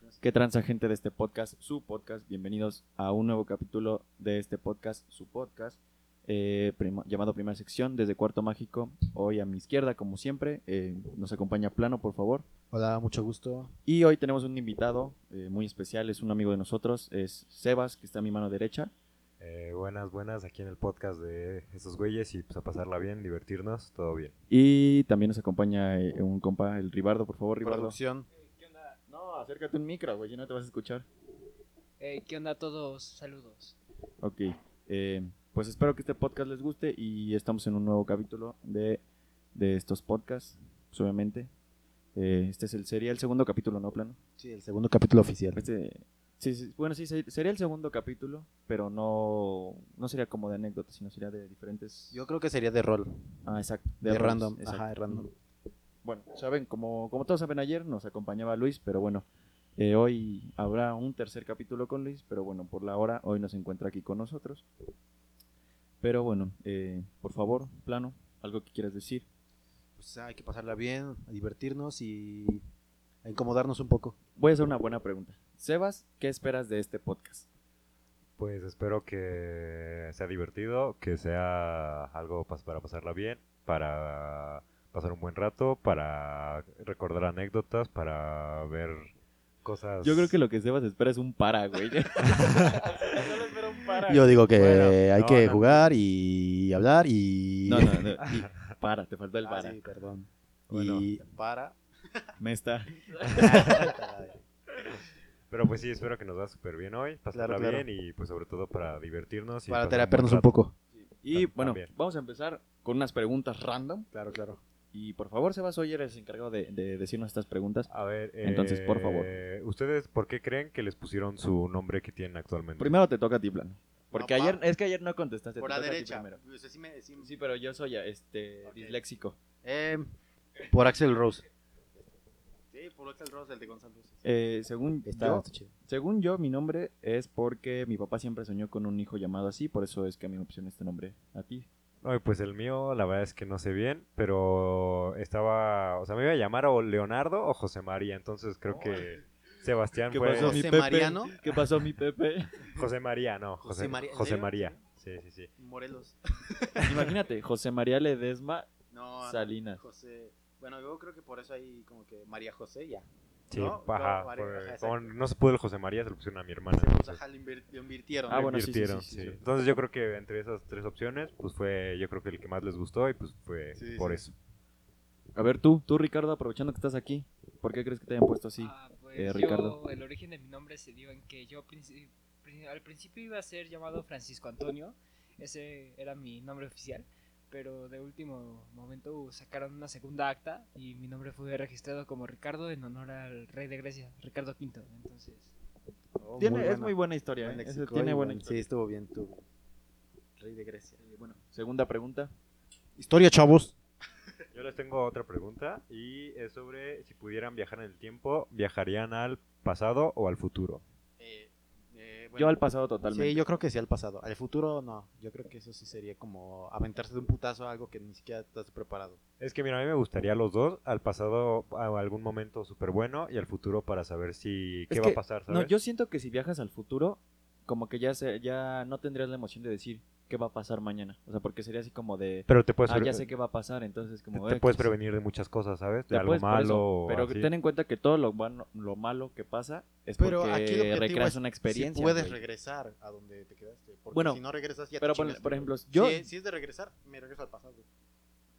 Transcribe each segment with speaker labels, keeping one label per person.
Speaker 1: podcast. ¿Qué transa gente de este podcast? Su podcast. Bienvenidos a un nuevo capítulo de este podcast, su podcast, eh, prima- llamado Primera Sección desde Cuarto Mágico. Hoy a mi izquierda, como siempre, eh, nos acompaña Plano, por favor.
Speaker 2: Hola, mucho gusto.
Speaker 1: Y hoy tenemos un invitado eh, muy especial, es un amigo de nosotros, es Sebas, que está a mi mano derecha.
Speaker 3: Eh, buenas, buenas, aquí en el podcast de esos güeyes y pues a pasarla bien, divertirnos, todo bien.
Speaker 1: Y también nos acompaña eh, un compa, el Ribardo, por favor, Ribardo.
Speaker 2: Producción.
Speaker 1: ¿Qué onda? No, acércate un micro, güey, ya no te vas a escuchar.
Speaker 4: Eh, ¿Qué onda a todos? Saludos.
Speaker 1: Ok. eh, pues espero que este podcast les guste y estamos en un nuevo capítulo de, de estos podcasts, pues, obviamente. Eh, este es el, sería el segundo capítulo, ¿no, Plano?
Speaker 2: Sí, el segundo capítulo oficial.
Speaker 1: Este, sí, sí, bueno, sí, se- sería el segundo capítulo, pero no, no sería como de anécdotas, sino sería de diferentes...
Speaker 2: Yo creo que sería de rol.
Speaker 1: ah, exacto.
Speaker 2: De,
Speaker 1: errores,
Speaker 2: random.
Speaker 1: exacto.
Speaker 2: Ajá, de random.
Speaker 1: Bueno, saben, como, como todos saben ayer, nos acompañaba Luis, pero bueno, eh, hoy habrá un tercer capítulo con Luis, pero bueno, por la hora, hoy nos encuentra aquí con nosotros. Pero bueno, eh, por favor, plano, algo que quieras decir.
Speaker 2: Pues hay que pasarla bien, a divertirnos y a incomodarnos un poco.
Speaker 1: Voy a hacer una buena pregunta. Sebas, ¿qué esperas de este podcast?
Speaker 3: Pues espero que sea divertido, que sea algo pas- para pasarla bien, para pasar un buen rato, para recordar anécdotas, para ver cosas...
Speaker 1: Yo creo que lo que Sebas espera es un para, güey. Solo espero un para.
Speaker 2: Yo digo que
Speaker 3: Bueno,
Speaker 2: hay
Speaker 3: no,
Speaker 2: que
Speaker 3: no.
Speaker 2: jugar y hablar y.
Speaker 1: No, no, no. y para, te faltó el
Speaker 2: Ah,
Speaker 1: para.
Speaker 2: sí, perdón.
Speaker 1: Bueno.
Speaker 2: Y para.
Speaker 1: Me está.
Speaker 3: Pero pues sí, espero que nos va súper bien hoy, pasarla
Speaker 2: Claro, claro.
Speaker 3: bien y pues sobre todo para divertirnos. Y
Speaker 2: para
Speaker 3: pasar buen
Speaker 2: terapearnos un
Speaker 3: rato.
Speaker 2: poco.
Speaker 1: Y
Speaker 3: Tam-
Speaker 1: bueno,
Speaker 3: también.
Speaker 1: vamos a empezar con unas preguntas random.
Speaker 2: Claro, claro.
Speaker 1: Y por favor, Sebas, hoy eres el encargado de, de decirnos estas preguntas.
Speaker 3: A ver,
Speaker 1: Entonces, por favor.
Speaker 3: eh, ¿Ustedes por qué creen que les pusieron su nombre que tienen actualmente?
Speaker 1: Primero te toca a ti, plano. Porque
Speaker 2: No, pa.
Speaker 1: ayer, es que ayer no contestaste.
Speaker 2: Por
Speaker 1: te
Speaker 2: la
Speaker 1: toca a ti
Speaker 2: derecha.
Speaker 1: primero.
Speaker 2: Pues, así me- así me-
Speaker 1: Sí, pero yo soy este,
Speaker 2: Ok.
Speaker 1: disléxico.
Speaker 2: Eh, por Axel Rose. Sí, por Axel Rose, el de Gonzalo.
Speaker 1: Eh, según,
Speaker 2: Está,
Speaker 1: yo,
Speaker 2: está chido.
Speaker 1: según yo, mi nombre es porque mi papá siempre soñó con un hijo llamado así, por eso es que a mí me pusieron este nombre a ti.
Speaker 3: Ay, pues el mío, la verdad es que no sé bien, pero estaba, o sea, me iba a llamar o Leonardo o José María, entonces creo que Sebastián
Speaker 1: ¿Qué
Speaker 3: fue
Speaker 1: pasó, mi
Speaker 2: José
Speaker 1: Pepe?
Speaker 2: Mariano.
Speaker 1: ¿Qué pasó, mi Pepe?
Speaker 3: José María, no,
Speaker 2: José
Speaker 3: José,
Speaker 2: María, ¿en
Speaker 3: José
Speaker 2: serio?
Speaker 3: María. Sí, sí, sí.
Speaker 2: Morelos.
Speaker 1: Imagínate, José María Ledesma
Speaker 2: No,
Speaker 1: Salinas.
Speaker 2: José. Bueno, yo creo que por eso hay como que María José ya.
Speaker 3: Sí,
Speaker 2: No,
Speaker 3: ajá,
Speaker 2: no, María,
Speaker 3: por-
Speaker 2: ajá,
Speaker 3: como
Speaker 2: exacto.
Speaker 3: no se pudo el José María, se lo pusieron a mi hermana.
Speaker 2: Pues,
Speaker 3: entonces,
Speaker 2: ajá, lo, invir- lo invirtieron.
Speaker 1: Ah,
Speaker 3: le
Speaker 1: bueno, sí, sí, sí,
Speaker 3: invirtieron,
Speaker 1: sí, sí.
Speaker 3: Entonces yo creo que entre esas tres opciones, pues fue, yo creo que el que más les gustó y pues fue
Speaker 2: Sí,
Speaker 3: por
Speaker 2: sí.
Speaker 3: eso.
Speaker 1: A ver, tú, tú, Ricardo, aprovechando que estás aquí, ¿por qué crees que te hayan puesto así?
Speaker 4: Ah, pues
Speaker 1: eh,
Speaker 4: yo-
Speaker 1: Ricardo.
Speaker 4: el origen de mi nombre se dio en que yo princi- pri- al principio iba a ser llamado Francisco Antonio. Ese era mi nombre oficial. Pero de último momento sacaron una segunda acta y mi nombre fue registrado como Ricardo en honor al rey de Grecia, Ricardo V. Entonces,
Speaker 2: Oh,
Speaker 1: Tiene- es
Speaker 2: bueno.
Speaker 1: muy buena historia,
Speaker 2: Buen
Speaker 1: ¿eh? Ese
Speaker 2: léxico,
Speaker 1: tiene
Speaker 2: y
Speaker 1: buena
Speaker 2: buen-
Speaker 1: historia.
Speaker 2: Sí, estuvo bien, tú. Rey de Grecia.
Speaker 1: Bueno, segunda pregunta.
Speaker 2: Historia, chavos.
Speaker 3: Yo les tengo otra pregunta y es sobre si pudieran viajar en el tiempo, ¿viajarían al pasado o al futuro?
Speaker 2: Eh,
Speaker 1: Yo al pasado totalmente.
Speaker 2: Sí, yo creo que sí al pasado. Al futuro no. Yo creo que eso sí sería como aventarse de un putazo a algo que ni siquiera estás preparado.
Speaker 3: Es que mira, a mí me gustaría los dos, al pasado a algún momento súper bueno y al futuro para saber si qué
Speaker 1: Es
Speaker 3: va Pues, a
Speaker 1: que-
Speaker 3: pasar, ¿sabes?
Speaker 1: No, yo siento que si viajas al futuro, como que ya se- ya no tendrías la emoción de decir qué va a pasar mañana. O sea, porque sería así como de,
Speaker 3: Pero te puedes,
Speaker 1: ah,
Speaker 3: pre-
Speaker 1: ya sé qué va a pasar, entonces
Speaker 3: te-
Speaker 1: como...
Speaker 3: te
Speaker 1: eh,
Speaker 3: puedes
Speaker 1: que-
Speaker 3: prevenir de muchas cosas, ¿sabes? De
Speaker 1: te
Speaker 3: algo
Speaker 1: puedes, por
Speaker 3: malo
Speaker 1: eso.
Speaker 3: o
Speaker 1: Pero
Speaker 3: así.
Speaker 1: ten en cuenta que todo lo, bueno- lo malo que pasa es
Speaker 2: Pero
Speaker 1: porque
Speaker 2: aquí el objetivo
Speaker 1: recreas
Speaker 2: es
Speaker 1: una experiencia.
Speaker 2: Si puedes
Speaker 1: güey.
Speaker 2: regresar a donde te quedaste. Porque
Speaker 1: Bueno,
Speaker 2: si no regresas ya te
Speaker 1: Pero por,
Speaker 2: chingaste,
Speaker 1: por
Speaker 2: güey.
Speaker 1: ejemplo, yo...
Speaker 2: Si, es- si es de regresar, me regreso al pasado. güey.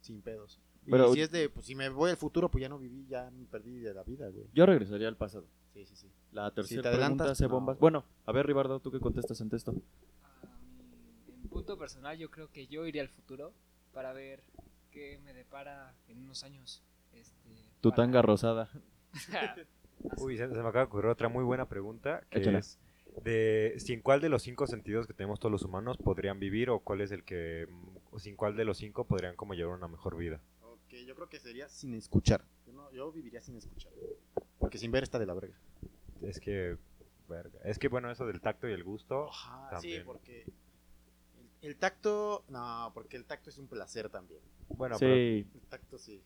Speaker 2: Sin pedos.
Speaker 1: Pero-
Speaker 2: y si es de, pues si me voy al futuro, pues ya no viví, ya me perdí de la vida, güey.
Speaker 1: Yo regresaría al pasado.
Speaker 2: Sí, sí, sí.
Speaker 1: La tercera
Speaker 2: te
Speaker 1: pregunta
Speaker 2: adelantas,
Speaker 1: hace
Speaker 2: no.
Speaker 1: bombas. Bueno, a ver, Ribardo, ¿tú qué contestas ante esto?
Speaker 4: a mi- en punto personal, yo creo que yo iría al futuro para ver qué me depara en unos años. Este,
Speaker 1: Tu
Speaker 4: para-
Speaker 1: tanga rosada.
Speaker 3: Uy, se, se me acaba de ocurrir otra muy buena pregunta que
Speaker 1: Échala.
Speaker 3: es de sin cuál de los cinco sentidos que tenemos todos los humanos podrían vivir o cuál es el que o sin cuál de los cinco podrían como llevar una mejor vida.
Speaker 2: Ok, yo creo que sería sin escuchar. Yo, no- yo viviría sin escuchar. Porque sin ver está de la verga.
Speaker 3: Es que verga, es que bueno, eso del tacto y el gusto
Speaker 2: Ajá, sí,
Speaker 3: también.
Speaker 2: porque el, el tacto, no, porque el tacto es un placer también.
Speaker 3: Bueno, pero
Speaker 1: sí,
Speaker 2: El tacto sí.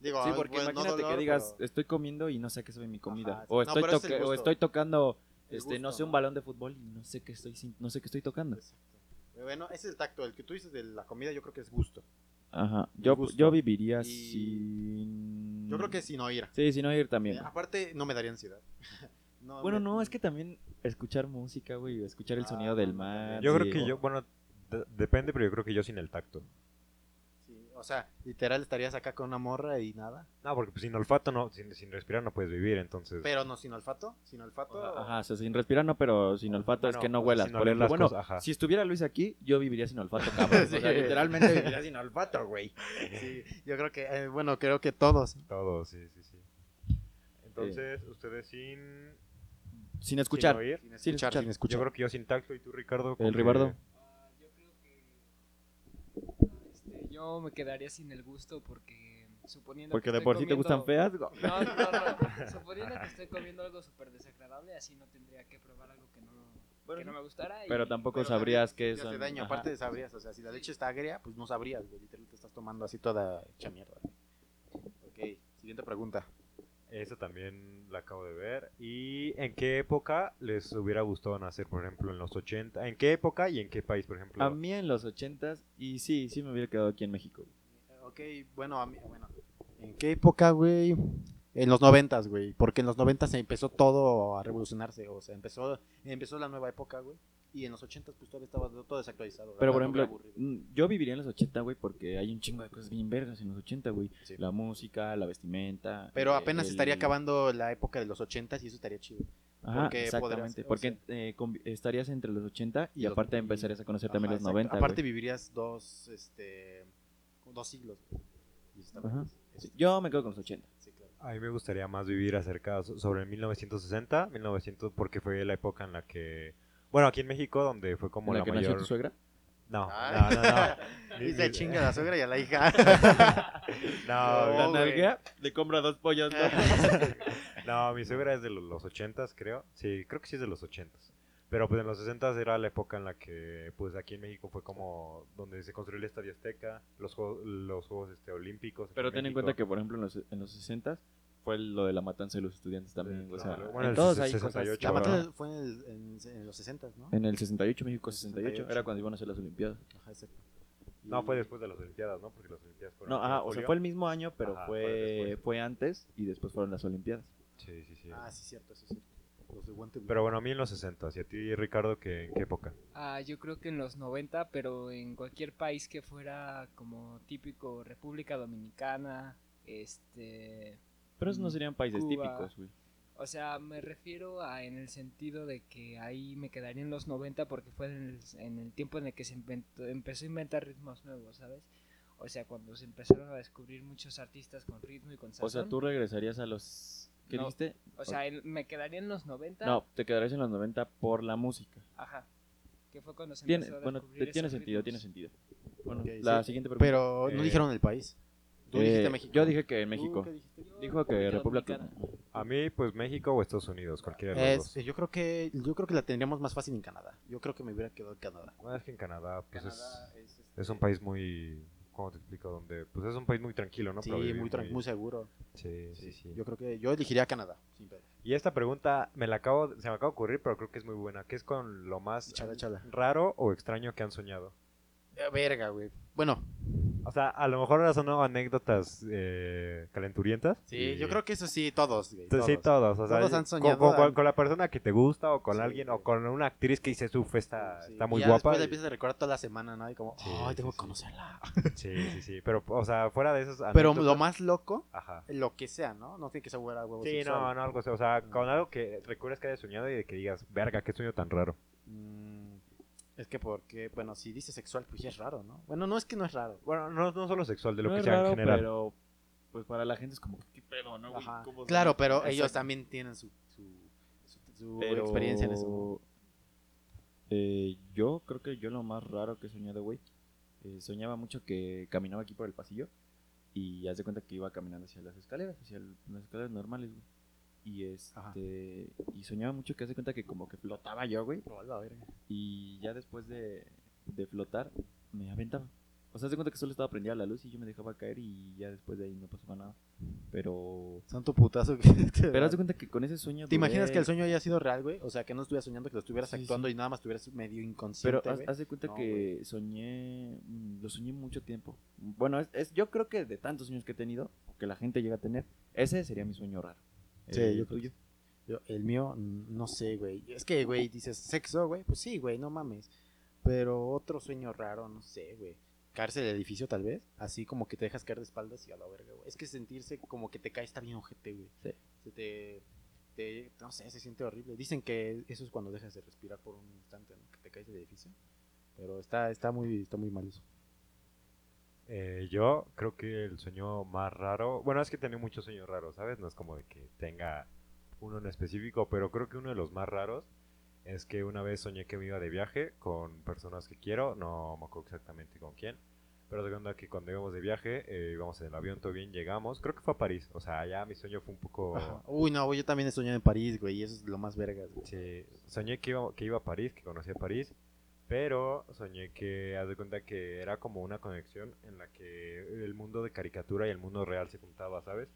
Speaker 2: Digo,
Speaker 1: Sí,
Speaker 2: ah,
Speaker 1: porque
Speaker 2: pues, no
Speaker 1: imagínate que
Speaker 2: dolor,
Speaker 1: digas,
Speaker 2: pero-
Speaker 1: estoy comiendo y no sé qué soy mi comida.
Speaker 2: Ajá, sí.
Speaker 1: o,
Speaker 2: No,
Speaker 1: estoy
Speaker 2: pero es el
Speaker 1: toque- o
Speaker 2: gusto.
Speaker 1: estoy tocando,
Speaker 2: El
Speaker 1: este, no
Speaker 2: gusto,
Speaker 1: sé, un
Speaker 2: ¿no?
Speaker 1: balón de fútbol y no sé qué estoy, sin- no sé qué estoy tocando.
Speaker 2: Exacto. Bueno, ese es el tacto. El que tú dices de la comida, yo creo que es gusto.
Speaker 1: Ajá. Yo,
Speaker 2: gusto.
Speaker 1: yo viviría
Speaker 2: Y-
Speaker 1: sin...
Speaker 2: Yo creo que sin oír.
Speaker 1: Sí, sin oír también.
Speaker 2: Eh, aparte, no me daría ansiedad. No
Speaker 1: Bueno,
Speaker 2: me-
Speaker 1: no, es que también escuchar música, güey, escuchar el
Speaker 2: Ah,
Speaker 1: sonido del
Speaker 2: no,
Speaker 1: mar.
Speaker 3: Yo creo
Speaker 1: sí.
Speaker 3: que yo, bueno, de- depende, pero yo creo que yo sin el tacto.
Speaker 2: sí, o sea, literal estarías acá con una morra y nada.
Speaker 3: No, porque pues, sin olfato, no, sin, sin respirar no puedes vivir, entonces...
Speaker 2: Pero no sin olfato. Sin olfato.
Speaker 1: Ajá, o sea, sin respirar no, pero sin olfato
Speaker 3: Bueno,
Speaker 1: es que no
Speaker 3: o sea,
Speaker 1: huelas.
Speaker 3: sin
Speaker 1: Por
Speaker 3: oler
Speaker 1: ejemplo,
Speaker 3: las
Speaker 1: bueno,
Speaker 3: cosas, ajá.
Speaker 1: si estuviera Luis aquí, yo viviría sin olfato, cabrón.
Speaker 2: Sí.
Speaker 1: O sea, literalmente viviría sin olfato, güey.
Speaker 2: Sí, yo creo que, eh, bueno, creo que todos.
Speaker 3: Todo, sí, sí, sí. Entonces, ustedes sin...
Speaker 1: Sin escuchar.
Speaker 3: Sin oír.
Speaker 2: Sin
Speaker 1: Sin
Speaker 2: escuchar,
Speaker 1: escuchar.
Speaker 2: sin
Speaker 3: Yo
Speaker 2: escuchar.
Speaker 3: creo que yo sin tacto y tú, Ricardo. con
Speaker 1: El
Speaker 3: que-
Speaker 1: Ribardo.
Speaker 4: Ah, yo creo que este, yo me quedaría sin el gusto porque suponiendo
Speaker 1: Porque
Speaker 4: que
Speaker 1: de
Speaker 4: estoy
Speaker 1: por sí te
Speaker 4: comiendo-
Speaker 1: gustan feas. go-
Speaker 4: No, no, no. Suponiendo que estoy comiendo algo súper desagradable, así no tendría que probar algo que no, que no me gustara. y-
Speaker 1: Pero tampoco
Speaker 2: Pero
Speaker 1: sabrías
Speaker 2: también
Speaker 1: que
Speaker 2: te
Speaker 1: eso.
Speaker 2: hace daño, aparte de sabrías, o sea, si la leche está agria, pues no sabrías, güey, literal te estás tomando así toda hecha mierda. güey. Ok, siguiente pregunta.
Speaker 3: Esa también la acabo de ver. ¿Y en qué época les hubiera gustado nacer, por ejemplo, en los 80? ¿En qué época y en qué país, por ejemplo?
Speaker 1: A mí en los ochentas, y sí, sí me hubiera quedado aquí en México.
Speaker 2: Ok, bueno, a mí- bueno, ¿en qué época, güey? En los noventas, güey, porque en los noventas se empezó todo a revolucionarse, o sea, empezó, empezó la nueva época, güey, y en los ochentas pues todavía estaba todo desactualizado. la
Speaker 1: Pero por
Speaker 2: verdad,
Speaker 1: ejemplo,
Speaker 2: muy aburrido.
Speaker 1: mm, yo viviría en los 80, güey, porque hay un chingo de cosas bien vergas en los 80, güey.
Speaker 2: Sí.
Speaker 1: La música, la vestimenta.
Speaker 2: Pero
Speaker 1: eh,
Speaker 2: apenas
Speaker 1: el-
Speaker 2: estaría acabando la época de los ochentas y eso estaría chido.
Speaker 1: Ajá,
Speaker 2: porque podrás-
Speaker 1: exactamente.
Speaker 2: o
Speaker 1: porque
Speaker 2: sea-
Speaker 1: eh, convi- estarías entre los 80 y,
Speaker 2: Y los-
Speaker 1: aparte
Speaker 2: y-
Speaker 1: empezarías a conocer
Speaker 2: Ajá,
Speaker 1: también los
Speaker 2: exacto.
Speaker 1: 90.
Speaker 2: Aparte
Speaker 1: güey.
Speaker 2: vivirías dos, este, dos siglos. güey. Y eso está
Speaker 1: Ajá.
Speaker 2: bueno. Eso
Speaker 1: Sí,
Speaker 2: está-
Speaker 1: Yo me quedo con los 80.
Speaker 2: sí, claro.
Speaker 3: A mí me gustaría más vivir acerca so- sobre el 1960, 1900, porque fue la época en la que... Bueno, aquí en México, donde fue como
Speaker 1: ¿En
Speaker 3: la,
Speaker 1: la que nació
Speaker 3: mayor...
Speaker 1: tu suegra?
Speaker 3: No, no,
Speaker 2: Ay.
Speaker 3: no, no. Ni-
Speaker 2: Ah. Y se
Speaker 3: ni-
Speaker 2: chinga la suegra y a la hija.
Speaker 3: No,
Speaker 2: No,
Speaker 1: La
Speaker 2: güey.
Speaker 1: nalguea, le compra dos pollos.
Speaker 2: Eh,
Speaker 1: ¿no?
Speaker 3: No, mi suegra es de lo- los 80s, creo. Sí, creo que sí es de los 80s. Pero pues en los 60s era la época en la que, pues aquí en México fue como donde se construyó el Estadio Azteca, los juegos, los juegos este, olímpicos.
Speaker 1: Pero ten en cuenta que, por ejemplo, en los, en los 60 fue lo de la matanza de los estudiantes también.
Speaker 3: Sí,
Speaker 1: o
Speaker 3: no,
Speaker 1: sea,
Speaker 3: bueno,
Speaker 1: en
Speaker 3: el
Speaker 1: todos
Speaker 3: ses-
Speaker 1: hay cosas
Speaker 3: 68,
Speaker 2: La
Speaker 1: cabronas.
Speaker 3: ¿verdad?
Speaker 2: matanza fue en, el- en- en los 60, ¿no?
Speaker 1: En el 68, México 68,
Speaker 2: 68.
Speaker 1: era cuando iban a hacer las Olimpiadas.
Speaker 2: Ajá, exacto. Y-
Speaker 3: No, fue después de las Olimpiadas, ¿no? Porque las Olimpiadas fueron...
Speaker 1: No,
Speaker 3: aquí en
Speaker 1: ajá, o sea,
Speaker 3: julio.
Speaker 1: fue el mismo año, pero
Speaker 3: Ajá, fue
Speaker 1: fue,
Speaker 3: después.
Speaker 1: fue antes y después fueron las Olimpiadas.
Speaker 3: Sí, sí, sí.
Speaker 2: Ah, sí, cierto, sí, cierto. Los de Guantánamo.
Speaker 3: Pero bueno, a mí en los 60s. ¿Y a ti, Ricardo, qué, en qué época?
Speaker 4: Ah, yo creo que en los 90, pero en cualquier país que fuera como típico República Dominicana, este,
Speaker 1: Pero esos no serían países
Speaker 4: Cuba.
Speaker 1: típicos, güey.
Speaker 4: o sea, me refiero a en el sentido de que ahí me quedaría en los 90 porque fue en el, en el tiempo en el que se inventó- empezó a inventar ritmos nuevos, ¿sabes? O sea, cuando se empezaron a descubrir muchos artistas con ritmo y con sazón.
Speaker 1: O sea, tú regresarías a los... ¿Qué
Speaker 4: No.
Speaker 1: dijiste?
Speaker 4: O sea, en- me quedaría en los 90.
Speaker 1: No, te quedarías en los 90 por la música.
Speaker 4: Ajá. Que fue cuando se
Speaker 1: Tiene,
Speaker 4: empezó a
Speaker 1: bueno,
Speaker 4: descubrir
Speaker 1: te- tiene
Speaker 4: esos
Speaker 1: sentido,
Speaker 4: ritmos.
Speaker 1: tiene sentido. Bueno,
Speaker 2: Ok,
Speaker 1: la
Speaker 2: sí.
Speaker 1: siguiente pregunta.
Speaker 2: Pero no
Speaker 3: Eh,
Speaker 2: dijeron el país. Tú dijiste
Speaker 1: Eh,
Speaker 2: México.
Speaker 1: Yo dije que en
Speaker 2: ¿Tú
Speaker 1: México.
Speaker 2: qué dijiste?
Speaker 1: Dijo que República...
Speaker 4: Dominicana.
Speaker 3: A mí, pues México o Estados Unidos, cualquiera de los
Speaker 2: Es- yo creo que yo creo que la tendríamos más fácil en Canadá. Yo creo que me hubiera quedado en Canadá.
Speaker 3: dos. Bueno, es que en Canadá, pues es...
Speaker 2: es, este,
Speaker 3: Es un país muy. ¿Cómo te explico? Donde, pues es un país muy tranquilo, ¿no?
Speaker 2: sí,
Speaker 3: Para vivir
Speaker 2: muy, tran- muy seguro.
Speaker 3: Sí, sí, sí.
Speaker 2: Yo creo que Eh, yo elegiría Canadá, sin pedo.
Speaker 3: Y esta pregunta me la acabo, se me acaba de ocurrir, pero creo que es muy buena. ¿Qué es con lo más
Speaker 2: Chala, chala.
Speaker 3: raro o extraño que han soñado?
Speaker 2: Eh, Verga, güey. Bueno,
Speaker 3: O sea, a lo mejor ahora son ¿no? anécdotas eh, calenturientas.
Speaker 2: sí, yo creo que eso sí, todos, güey.
Speaker 3: Entonces, sí,
Speaker 2: todos.
Speaker 3: todos. O sea,
Speaker 2: Todos han
Speaker 3: con-
Speaker 2: soñado
Speaker 3: con, con-
Speaker 2: a-
Speaker 3: con la persona que te gusta o con
Speaker 2: Sí,
Speaker 3: alguien o
Speaker 2: güey.
Speaker 3: con una actriz que dices, uff, está,
Speaker 2: Sí,
Speaker 3: Ah, está
Speaker 2: y
Speaker 3: muy
Speaker 2: ya
Speaker 3: guapa.
Speaker 2: Después la
Speaker 3: y-
Speaker 2: empiezas a recordar toda la semana, ¿no? Y como,
Speaker 3: Sí,
Speaker 2: ay,
Speaker 3: sí,
Speaker 2: tengo
Speaker 3: sí.
Speaker 2: que conocerla.
Speaker 3: Sí, sí, sí. Pero, o sea, fuera de esas
Speaker 2: Pero
Speaker 3: anécdotas-
Speaker 2: lo más loco,
Speaker 3: Ajá.
Speaker 2: lo que sea, ¿no? No tiene que ser güera, huevo.
Speaker 3: Sí,
Speaker 2: sexual.
Speaker 3: no, no, algo así. O sea, con algo que recuerdes que hayas soñado y de que digas, verga, qué sueño tan raro.
Speaker 2: Mm, es que porque, bueno, si dice sexual, pues ya es raro, ¿no? Bueno, no es que no es raro.
Speaker 3: Bueno, no, no solo sexual, de lo
Speaker 1: No
Speaker 3: que
Speaker 1: es
Speaker 3: sea en
Speaker 1: raro,
Speaker 3: general.
Speaker 1: pero... Pues para la gente es como, qué pedo, ¿no, güey?
Speaker 2: Ajá.
Speaker 1: ¿Cómo se-
Speaker 2: Claro, pero ellos
Speaker 1: Exacto.
Speaker 2: también tienen su, su, su- su
Speaker 1: Pero-
Speaker 2: experiencia en eso.
Speaker 1: Eh, yo creo que yo lo más raro que he soñado, güey. eh, soñaba mucho que caminaba aquí por el pasillo y haz de cuenta que iba caminando hacia las escaleras, hacia el- las escaleras normales, güey. Y
Speaker 2: Ajá.
Speaker 1: este y soñaba mucho que haz de cuenta que como que flotaba yo, güey,
Speaker 2: Hola, verga.
Speaker 1: y ya después de, de flotar me aventaba. O sea, se cuenta que solo estaba prendida la luz y yo me dejaba caer y ya después de ahí no pasaba nada. Pero.
Speaker 2: Santo putazo. que te
Speaker 1: Pero
Speaker 2: da.
Speaker 1: haz de cuenta que con ese sueño.
Speaker 2: ¿Te imaginas
Speaker 1: duré-
Speaker 2: que el sueño haya sido real, güey? O sea, que no estuvieras soñando, que lo estuvieras
Speaker 1: Pues Sí,
Speaker 2: actuando y nada más estuvieras medio inconsciente.
Speaker 1: Pero haz,
Speaker 2: güey.
Speaker 1: haz de cuenta
Speaker 2: No,
Speaker 1: que
Speaker 2: güey.
Speaker 1: soñé, mm, lo soñé mucho tiempo. Bueno, es, es- yo creo que de tantos sueños que he tenido, o que la gente llega a tener, ese sería mi sueño raro.
Speaker 2: Sí,
Speaker 1: El
Speaker 2: yo creo
Speaker 1: tuyo.
Speaker 2: Yo- el mío, mm, no sé, güey. Es que, güey, dices sexo, güey. Pues sí, güey, no mames. Pero otro sueño raro, no sé, güey. Caerse del edificio, tal vez. Así como que te dejas caer de espaldas y a la verga, güey. Es que sentirse como que te caes está bien ojete, güey.
Speaker 1: Sí.
Speaker 2: Se te, te- No sé, se siente horrible. Dicen que eso es cuando dejas de respirar por un instante, ¿no? Que te caes del edificio. Pero está, está, muy, está muy mal eso.
Speaker 3: Eh, yo creo que el sueño más raro, bueno, es que tenía muchos sueños raros, ¿sabes? No es como de que tenga uno en específico, pero creo que uno de los más raros es que una vez soñé que me iba de viaje con personas que quiero, no me acuerdo exactamente con quién, pero de onda que cuando íbamos de viaje, eh, íbamos en el avión, todo bien, llegamos, creo que fue a París, o sea, ya mi sueño fue un poco...
Speaker 2: Ajá. Uy, no, güey, yo también he soñado en París, güey. Y eso es lo más vergas, güey.
Speaker 3: Sí, soñé que iba, que iba a París, que conocía París, pero soñé que, haz de cuenta que era como una conexión en la que el mundo de caricatura y el mundo real se juntaba, ¿sabes?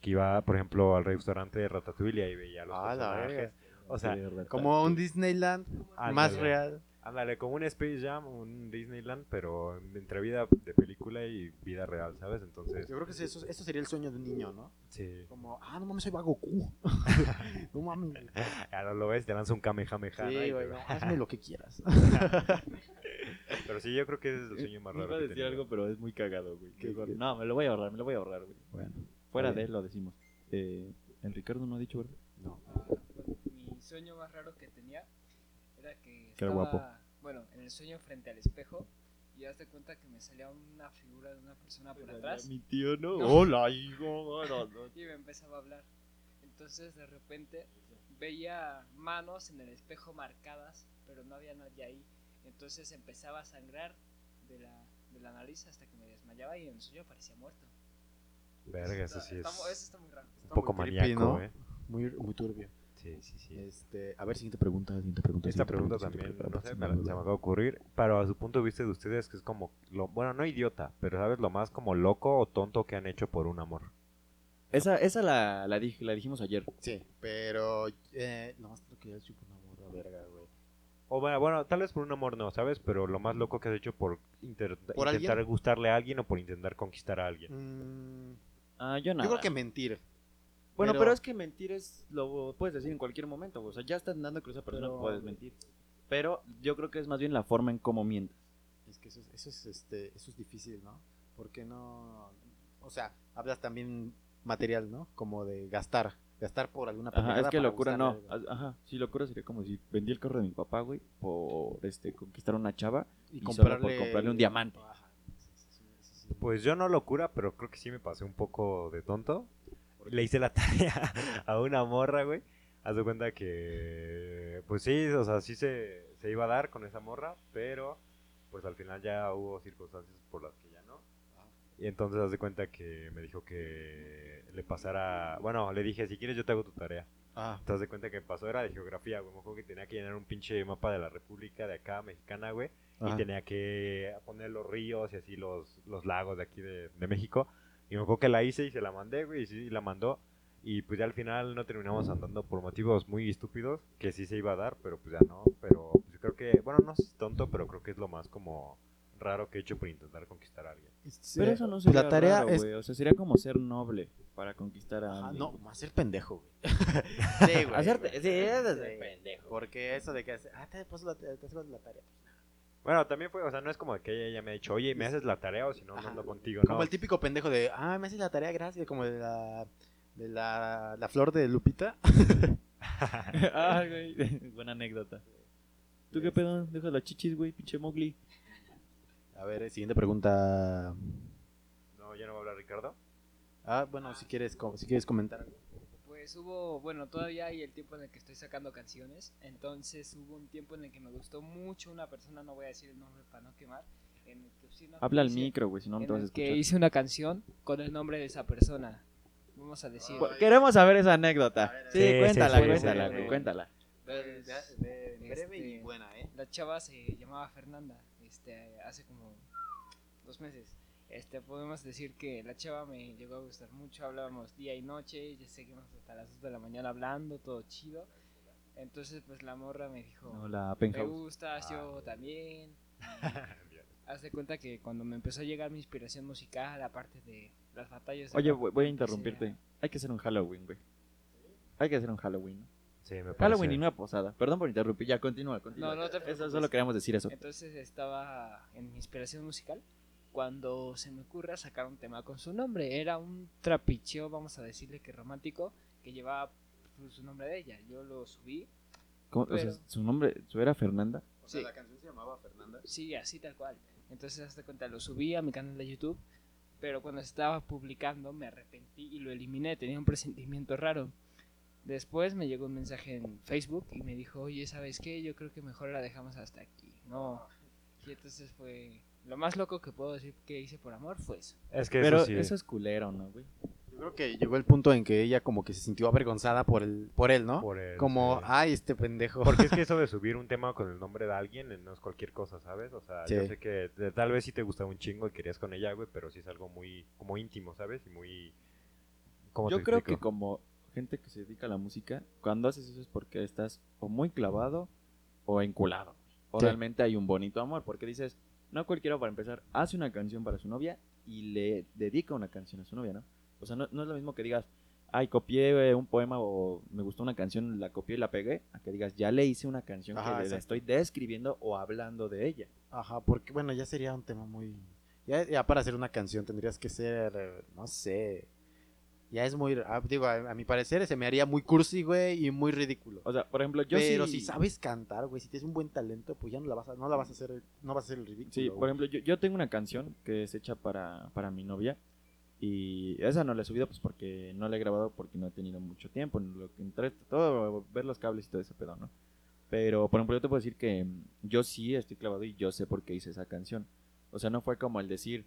Speaker 3: Que iba, por ejemplo, al restaurante de Ratatouille y ahí veía a los
Speaker 2: Ah, la verga.
Speaker 3: personajes. O sea,
Speaker 1: Sí, de verdad.
Speaker 2: Como un Disneyland más
Speaker 3: Ándale.
Speaker 2: real.
Speaker 3: ándale, como un Space Jam, un Disneyland, pero entre vida de película y vida real, ¿sabes? Entonces,
Speaker 2: Yo creo que sí, eso, eso sería el sueño de un niño, ¿no?
Speaker 3: sí,
Speaker 2: Como, ah, no mames, soy Goku. no mames. güey.
Speaker 3: ahora lo ves, te lanza un Kamehameha. ¿no?
Speaker 2: Sí,
Speaker 3: Y
Speaker 2: güey,
Speaker 3: te
Speaker 2: no,
Speaker 3: va.
Speaker 2: hazme lo que quieras.
Speaker 3: Pero sí, yo creo que ese es el sueño más
Speaker 1: Iba
Speaker 3: raro.
Speaker 1: a
Speaker 3: que he
Speaker 1: decir
Speaker 3: tenido.
Speaker 1: algo, pero es muy cagado, güey.
Speaker 2: ¿Qué,
Speaker 1: Digo,
Speaker 2: qué?
Speaker 1: No, me lo voy a ahorrar, me lo voy a ahorrar, güey.
Speaker 2: bueno,
Speaker 1: Fuera
Speaker 2: Está
Speaker 1: de
Speaker 2: bien.
Speaker 1: él lo decimos. Eh, el Ricardo no ha dicho, ¿verdad?
Speaker 2: no.
Speaker 4: mi sueño más raro que tenía era que
Speaker 1: Qué
Speaker 4: estaba,
Speaker 1: guapo.
Speaker 4: bueno, en el sueño frente al espejo y haz de cuenta que me salía una figura de una persona por atrás
Speaker 1: Mi tío no.
Speaker 4: No.
Speaker 1: Hola, hijo. hola, no.
Speaker 4: y me empezaba a hablar. Entonces de repente veía manos en el espejo marcadas, pero no había nadie ahí. Entonces empezaba a sangrar de la, de la nariz hasta que me desmayaba y en el sueño parecía muerto.
Speaker 3: Verga, eso
Speaker 4: Está-
Speaker 3: sí es
Speaker 4: está mu- eso está muy raro.
Speaker 3: un poco
Speaker 2: muy creepy,
Speaker 3: maníaco,
Speaker 2: ¿no?
Speaker 3: ¿eh?
Speaker 2: Muy, muy turbio.
Speaker 3: Sí, sí, sí.
Speaker 2: Este, a ver, siguiente pregunta, siguiente pregunta.
Speaker 3: Esta
Speaker 2: siguiente
Speaker 3: pregunta
Speaker 2: siguiente
Speaker 3: también, no
Speaker 2: pregunta,
Speaker 3: sé,
Speaker 2: sin
Speaker 3: me la- se me
Speaker 2: duda.
Speaker 3: acaba de ocurrir, pero a su punto de vista de ustedes, que es como, lo, bueno, no idiota, pero sabes lo más como loco o tonto que han hecho por un amor.
Speaker 1: Esa, esa la, la, dij- la dijimos ayer.
Speaker 2: Sí, pero, eh, nomás creo que ya chupo una morra, verga, güey.
Speaker 3: O bueno, bueno, tal vez por un amor no, ¿sabes? Pero lo más loco que has hecho por, inter-
Speaker 2: ¿Por
Speaker 3: intentar
Speaker 2: alguien?
Speaker 3: gustarle a alguien o por intentar conquistar a alguien.
Speaker 2: Mm,
Speaker 1: Ah, yo
Speaker 2: yo
Speaker 1: nada.
Speaker 2: creo que mentir.
Speaker 1: Bueno, pero... es que mentir es lo puedes decir en cualquier momento, güey. o sea, ya estás andando con esa persona,
Speaker 2: Pero-
Speaker 1: puedes mentir. Pero yo creo que es más bien la forma en cómo mientas.
Speaker 2: Es que eso, es- eso, es, este, eso es difícil, ¿no? Porque no... O sea, hablas también material, ¿no? Como de gastar. Gastar por alguna
Speaker 1: Ajá, es
Speaker 2: pendejada
Speaker 1: que
Speaker 2: para
Speaker 1: locura no.
Speaker 2: gustarle a alguien.
Speaker 1: Ajá, sí, locura sería como si vendí el carro de mi papá, güey, por este conquistar una chava
Speaker 2: Y,
Speaker 1: solo por comprarle un diamante.
Speaker 2: Ajá, sí, sí, sí, sí, sí.
Speaker 3: Pues yo no locura, pero creo que sí me pasé un poco de tonto. Le hice la tarea a una morra, güey. Haz de cuenta que, pues sí, o sea, sí se, se iba a dar con esa morra, pero pues al final ya hubo circunstancias por las que ya no. Y entonces haz de cuenta que me dijo que le pasara, bueno, le dije, si quieres yo te hago tu tarea.
Speaker 2: Ah,
Speaker 3: Te das de cuenta que pasó era de geografía, güey. Me acuerdo que tenía que llenar un pinche mapa de la República de acá, mexicana, güey.
Speaker 2: ajá.
Speaker 3: Y tenía que poner los ríos y así los, los lagos de aquí de, de México. Y me acuerdo que la hice y se la mandé, güey, y sí, la mandó. Y pues ya al final no terminamos andando por motivos muy estúpidos, que sí se iba a dar, pero pues ya no. Pero pues, yo creo que, bueno, no es tonto, pero creo que es lo más como raro que he hecho por intentar conquistar a alguien.
Speaker 2: Sí,
Speaker 1: Pero eso no
Speaker 2: pues
Speaker 1: sería
Speaker 2: La tarea
Speaker 1: raro,
Speaker 2: es...
Speaker 1: güey. O sea, sería como ser noble para conquistar a
Speaker 2: Ajá,
Speaker 1: alguien.
Speaker 2: Ah, no, más ser pendejo, güey. sí, güey.
Speaker 1: Hacerte-
Speaker 2: güey.
Speaker 1: sí, es de
Speaker 2: Sí, Porque eso de que... hace- Ah, te paso la, te hago la tarea.
Speaker 3: Bueno, también fue, o sea, no es como que ella, ella me ha dicho, oye, ¿me haces la tarea o si no,
Speaker 2: Ajá.
Speaker 3: no ando contigo?
Speaker 2: Como
Speaker 3: no.
Speaker 2: el típico pendejo de... Ah, me haces la tarea, gracias. Como de la... De la, la flor de Lupita.
Speaker 1: Ah, güey, buena anécdota. ¿Tú qué pedo? Deja las chichis, güey, pinche Mowgli.
Speaker 2: A ver, eh, siguiente pregunta.
Speaker 3: No, ya no va a hablar Ricardo.
Speaker 2: Ah, bueno, si quieres, com- si quieres comentar algo.
Speaker 4: Pues hubo, bueno, todavía hay el tiempo en el que estoy sacando canciones. Entonces hubo un tiempo en el que me gustó mucho una persona, no voy a decir el nombre para no quemar. En el que sí una
Speaker 1: Habla al
Speaker 4: canción-
Speaker 1: micro, güey, si no no
Speaker 4: en
Speaker 1: te vas a
Speaker 4: el que
Speaker 1: escuchar.
Speaker 4: hice una canción con el nombre de esa persona. Vamos a decir.
Speaker 1: Cu- Queremos saber esa anécdota. Sí,
Speaker 3: Sí, sí,
Speaker 1: cuéntala,
Speaker 3: sí, sí,
Speaker 1: cuéntala,
Speaker 3: sí.
Speaker 1: güey, cuéntala.
Speaker 4: Pues,
Speaker 2: breve
Speaker 4: este,
Speaker 2: y buena, ¿eh?
Speaker 4: La chava se llamaba Fernanda. Este, hace como dos meses. Este, podemos decir que la chava me llegó a gustar mucho, hablábamos día y noche, ya seguimos hasta las 2 de la mañana hablando, todo chido. Entonces, pues la morra me dijo,
Speaker 1: No, la Ah,
Speaker 4: me
Speaker 1: penthouse.
Speaker 4: gustas, yo también. Haz de cuenta que cuando me empezó a llegar mi inspiración musical, aparte de las batallas... de
Speaker 1: Oye,
Speaker 4: rap,
Speaker 1: voy voy a
Speaker 4: empecé
Speaker 1: interrumpirte. Hay que hacer un Halloween, güey. Hay que hacer un Halloween. ¿no?
Speaker 3: Sí, me parece.
Speaker 1: Halloween y una posada. Perdón por interrumpir. Ya, continúa,
Speaker 4: No,
Speaker 1: continúa.
Speaker 4: no te
Speaker 1: eso
Speaker 4: preocupes.
Speaker 1: solo queríamos decir eso.
Speaker 4: Entonces estaba en mi inspiración musical cuando se me ocurra sacar un tema con su nombre. Era un trapicheo, vamos a decirle que romántico, que llevaba pues, su nombre de ella. Yo lo subí,
Speaker 1: ¿Cómo- o sea,
Speaker 4: pero-
Speaker 1: su nombre, su era Fernanda.
Speaker 2: O sea,
Speaker 4: Sí.
Speaker 2: la canción se llamaba Fernanda.
Speaker 4: sí, así tal cual. Entonces hasta cuenta lo subí a mi canal de YouTube, pero cuando estaba publicando me arrepentí y lo eliminé. Tenía un presentimiento raro. Después me llegó un mensaje en Facebook y me dijo, oye, ¿sabes qué? Yo creo que mejor la dejamos hasta aquí. No. Y entonces fue... Lo más loco que puedo decir que hice por amor fue eso.
Speaker 3: Es que
Speaker 1: pero
Speaker 3: eso sí.
Speaker 1: eso es culero, ¿no, güey?
Speaker 2: Yo creo que llegó el punto en que ella como que se sintió avergonzada por el, por él, ¿no?
Speaker 3: por el-
Speaker 2: como,
Speaker 3: sí.
Speaker 2: ay, este pendejo.
Speaker 3: Porque es que eso de subir un tema con el nombre de alguien eh, no es cualquier cosa, ¿sabes? O sea, yo
Speaker 2: Sí.
Speaker 3: sé que eh, tal vez sí te gustaba un chingo y querías con ella, güey, pero sí es algo muy como íntimo, ¿sabes? Y muy... ¿cómo
Speaker 1: Yo
Speaker 3: te
Speaker 1: creo que
Speaker 3: explico?
Speaker 1: como gente que se dedica a la música, cuando haces eso es porque estás o muy clavado o enculado. O
Speaker 2: Sí.
Speaker 1: realmente hay un bonito amor, porque dices, no cualquiera para empezar, hace una canción para su novia y le dedica una canción a su novia, ¿no? O sea, no, no es lo mismo que digas, ay, copié eh, un poema o me gustó una canción, la copié y la pegué, a que digas, ya le hice una canción que
Speaker 2: Ajá,
Speaker 1: le- le
Speaker 2: exacto.
Speaker 1: estoy describiendo o hablando de ella.
Speaker 2: Ajá, porque bueno, ya sería un tema muy... Ya, ya para hacer una canción tendrías que ser, eh, no sé... Ya es muy... ah, digo, a, a mi parecer se me haría muy cursi, güey, y muy ridículo.
Speaker 1: O sea, por ejemplo, yo
Speaker 2: Pero
Speaker 1: sí-
Speaker 2: si sabes cantar, güey, si tienes un buen talento, pues ya no la vas a, no la vas a hacer, no vas a hacer el ridículo.
Speaker 1: Sí,
Speaker 2: güey.
Speaker 1: por ejemplo, yo, yo tengo una canción que es hecha para, para mi novia y esa no la he subido pues porque no la he grabado porque no he tenido mucho tiempo, en lo que entre todo, ver los cables y todo ese pedo, ¿no? Pero, por ejemplo, yo te puedo decir que mm, yo sí estoy clavado y yo sé por qué hice esa canción. O sea, no fue como el decir,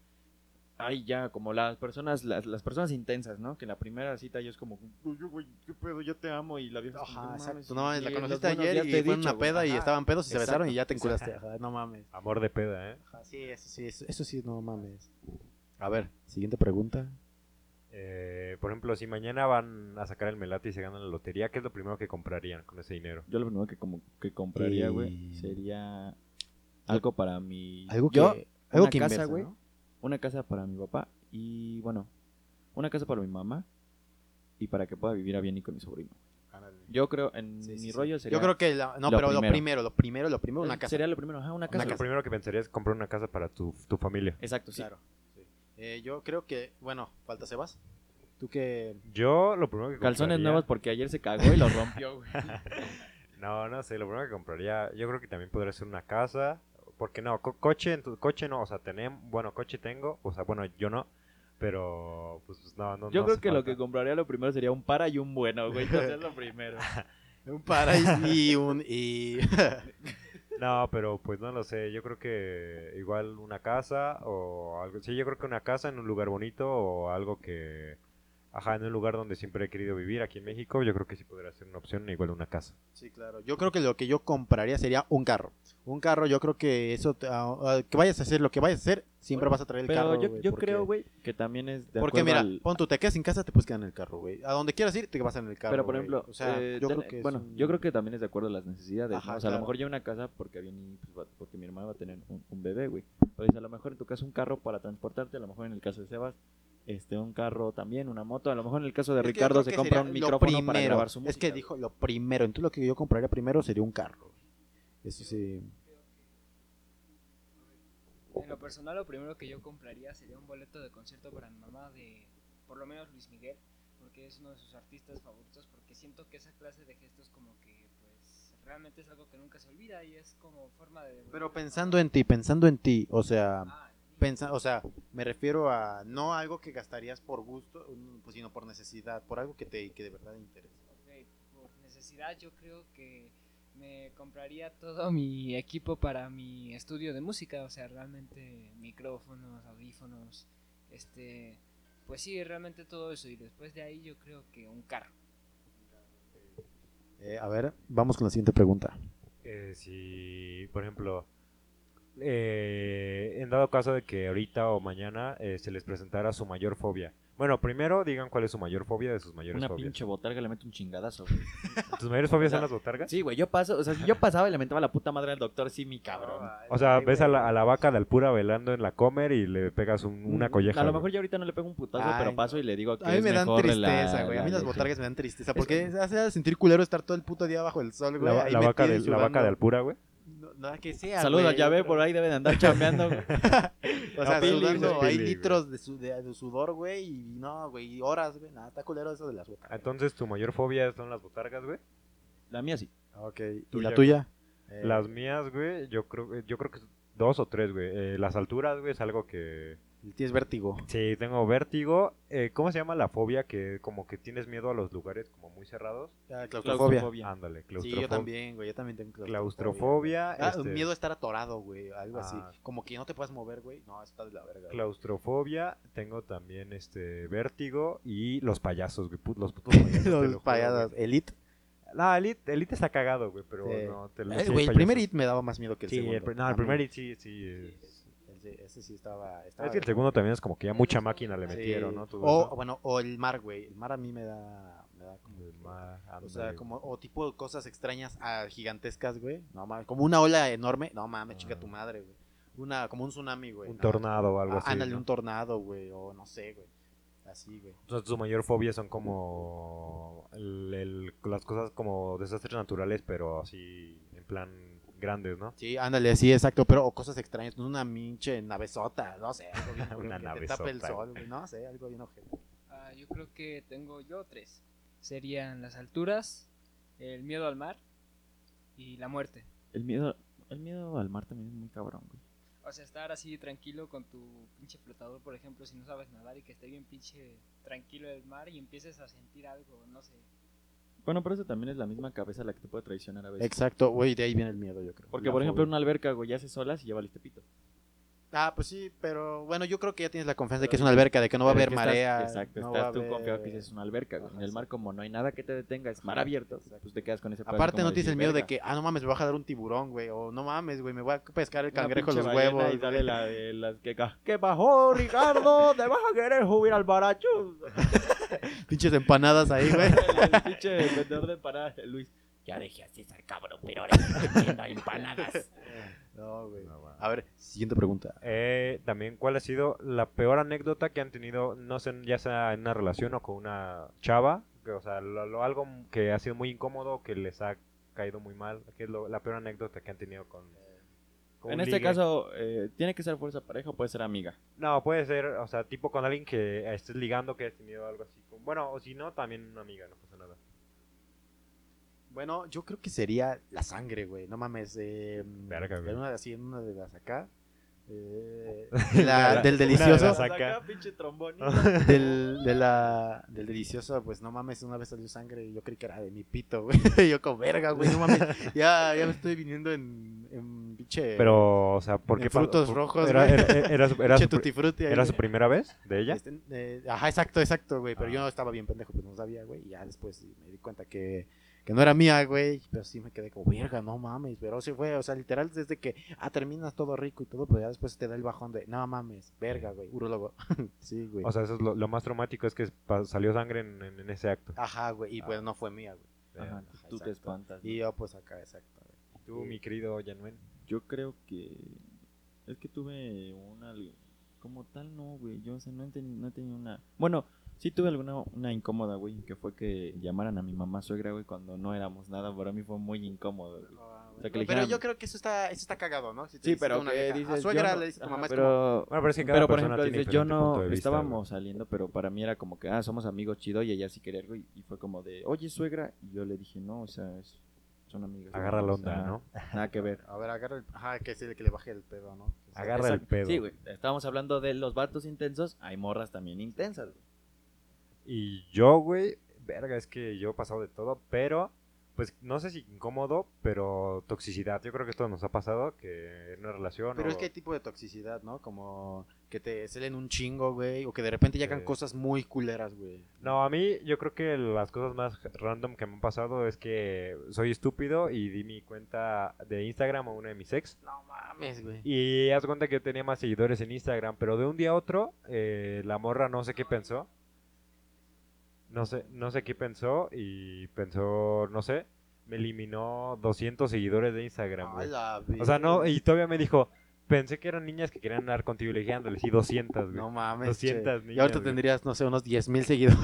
Speaker 1: ay, ya, como las personas, las, las personas intensas, ¿no? Que en la primera cita yo es como, "Uy, güey, qué pedo, yo te amo y la vieja... es como,
Speaker 2: Ajá,
Speaker 1: mames,
Speaker 2: exacto. No mames,
Speaker 1: y
Speaker 2: la
Speaker 1: los
Speaker 2: conociste
Speaker 1: buenos
Speaker 2: ayer
Speaker 1: días te
Speaker 2: y
Speaker 1: he
Speaker 2: fue
Speaker 1: dicho,
Speaker 2: una
Speaker 1: güey,
Speaker 2: peda y
Speaker 1: ajá.
Speaker 2: estaban pedos y se besaron y ya te
Speaker 1: exacto.
Speaker 2: enculaste. Ajá, no mames.
Speaker 3: Amor de peda, ¿eh?
Speaker 2: Ajá, sí, eso sí, eso, eso sí, no mames. A ver, siguiente pregunta.
Speaker 3: Eh, Por ejemplo, si mañana van a sacar el melate y se ganan la lotería, ¿qué es lo primero que comprarían con ese dinero?
Speaker 1: Yo lo primero que como que compraría, güey,
Speaker 2: Y-
Speaker 1: sería algo para mi
Speaker 2: Algo que,
Speaker 1: yo,
Speaker 2: algo
Speaker 1: una
Speaker 2: que
Speaker 1: casa,
Speaker 2: inversa,
Speaker 1: güey.
Speaker 2: ¿no?
Speaker 1: una casa para mi papá y bueno, una casa para mi mamá y para que pueda vivir a bien y con mi sobrino. Yo creo en
Speaker 2: Sí, sí,
Speaker 1: mi
Speaker 2: sí.
Speaker 1: rollo sería
Speaker 2: Yo creo que la- no,
Speaker 1: lo
Speaker 2: pero lo
Speaker 1: primero. Eh,
Speaker 2: primero, lo primero, lo primero, una casa.
Speaker 1: Sería lo primero, ajá, una
Speaker 2: Una
Speaker 1: casa.
Speaker 3: Lo primero que pensaría es comprar una casa para tu, tu familia.
Speaker 1: Exacto, sí.
Speaker 2: Claro. sí. Eh, yo creo que, bueno, falta Sebas. Tú que
Speaker 3: Yo lo primero que
Speaker 1: Calzones
Speaker 3: compraría-
Speaker 1: nuevos porque ayer se cagó y los rompió, güey.
Speaker 3: No, no sé, lo primero que compraría, yo creo que también podría ser una casa, porque no, co- coche, en tu- coche no, o sea, tenemos, bueno, coche tengo, o sea, bueno, yo no, pero pues no, no.
Speaker 1: Yo
Speaker 3: no
Speaker 1: creo
Speaker 3: hace
Speaker 1: que lo
Speaker 3: falta.
Speaker 1: que compraría lo primero sería un para y un bueno, güey. Eso es lo primero.
Speaker 2: un para y, y un y
Speaker 3: No, pero pues no lo sé, yo creo que igual una casa o algo, sí, yo creo que una casa en un lugar bonito o algo que, ajá, en un lugar donde siempre he querido vivir aquí en México, yo creo que sí podría ser una opción, igual una casa.
Speaker 2: Sí, claro. Yo creo que lo que yo compraría sería un carro. Un carro, yo creo que eso, te- ah, ah, que vayas a hacer lo que vayas a hacer, siempre vas a traer el
Speaker 1: Pero
Speaker 2: carro.
Speaker 1: yo,
Speaker 2: güey,
Speaker 1: yo
Speaker 2: porque-
Speaker 1: creo, güey, que también es de
Speaker 2: Porque
Speaker 1: acuerdo
Speaker 2: mira,
Speaker 1: al-
Speaker 2: Ah, pon tú, te quedas en casa, te puedes quedar en el carro, güey. A donde quieras ir, te vas en el carro.
Speaker 1: Pero por
Speaker 2: güey.
Speaker 1: ejemplo,
Speaker 2: o sea,
Speaker 1: eh,
Speaker 2: yo
Speaker 1: ten-
Speaker 2: creo que. es
Speaker 1: bueno,
Speaker 2: un-
Speaker 1: yo creo que también es de acuerdo a las necesidades.
Speaker 2: Ajá,
Speaker 1: ¿no? O sea, a
Speaker 2: claro.
Speaker 1: lo mejor ya una casa porque viene, pues, va- porque mi hermano va a tener un, un bebé, güey. Pero dice, a lo mejor en tu caso un carro para transportarte, a lo mejor en el caso de Sebas, este, un carro también, una moto. A lo mejor en el caso de
Speaker 2: Es que yo
Speaker 1: Ricardo
Speaker 2: creo que
Speaker 1: se compra
Speaker 2: sería
Speaker 1: un
Speaker 2: lo
Speaker 1: micrófono para
Speaker 2: primero.
Speaker 1: grabar su música.
Speaker 2: Es que
Speaker 1: güey.
Speaker 2: dijo lo primero. Entonces, lo que yo compraría primero sería un carro. Eso sí.
Speaker 4: En lo personal, lo primero que yo compraría sería un boleto de concierto para mi mamá de, por lo menos Luis Miguel, porque es uno de sus artistas favoritos, porque siento que esa clase de gestos como que, pues, realmente es algo que nunca se olvida y es como forma de... devolver
Speaker 2: Pero
Speaker 4: el
Speaker 2: pensando
Speaker 4: favor.
Speaker 2: en ti, pensando en ti, o sea.
Speaker 4: Ah, en mí.
Speaker 2: pensa- o sea, me refiero a no algo que gastarías por gusto, mm, pues, sino por necesidad, por algo que te que de verdad te interese.
Speaker 4: Ok, por necesidad yo creo que me compraría todo mi equipo para mi estudio de música, o sea, realmente micrófonos, audífonos, este, pues sí, realmente todo eso y después de ahí yo creo que un carro.
Speaker 2: Eh, a ver, vamos con la siguiente pregunta.
Speaker 3: Eh, si, por ejemplo, eh, en dado caso de que ahorita o mañana eh, se les presentara su mayor fobia. Bueno, primero digan cuál es su mayor fobia de sus mayores
Speaker 1: Una
Speaker 3: fobias.
Speaker 1: pinche botarga le mete un chingadazo, güey.
Speaker 3: ¿Tus mayores
Speaker 1: O
Speaker 3: fobias
Speaker 1: sea,
Speaker 3: son las botargas?
Speaker 1: Sí, güey, yo paso, o sea, si yo pasaba y le mentaba la puta madre al doctor, sí, mi cabrón.
Speaker 3: O sea, ves a la, a la vaca de Alpura velando en la comer y le pegas un- una colleja.
Speaker 1: Mm, A lo
Speaker 3: güey.
Speaker 1: mejor yo ahorita no le pego un putazo,
Speaker 2: Ay,
Speaker 1: pero paso y le digo que
Speaker 2: A mí
Speaker 1: es
Speaker 2: me dan
Speaker 1: mejor la-
Speaker 2: tristeza, güey. A mí
Speaker 1: la
Speaker 2: las
Speaker 1: leche.
Speaker 2: botargas me dan tristeza. Porque hace sentir culero estar todo el puto día bajo el sol, güey.
Speaker 3: La,
Speaker 2: ahí
Speaker 3: la
Speaker 2: metido
Speaker 3: vaca
Speaker 2: y
Speaker 3: de, la
Speaker 2: sudando.
Speaker 3: vaca de Alpura, güey.
Speaker 2: No, nada que sea.
Speaker 1: Saludos
Speaker 2: güey,
Speaker 1: al llave,
Speaker 2: pero-
Speaker 1: por ahí deben de andar chambeando. güey.
Speaker 2: O sea,
Speaker 1: a Pili,
Speaker 2: sudando.
Speaker 3: güey.
Speaker 2: hay
Speaker 3: Pili, güey.
Speaker 2: litros de, su- de- de sudor, güey. Y no, güey. y horas, güey. Nada, está culero eso de las botargas.
Speaker 3: Entonces, tu mayor fobia son las botargas, güey.
Speaker 1: La mía sí.
Speaker 2: Ok. ¿Y
Speaker 3: Tuya,
Speaker 2: la tuya? Eh,
Speaker 3: Las mías, güey, yo creo, yo creo que dos o tres, güey. Eh, las alturas, güey, es algo que...
Speaker 2: Tienes vértigo.
Speaker 3: Sí, tengo vértigo. Eh, ¿Cómo se llama la fobia que como que tienes miedo a los lugares como muy cerrados?
Speaker 2: Ah,
Speaker 1: Claustrofobia.
Speaker 2: claustrofobia.
Speaker 3: Ándale, claustrofobia.
Speaker 2: Sí, yo también, güey. Yo también tengo
Speaker 3: Claustrofobia.
Speaker 2: Ah,
Speaker 3: este,
Speaker 2: miedo a estar atorado, güey. Algo
Speaker 3: Ah.
Speaker 2: así. Como que no te puedes mover, güey. No, eso está de la verga. güey.
Speaker 3: Claustrofobia, tengo también este vértigo y los payasos, güey, put- los putos payasos. te lo juro,
Speaker 2: Los payadas.
Speaker 3: güey.
Speaker 2: El IT.
Speaker 3: No, Elite, Elite está cagado, güey, pero
Speaker 2: Sí.
Speaker 3: no te lo
Speaker 2: Eh,
Speaker 3: sí,
Speaker 2: Güey, el
Speaker 3: payasos.
Speaker 2: primer IT me daba más miedo que el
Speaker 3: Sí,
Speaker 2: segundo. Ah,
Speaker 3: el, pri- no, el
Speaker 2: A
Speaker 3: primer
Speaker 2: mí.
Speaker 3: Elite sí, sí. es-
Speaker 2: Ese, ese sí estaba. estaba
Speaker 3: Es que el segundo también es como que ya mucha máquina le
Speaker 2: Sí.
Speaker 3: metieron, ¿no? Todo
Speaker 2: O,
Speaker 3: eso.
Speaker 2: bueno, o el mar, güey. El mar a mí me da. Me da como.
Speaker 3: Del
Speaker 2: que-
Speaker 3: mar,
Speaker 2: O
Speaker 3: ándale,
Speaker 2: sea,
Speaker 3: güey.
Speaker 2: como. O tipo de cosas extrañas ah, gigantescas, güey. No mames. Como una ola enorme. No mames, chica
Speaker 3: Ah.
Speaker 2: tu madre, güey. Una, como un tsunami, güey.
Speaker 3: un
Speaker 2: Ah,
Speaker 3: tornado o algo
Speaker 2: ah,
Speaker 3: así.
Speaker 2: Ándale,
Speaker 3: ¿no?
Speaker 2: un tornado, güey. O no sé, güey. Así, güey.
Speaker 3: Entonces, su mayor fobia son como el- el- las cosas como desastres naturales, pero así en plan grandes, ¿no?
Speaker 2: Sí, ándale, sí, exacto, pero o cosas extrañas, una minche navezota, no sé, algo bien
Speaker 3: Una
Speaker 2: que te tape el
Speaker 3: navezota.
Speaker 2: sol, güey, no sé, algo bien ojete.
Speaker 4: Ah, yo creo que tengo yo tres. Serían las alturas, el miedo al mar y la muerte.
Speaker 1: El miedo, el miedo al mar también es muy cabrón, güey.
Speaker 4: O sea, estar así tranquilo con tu pinche flotador, por ejemplo, si no sabes nadar y que esté bien pinche tranquilo el mar y empieces a sentir algo, no sé.
Speaker 1: Bueno, pero eso también es la misma cabeza la que te puede traicionar a veces.
Speaker 2: Exacto, güey, de ahí viene el miedo, yo creo.
Speaker 1: Porque,
Speaker 2: La
Speaker 1: por ejemplo, en
Speaker 2: fobia.
Speaker 1: una alberca, güey, ya haces olas y ya valiste pito.
Speaker 2: Ah, pues sí, pero bueno, yo creo que ya tienes la confianza de que es una alberca, de que no va a haber
Speaker 1: Pero es que estás-
Speaker 2: marea.
Speaker 1: exacto,
Speaker 2: no va
Speaker 1: estás
Speaker 2: a
Speaker 1: tú
Speaker 2: haber-
Speaker 1: confiado que dices es una alberca, güey.
Speaker 2: Ajá,
Speaker 1: en el
Speaker 2: sí.
Speaker 1: mar, como no hay nada que te detenga, es mar abierto,
Speaker 2: exacto.
Speaker 1: pues te quedas con ese pedazo
Speaker 2: Aparte
Speaker 1: como
Speaker 2: no tienes
Speaker 1: decir,
Speaker 2: el miedo de
Speaker 1: "Verga,
Speaker 2: que, ah, no mames, me va a jalar un tiburón, güey, o no mames, güey, me voy a pescar el
Speaker 1: una
Speaker 2: cangrejo en
Speaker 1: pinche
Speaker 2: los
Speaker 1: ballena
Speaker 2: huevos.
Speaker 1: Y sale
Speaker 2: güey.
Speaker 1: la de las que ca- ¿Qué bajó, Ricardo? ¿Te vas a querer subir al baracho?
Speaker 2: Pinches empanadas ahí, güey.
Speaker 1: El, el pinche vendedor de parada, Luis.
Speaker 5: Ya dejé a César, cabrón, pero ahora estoy vendiendo empanadas.
Speaker 2: No, güey.
Speaker 3: No, va.
Speaker 2: A ver, siguiente pregunta.
Speaker 3: Eh, también, ¿cuál ha sido la peor anécdota que han tenido, no sé, ya sea en una relación o con una chava? Que, o sea, lo, lo- algo que ha sido muy incómodo, que les ha caído muy mal. ¿Qué es lo- la peor anécdota que han tenido con... con
Speaker 1: En
Speaker 3: un
Speaker 1: este
Speaker 3: ligue?
Speaker 1: caso, eh, tiene que ser fuerza pareja o puede ser amiga.
Speaker 3: No, puede ser, o sea, tipo con alguien que estés ligando que has tenido algo así. con- Bueno, o si no, también una amiga, no pasa nada.
Speaker 2: Bueno, yo creo que sería la sangre, güey. No mames. Eh,
Speaker 3: Verga, güey.
Speaker 2: En una, de- así, en una de las acá. eh, la, del delicioso.
Speaker 3: las acá.
Speaker 1: Acá, pinche trombón.
Speaker 2: Del, de la, del delicioso, pues no mames, una vez salió sangre y yo creí que era de mi pito, güey. Yo con verga, güey, no mames. Ya, ya me estoy viniendo en, en pinche.
Speaker 3: Pero, o sea, ¿por
Speaker 2: en
Speaker 3: qué pasó?
Speaker 2: frutos
Speaker 3: Por-
Speaker 2: rojos,
Speaker 3: Era,
Speaker 2: güey.
Speaker 3: era, era su- era
Speaker 2: pinche
Speaker 3: su,
Speaker 2: tutti frutti ahí,
Speaker 3: era su
Speaker 2: güey.
Speaker 3: primera vez de ella.
Speaker 2: Este, eh, ajá, exacto, exacto, güey. Pero
Speaker 3: Ah.
Speaker 2: yo estaba bien pendejo, pues no sabía, güey. Y ya después sí me di cuenta que, que no era mía, güey. Pero sí me quedé como, verga, no mames. Pero sí fue, o sea, literal, desde que, ah, terminas todo rico y todo, pero ya después te da el bajón de, no mames, verga, güey. Urologo. sí, güey.
Speaker 3: O sea, eso es lo, lo más traumático es que pa- salió sangre en, en- en ese acto.
Speaker 2: ajá, güey. Y pues
Speaker 3: Ah.
Speaker 2: no fue mía, güey.
Speaker 1: Ajá,
Speaker 2: Ajá,
Speaker 1: tú te
Speaker 2: exacto.
Speaker 1: espantas. ¿no?
Speaker 2: Y yo, pues acá, exacto. güey.
Speaker 3: Tú, mi querido Januen.
Speaker 1: Yo creo que. Es que tuve una. Como tal, no, güey. Yo, o sea, no he, teni- no he tenido una. Bueno, sí tuve alguna una incómoda, güey. Que fue que llamaran a mi mamá suegra, güey, cuando no éramos nada. Para mí fue muy incómodo, güey. O sea, que le
Speaker 2: pero
Speaker 1: dijeran-
Speaker 2: yo creo que eso está, eso está cagado, ¿no? Si te
Speaker 1: Sí,
Speaker 2: dice
Speaker 1: pero
Speaker 2: una
Speaker 1: que
Speaker 2: vieja, "A
Speaker 1: dices,
Speaker 2: suegra
Speaker 1: yo no-
Speaker 2: le dices a tu
Speaker 1: Ajá,
Speaker 2: mamá, es como,
Speaker 1: pero,
Speaker 3: Bueno, pero es que cada
Speaker 1: pero por
Speaker 3: persona
Speaker 1: ejemplo,
Speaker 3: tiene
Speaker 1: dices, yo
Speaker 3: diferente punto
Speaker 1: no
Speaker 3: de vista,
Speaker 1: estábamos saliendo, pero para mí era como que, ah, somos amigos chido y ella sí quería algo y, y fue como de, oye, suegra, y yo le dije, no, o sea, es- son amigos.
Speaker 3: güey. Agarra la
Speaker 1: O sea,
Speaker 3: onda, ¿no?
Speaker 1: Nada que ver.
Speaker 2: A ver, agarra el... Ajá, que sí, que le baje el pedo, ¿no? Que sea-
Speaker 3: Agarra el
Speaker 1: Exacto.
Speaker 3: pedo.
Speaker 1: Sí, güey, estábamos hablando de los vatos intensos, hay morras también intensas, güey.
Speaker 3: Y yo, güey, verga, es que yo he pasado de todo, pero pues no sé si incómodo, pero toxicidad. Yo creo que esto nos ha pasado, que en una relación...
Speaker 2: Pero
Speaker 3: o-
Speaker 2: es que hay tipo de toxicidad, ¿no? Como que te celen un chingo, güey. O que de repente llegan
Speaker 3: Sí.
Speaker 2: cosas muy culeras, güey.
Speaker 3: No, a mí yo creo que las cosas más random que me han pasado es que soy estúpido y di mi cuenta de Instagram a una de mis ex.
Speaker 2: No mames, güey.
Speaker 3: Y haz cuenta que yo tenía más seguidores en Instagram, pero de un día a otro, eh, la morra no sé qué pensó. No sé, no sé qué pensó y pensó, no sé, me eliminó 200 seguidores de Instagram. güey. O sea, no, y todavía me dijo, pensé que eran niñas que querían andar contigo y le dije, ándale, sí, 200, güey.
Speaker 2: No mames.
Speaker 3: 200
Speaker 2: che.
Speaker 3: niñas,
Speaker 2: Y ahorita
Speaker 3: güey.
Speaker 2: tendrías, no sé, unos 10 mil seguidores.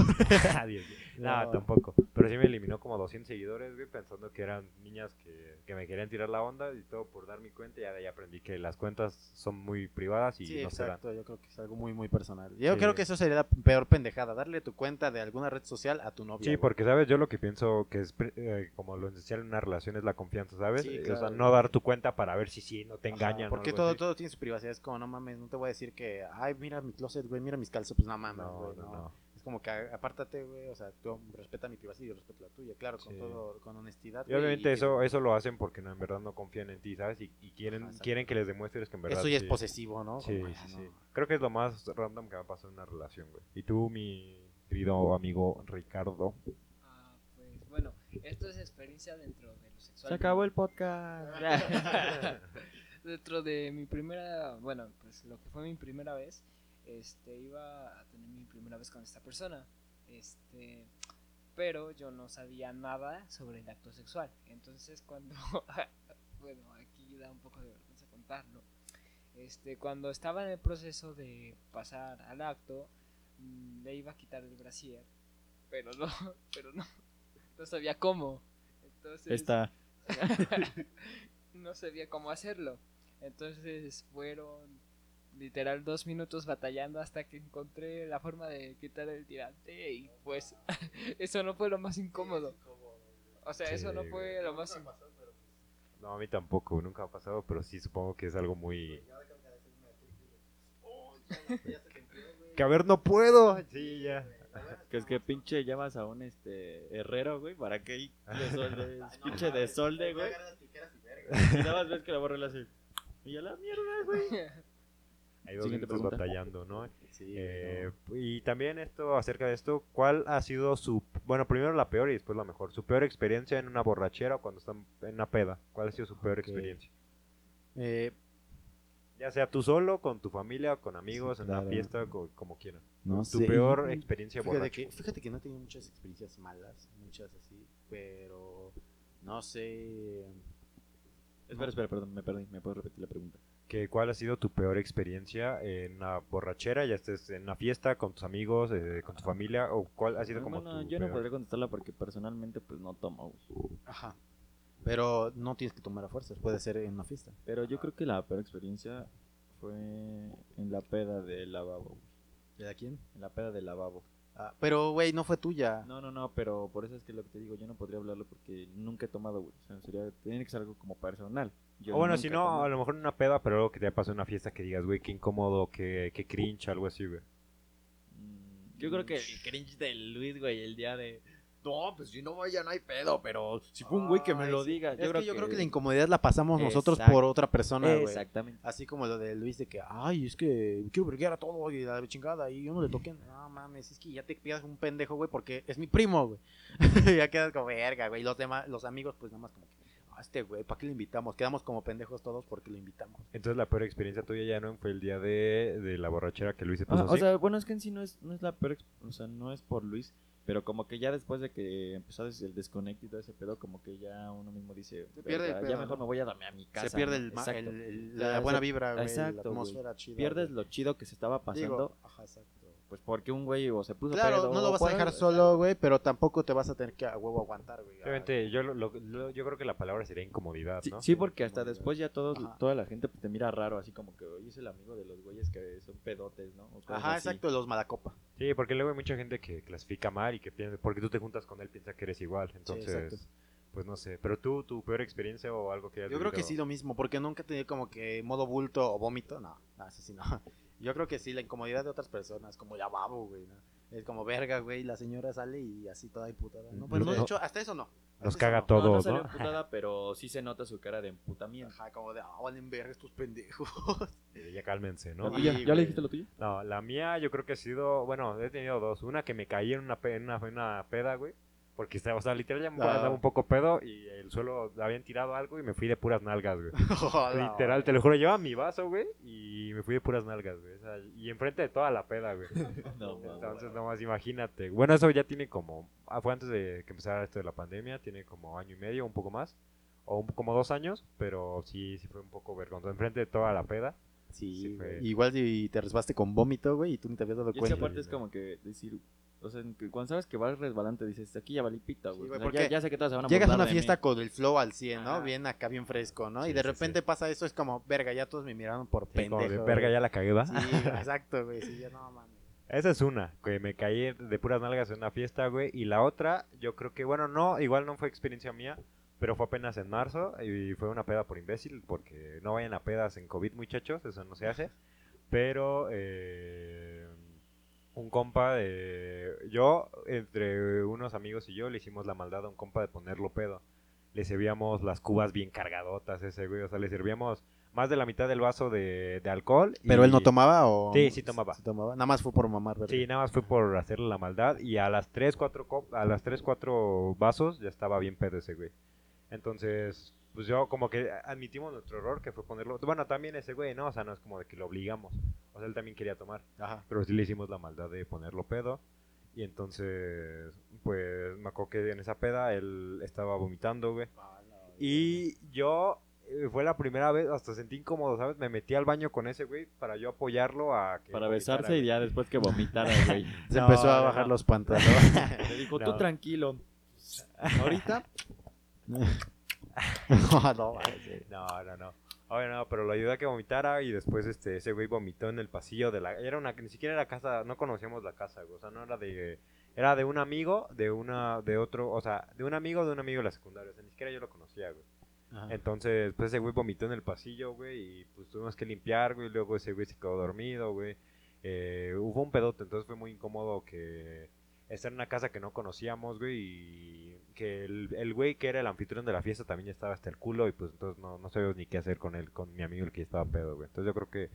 Speaker 3: Dios mío. no,
Speaker 2: No.
Speaker 3: tampoco. Pero sí me eliminó como 200 seguidores, güey, pensando que eran niñas que, que me querían tirar la onda y todo por dar mi cuenta. Y ya de ahí aprendí que las cuentas son muy privadas y
Speaker 2: sí,
Speaker 3: no se dan.
Speaker 2: exacto. Yo creo que es algo muy, muy personal. Yo
Speaker 3: Sí.
Speaker 2: creo que eso sería la peor pendejada. Darle tu cuenta de alguna red social a tu novia.
Speaker 3: Sí,
Speaker 2: güey.
Speaker 3: porque, ¿sabes? Yo lo que pienso que es pri- eh, como lo esencial en una relación es la confianza, ¿sabes?
Speaker 2: Sí,
Speaker 3: Eh, O sea,
Speaker 2: claro.
Speaker 3: no dar tu cuenta para ver si sí, no te
Speaker 2: Ajá,
Speaker 3: engañan. o
Speaker 2: Porque
Speaker 3: algo
Speaker 2: todo,
Speaker 3: así.
Speaker 2: todo tiene su privacidad. Es como, no mames, no te voy a decir que, ay, mira mi closet, güey, mira mis calzas. Pues no mames,
Speaker 3: No,
Speaker 2: güey.
Speaker 3: no,
Speaker 2: No,
Speaker 3: no.
Speaker 2: Es como que a- apártate, güey. O sea, tú respeta mi privacidad y yo respeto la tuya. Claro, con
Speaker 3: Sí.
Speaker 2: todo, con honestidad.
Speaker 3: Y
Speaker 2: güey,
Speaker 3: obviamente
Speaker 2: que-
Speaker 3: eso, eso lo hacen porque no, en verdad no confían en ti, ¿sabes? Y, y quieren,
Speaker 2: Ajá, exacto.
Speaker 3: quieren que les demuestres que en verdad.
Speaker 2: Eso ya es
Speaker 3: sí.
Speaker 2: posesivo, ¿no?
Speaker 3: Sí,
Speaker 2: Como, "Ah,
Speaker 3: sí,
Speaker 2: no.
Speaker 3: sí. Creo que es lo más random que me ha pasado en una relación, güey. Y tú, mi querido amigo Ricardo.
Speaker 4: Ah, pues bueno, esto es experiencia dentro de lo sexual.
Speaker 1: Se acabó el podcast.
Speaker 4: dentro de mi primera, bueno, pues lo que fue mi primera vez, este, iba a tener mi primera vez con esta persona, este, pero yo no sabía nada sobre el acto sexual, entonces cuando, bueno, aquí da un poco de vergüenza contarlo, este, cuando estaba en el proceso de pasar al acto, mm, le iba a quitar el brasier, pero no, pero no, no sabía cómo, entonces...
Speaker 1: Está.
Speaker 4: no sabía cómo hacerlo. Entonces fueron literal dos minutos batallando hasta que encontré la forma de quitar el tirante y pues eso no fue lo más incómodo. O sea, eso no
Speaker 3: Sí,
Speaker 4: fue lo más... in-
Speaker 3: No, a mí tampoco, nunca ha pasado, pero sí supongo que es algo muy... Que a ver, no puedo. Sí, ya.
Speaker 1: Que es que pinche llamas a un este herrero, güey, para que ahí desolde, pinche desolde, güey. Y nada más ves que la borra le hace. Y a la mierda, güey.
Speaker 3: Hay dos
Speaker 1: Siguiente
Speaker 3: minutos
Speaker 1: pregunta.
Speaker 3: batallando, ¿no?
Speaker 2: Sí, güey,
Speaker 3: Eh,
Speaker 2: no.
Speaker 3: y también esto, acerca de esto, ¿cuál ha sido su... Bueno, primero la peor y después la mejor. ¿Su peor experiencia en una borrachera o cuando están en una peda? ¿Cuál ha sido su peor
Speaker 2: Ok.
Speaker 3: experiencia?
Speaker 2: Eh,
Speaker 3: Ya sea tú solo, con tu familia, con amigos, en
Speaker 1: claro.
Speaker 3: una fiesta, co- como quieran.
Speaker 1: No
Speaker 3: Tu peor experiencia
Speaker 2: Fíjate
Speaker 3: borracha.
Speaker 2: que, fíjate que no he tenido muchas experiencias malas, muchas así, pero no sé.
Speaker 1: Espera, espera, perdón, me perdí. ¿Me puedes repetir la pregunta?
Speaker 3: que cuál ha sido tu peor experiencia en una borrachera, ya estés en una fiesta con tus amigos, eh, con tu familia, o cuál ha sido como
Speaker 1: Eh, bueno,
Speaker 3: tu
Speaker 1: yo no
Speaker 3: peor?
Speaker 1: podría contestarla porque personalmente pues no tomo, güey.
Speaker 2: Ajá. Pero no tienes que tomar a fuerzas, puede ser en una fiesta.
Speaker 1: Pero yo creo que la peor experiencia fue en la peda del lavabo, güey.
Speaker 2: ¿Y de quién?
Speaker 1: En la peda del lavabo.
Speaker 2: Ah, pero, güey, no fue tuya.
Speaker 5: Ah.
Speaker 1: No, no, no, pero por eso es que lo que te digo, yo no podría hablarlo porque nunca he tomado, güey. O sea, sería, tiene que ser algo como personal. Yo
Speaker 3: O bueno,
Speaker 1: nunca
Speaker 3: si
Speaker 1: he
Speaker 3: no,
Speaker 1: tomado.
Speaker 3: a lo mejor en una peda, pero algo que te pasó en una fiesta que digas, güey, qué incómodo, qué, qué cringe, algo así, güey.
Speaker 1: Mm,
Speaker 5: Yo creo que el cringe del Luis, güey, el día de. No, pues si no voy ya no hay pedo, pero.
Speaker 1: Si fue un güey que me
Speaker 2: Ay,
Speaker 1: lo
Speaker 2: sí.
Speaker 1: diga.
Speaker 2: Es que yo creo que la incomodidad la pasamos nosotros
Speaker 1: Exacto.
Speaker 2: por otra persona, güey.
Speaker 1: Exactamente.
Speaker 2: Así como lo de Luis de que, ay, es que quiero verguear a todo y la chingada y yo no le toqué. No mames, es que ya te quedas como un pendejo, güey, porque es mi primo, güey. ya quedas como verga, güey. Y los demás, los amigos, pues nada más como que, "Ah, este güey, ¿para qué lo invitamos? Quedamos como pendejos todos porque lo invitamos.
Speaker 3: Entonces la peor experiencia tuya ya no fue el día de, de la borrachera que Luis se
Speaker 1: Ah,
Speaker 3: pasó
Speaker 1: o
Speaker 3: Pues así.
Speaker 1: sea, bueno, es que en sí no es, no es la peor, ex- o sea, no es por Luis, pero como que ya después de que empezó desde el desconecto y todo ese pedo, como que ya uno mismo dice,
Speaker 2: pierde el
Speaker 1: "Verga,
Speaker 2: pedo,
Speaker 1: ya mejor
Speaker 2: ¿no?
Speaker 1: me voy a darme a mi casa.
Speaker 2: Se pierde
Speaker 1: ¿no?
Speaker 2: el, ma-
Speaker 1: Exacto.
Speaker 2: el- el-
Speaker 1: O
Speaker 2: la
Speaker 1: sea,
Speaker 2: buena vibra, güey,
Speaker 1: exacto,
Speaker 2: la
Speaker 1: güey.
Speaker 2: atmósfera chida.
Speaker 1: Pierdes
Speaker 2: güey.
Speaker 1: lo chido que se estaba pasando,
Speaker 2: Digo, ajá, exacto.
Speaker 1: pues porque un güey o se puso
Speaker 2: Claro,
Speaker 1: pedo,
Speaker 2: no
Speaker 1: o
Speaker 2: lo vas a
Speaker 1: por-
Speaker 2: dejar solo, güey, pero tampoco te vas a tener que a huevo aguantar, güey.
Speaker 3: Obviamente, yo, lo- lo- lo- yo creo que la palabra sería incomodidad,
Speaker 1: Sí,
Speaker 3: ¿no?
Speaker 1: sí, porque
Speaker 2: Como
Speaker 1: hasta
Speaker 2: digas.
Speaker 1: después ya todos,
Speaker 2: Ajá.
Speaker 1: toda la gente pues, te mira raro, así como que hoy es el amigo de los güeyes que son pedotes, ¿no? O cosas
Speaker 2: Ajá,
Speaker 1: pues, así.
Speaker 2: exacto, los malacopa.
Speaker 3: Sí, porque luego hay mucha gente que clasifica mal y que piensa, porque tú te juntas con él, piensa que eres igual, entonces,
Speaker 2: exacto.
Speaker 3: pues no sé. Pero tú, tu peor experiencia o algo que hayas
Speaker 2: Yo creo que
Speaker 3: vivido?
Speaker 2: sí lo mismo, porque nunca he tenido como que modo bulto o vómito, no, no, eso sí no. Yo creo que sí, la incomodidad de otras personas, como el lavabo, güey, ¿no? Es como verga, güey, la señora sale y así toda imputada. No, pues no, de
Speaker 3: No.
Speaker 2: hecho, hasta eso no. Hasta
Speaker 3: Los
Speaker 2: eso
Speaker 3: caga
Speaker 2: no.
Speaker 3: todo.
Speaker 5: no, no
Speaker 3: Todos,
Speaker 5: salió
Speaker 3: ¿no?
Speaker 5: emputada, pero sí se nota su cara de emputamiento.
Speaker 2: Ajá, como de, ah, valen verga estos pendejos.
Speaker 3: Eh, ya cálmense,
Speaker 1: ¿La
Speaker 3: ¿no?
Speaker 1: tuya?
Speaker 2: Sí,
Speaker 1: ¿Ya
Speaker 2: güey.
Speaker 1: le dijiste lo tuyo?
Speaker 3: No, la mía yo creo que ha sido, bueno, he tenido dos. Una que me caí en una, pe- en una, en una peda, güey. Porque estaba, o sea, literal ya me
Speaker 2: Ah.
Speaker 3: andaba un poco pedo y el suelo habían tirado algo y me fui de puras nalgas, güey.
Speaker 2: Hola,
Speaker 3: literal, te lo juro, llevaba mi vaso, güey, y me fui de puras nalgas, güey. O sea, y enfrente de toda la peda, güey.
Speaker 5: No, mames.
Speaker 3: Entonces, nomás imagínate. Bueno, eso ya tiene como. ah, fue antes de que empezara esto de la pandemia. Tiene como año y medio, un poco más. O un- como dos años. Pero sí, sí fue un poco vergonzoso. Enfrente de toda la peda.
Speaker 2: Sí,
Speaker 3: Sí,
Speaker 2: güey.
Speaker 3: fue.
Speaker 2: Igual si te resbaste con vómito, güey, y tú ni te habías dado
Speaker 1: Y es que
Speaker 2: cuenta.
Speaker 1: aparte es como que decir, o sea, que cuando sabes que vas resbalante, dices, aquí ya valí pita,
Speaker 2: Sí,
Speaker 1: güey.
Speaker 2: güey,
Speaker 1: O sea,
Speaker 2: porque
Speaker 1: ya, ya sé que todas se van a
Speaker 2: Llegas a
Speaker 1: burlar
Speaker 2: una
Speaker 1: de mí.
Speaker 2: fiesta con el flow al 100, ¿no?
Speaker 1: Ajá.
Speaker 2: Bien acá, bien fresco, ¿no? y
Speaker 3: Sí,
Speaker 2: de
Speaker 3: sí,
Speaker 2: repente
Speaker 3: sí.
Speaker 2: pasa eso, es como, verga, ya todos me miraron por
Speaker 3: Sí, como
Speaker 2: pendejo.
Speaker 3: de, verga,
Speaker 2: güey".
Speaker 3: ya la cagué, ¿va?
Speaker 2: Sí, güey, exacto, güey. Sí, ya no mames.
Speaker 3: Esa es una, que me caí de puras nalgas en una fiesta, güey. Y la otra, yo creo que, bueno, no, igual no fue experiencia mía, pero fue apenas en marzo y fue una peda por imbécil, porque no vayan a pedas en COVID, muchachos, eso no se hace. Pero eh, un compa de... Yo, entre unos amigos y yo, le hicimos la maldad a un compa de ponerlo pedo. Le servíamos las cubas bien cargadotas a ese, güey. O sea, le servíamos más de la mitad del vaso de, de alcohol. y-
Speaker 2: ¿Pero él no tomaba o...?
Speaker 3: Sí, sí tomaba.
Speaker 2: Sí tomaba. Nada más fue por mamar, ¿verdad?
Speaker 3: Sí, nada más fue por hacerle la maldad y a las 3, 4, a las tres, cuatro vasos ya estaba bien pedo ese güey. Entonces, pues yo como que admitimos nuestro error que fue ponerlo... Bueno, también ese güey, ¿no? O sea, no es como de que lo obligamos. O sea, él también quería tomar.
Speaker 2: Ajá.
Speaker 3: Pero sí le hicimos la maldad de ponerlo pedo. Y entonces, pues me acuerdo que en esa peda él estaba vomitando, güey. Y yo eh, fue la primera vez, hasta sentí incómodo, ¿sabes? Me metí al baño con ese güey para yo apoyarlo a que
Speaker 1: Para
Speaker 3: vomitara,
Speaker 1: besarse
Speaker 3: güey.
Speaker 1: y ya después que vomitara, güey.
Speaker 2: Se
Speaker 3: No,
Speaker 2: empezó a
Speaker 3: no,
Speaker 2: bajar
Speaker 3: no.
Speaker 2: los pantalones.
Speaker 1: Le dijo,
Speaker 3: No.
Speaker 1: tú tranquilo. Ahorita,
Speaker 2: no, no, mames.
Speaker 3: No, no, no. Obvio no, pero lo ayudé a que vomitara y después este ese güey vomitó en el pasillo de la era una ni siquiera era casa, no conocíamos la casa, güey, o sea, no era de era de un amigo, de una de otro, o sea, de un amigo de un amigo de la secundaria, o sea, ni siquiera yo lo conocía, güey.
Speaker 2: Ajá.
Speaker 3: Entonces, pues ese güey vomitó en el pasillo, güey, y pues tuvimos que limpiar, güey, y luego ese güey se quedó dormido, güey. Eh, hubo un pedote, entonces fue muy incómodo que estar en una casa que no conocíamos, güey, y que el, el güey que era el anfitrión de la fiesta también ya estaba hasta el culo, y pues entonces no, no sabíamos ni qué hacer con él, con mi amigo el que estaba pedo, güey. Entonces yo creo que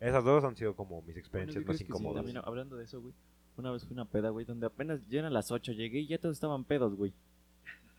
Speaker 3: esas dos han sido como mis
Speaker 1: Bueno, ¿qué
Speaker 3: experiencias
Speaker 1: crees
Speaker 3: más
Speaker 1: que sí?
Speaker 3: incómodas.
Speaker 1: También, hablando de eso, güey. Una vez fui a una peda, güey, donde apenas ya eran las 8 llegué y ya todos estaban pedos, güey.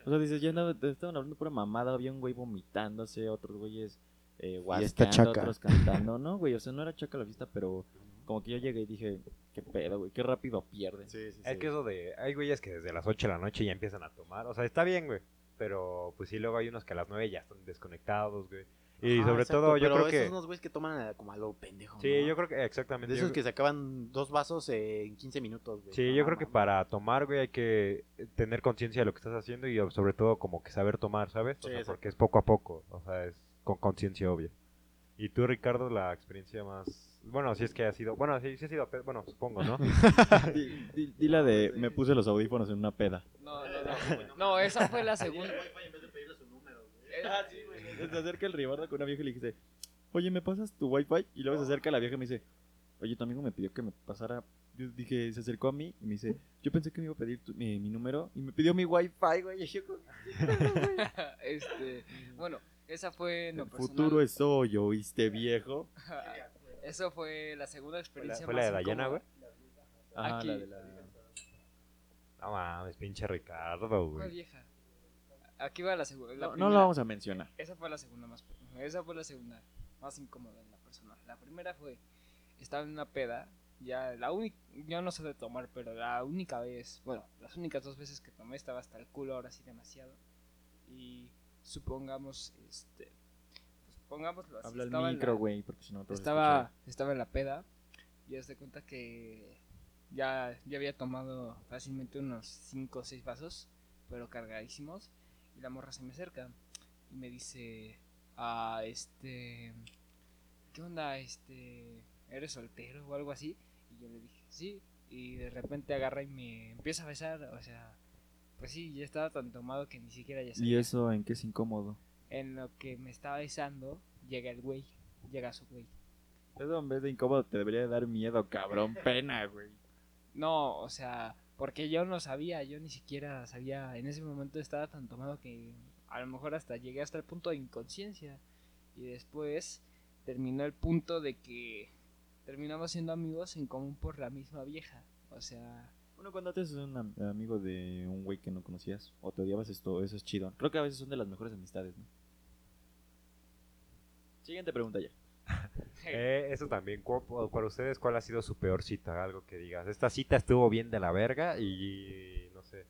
Speaker 1: O sea, dices, ya andaba- te estaban hablando pura mamada, había un güey vomitándose, otros güeyes eh,
Speaker 2: esta
Speaker 1: guascando,
Speaker 2: chaca.
Speaker 1: otros cantando, ¿no, güey? O sea, no era chaca la fiesta, pero como que yo llegué y dije, qué pedo, güey, qué rápido pierden.
Speaker 2: Sí, sí,
Speaker 3: Es que eso de. Hay güeyes que desde las 8 de la noche ya empiezan a tomar. O sea, está bien, güey. Pero pues sí, luego hay unos que a las 9 ya están desconectados, güey. Y
Speaker 2: Ajá,
Speaker 3: sobre
Speaker 2: exacto,
Speaker 3: todo, yo
Speaker 2: pero
Speaker 3: creo
Speaker 2: esos
Speaker 3: que.
Speaker 2: son unos güeyes que toman a- como a lo pendejo,
Speaker 3: Sí,
Speaker 2: ¿no?
Speaker 3: yo creo que. Exactamente.
Speaker 2: De
Speaker 3: yo
Speaker 2: esos que
Speaker 3: creo-
Speaker 2: se acaban dos vasos eh, en 15 minutos, güey.
Speaker 3: Sí,
Speaker 2: No
Speaker 3: yo creo que
Speaker 2: mames.
Speaker 3: para tomar, güey, hay que tener conciencia de lo que estás haciendo y sobre todo como que saber tomar, ¿sabes? O
Speaker 2: Sí,
Speaker 3: sea,
Speaker 2: exacto.
Speaker 3: porque es poco a poco. O sea, es con conciencia obvia. Y tú, Ricardo, la experiencia más. Bueno, si es que ha sido. Bueno, sí, sí ha sido. pe- Bueno, supongo, ¿no?
Speaker 1: Di, di- di la de, me puse los audífonos en una peda.
Speaker 4: No, no, no. No, esa fue la segunda.
Speaker 5: Ah, sí, güey.
Speaker 1: Se acerca el Ribardo con una vieja y le dice, oye, ¿me pasas tu wifi? Y luego se acerca la vieja y me dice, oye, tu amigo me pidió que me pasara... Yo dije, se acercó a mí y me dice, yo pensé que me iba a pedir tu- mi, mi número y me pidió mi wifi, güey. Y yo como,
Speaker 4: este, bueno, esa fue en lo
Speaker 1: el
Speaker 4: personal.
Speaker 1: futuro es hoy, ¿oíste, viejo?
Speaker 4: Eso fue la segunda
Speaker 3: Fue la,
Speaker 4: experiencia
Speaker 3: fue la de
Speaker 4: más
Speaker 3: Dayana,
Speaker 4: incómoda.
Speaker 3: güey.
Speaker 1: Ajá,
Speaker 4: Aquí.
Speaker 1: Ah, la de la...
Speaker 3: No mames, pinche Ricardo,
Speaker 4: ¿Cuál
Speaker 3: güey.
Speaker 4: vieja? Aquí va la segunda.
Speaker 1: No, no la vamos a mencionar.
Speaker 4: Esa fue la segunda más. Esa fue la segunda más incómoda en la persona. La primera fue. Estaba en una peda. Ya la única. Yo no sé de tomar, pero la única vez. Bueno, las únicas dos veces que tomé estaba hasta el culo, ahora sí demasiado. Y supongamos. Este. Pues, pongámoslo así.
Speaker 1: Habla
Speaker 4: estaba
Speaker 1: el
Speaker 4: en
Speaker 1: micro,
Speaker 4: la-
Speaker 1: güey, porque si no te vas a
Speaker 4: estaba, estaba en la peda y haz de cuenta que ya, ya había tomado fácilmente unos 5 o 6 vasos, pero cargadísimos. Y la morra se me acerca y me dice: Ah, este. ¿Qué onda? Este. ¿Eres soltero o algo así? Y yo le dije: Sí. Y de repente agarra y me empieza a besar. O sea, pues sí, ya estaba tan tomado que ni siquiera ya
Speaker 1: escuchar.
Speaker 4: sabía.
Speaker 1: ¿Y eso en qué es incómodo?
Speaker 4: En lo que me estaba besando, llega el güey. Llega su güey.
Speaker 1: Eso en vez de incómodo te debería de dar miedo, cabrón, pena, güey.
Speaker 4: No, o sea, porque yo no sabía, yo ni siquiera sabía, en ese momento estaba tan tomado que a lo mejor hasta llegué hasta el punto de inconsciencia. Y después terminó el punto de que terminamos siendo amigos en común por la misma vieja. O sea,
Speaker 1: Bueno, cuando te haces un am- amigo de un güey que no conocías o te odiabas esto, eso es chido. Creo que a veces son de las mejores amistades, ¿no? Siguiente pregunta ya.
Speaker 3: Eh, eso también, ¿cu- cu- para ustedes, ¿cuál ha sido su peor cita? Algo que digas, esta cita estuvo bien de la verga y no sé.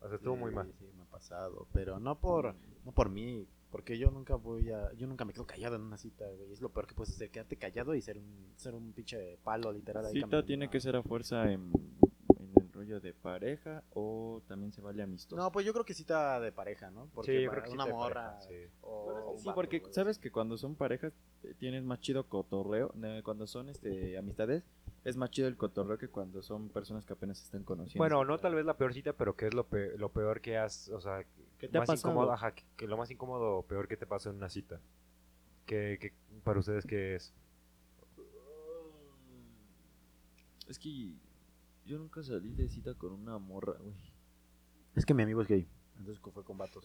Speaker 3: O sea, estuvo muy
Speaker 2: Sí,
Speaker 3: mal.
Speaker 2: Sí, me ha pasado, pero no por no por mí, porque yo nunca voy a yo nunca me quedo callado en una cita, güey. Es lo peor que puedes hacer, quedarte callado y ser un ser un pinche palo literal ahí
Speaker 1: Cita
Speaker 2: caminando.
Speaker 1: tiene que ser a fuerza en, en el rollo de pareja o también se vale amistoso.
Speaker 2: No, pues yo creo que cita de pareja, ¿no? Porque
Speaker 3: sí, yo creo
Speaker 2: para
Speaker 3: que
Speaker 2: una
Speaker 3: sí te
Speaker 2: morra
Speaker 3: pareja, sí.
Speaker 2: o
Speaker 1: Bueno, es que
Speaker 2: un
Speaker 1: sí,
Speaker 2: vato,
Speaker 1: porque
Speaker 2: güey.
Speaker 1: sabes que cuando son parejas eh, tienes más chido cotorreo. eh, Cuando son este amistades, es más chido el cotorreo que cuando son personas que apenas se están conociendo.
Speaker 3: Bueno, no tal vez la peor cita, pero que es lo peor, lo peor que has, o sea,
Speaker 1: ¿Qué te ha
Speaker 3: más
Speaker 1: pasado?
Speaker 3: incómodo, ajá, que, que lo más incómodo o peor que te pasó en una cita. Que, que para ustedes qué es?
Speaker 1: Es que yo nunca salí de cita con una morra, güey.
Speaker 2: Es que mi amigo es gay. Entonces fue con vatos.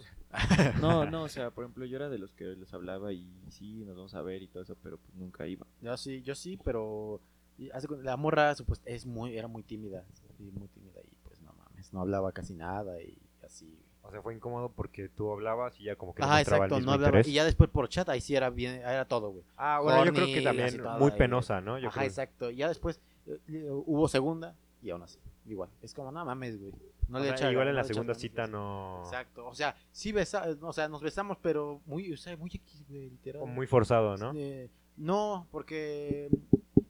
Speaker 1: No, no, o sea, por ejemplo, yo era de los que les hablaba y sí, nos vamos a ver y todo eso, pero pues nunca iba.
Speaker 2: Yo sí, yo sí, pero y hace cu- la morra supuest- es muy era muy tímida, sí, muy tímida y pues no mames, no hablaba casi nada y así.
Speaker 3: O sea, fue incómodo porque tú hablabas y ya como que no
Speaker 2: Ajá,
Speaker 3: mostraba el
Speaker 2: exacto,
Speaker 3: mismo
Speaker 2: no hablaba.
Speaker 3: interés.
Speaker 2: Y ya después por chat ahí sí era bien, era todo, güey.
Speaker 3: Ah, bueno, yo creo
Speaker 2: horny,
Speaker 3: que
Speaker 2: así
Speaker 3: también
Speaker 2: toda,
Speaker 3: muy
Speaker 2: y-
Speaker 3: penosa, ¿no? Yo
Speaker 2: Ajá,
Speaker 3: creo.
Speaker 2: exacto. Ya después eh, eh, hubo segunda y aún así, igual. Es como, no mames, güey. No
Speaker 3: O
Speaker 2: le
Speaker 3: sea,
Speaker 2: echa-
Speaker 3: igual
Speaker 2: no
Speaker 3: en
Speaker 2: le
Speaker 3: la
Speaker 2: echa
Speaker 3: segunda
Speaker 2: ganas,
Speaker 3: cita
Speaker 2: güey.
Speaker 3: no...
Speaker 2: Exacto. O sea, sí besa, o sea, nos besamos, pero muy, o sea, muy X, güey, literal.
Speaker 3: Muy forzado, ¿no?
Speaker 2: Eh, no, porque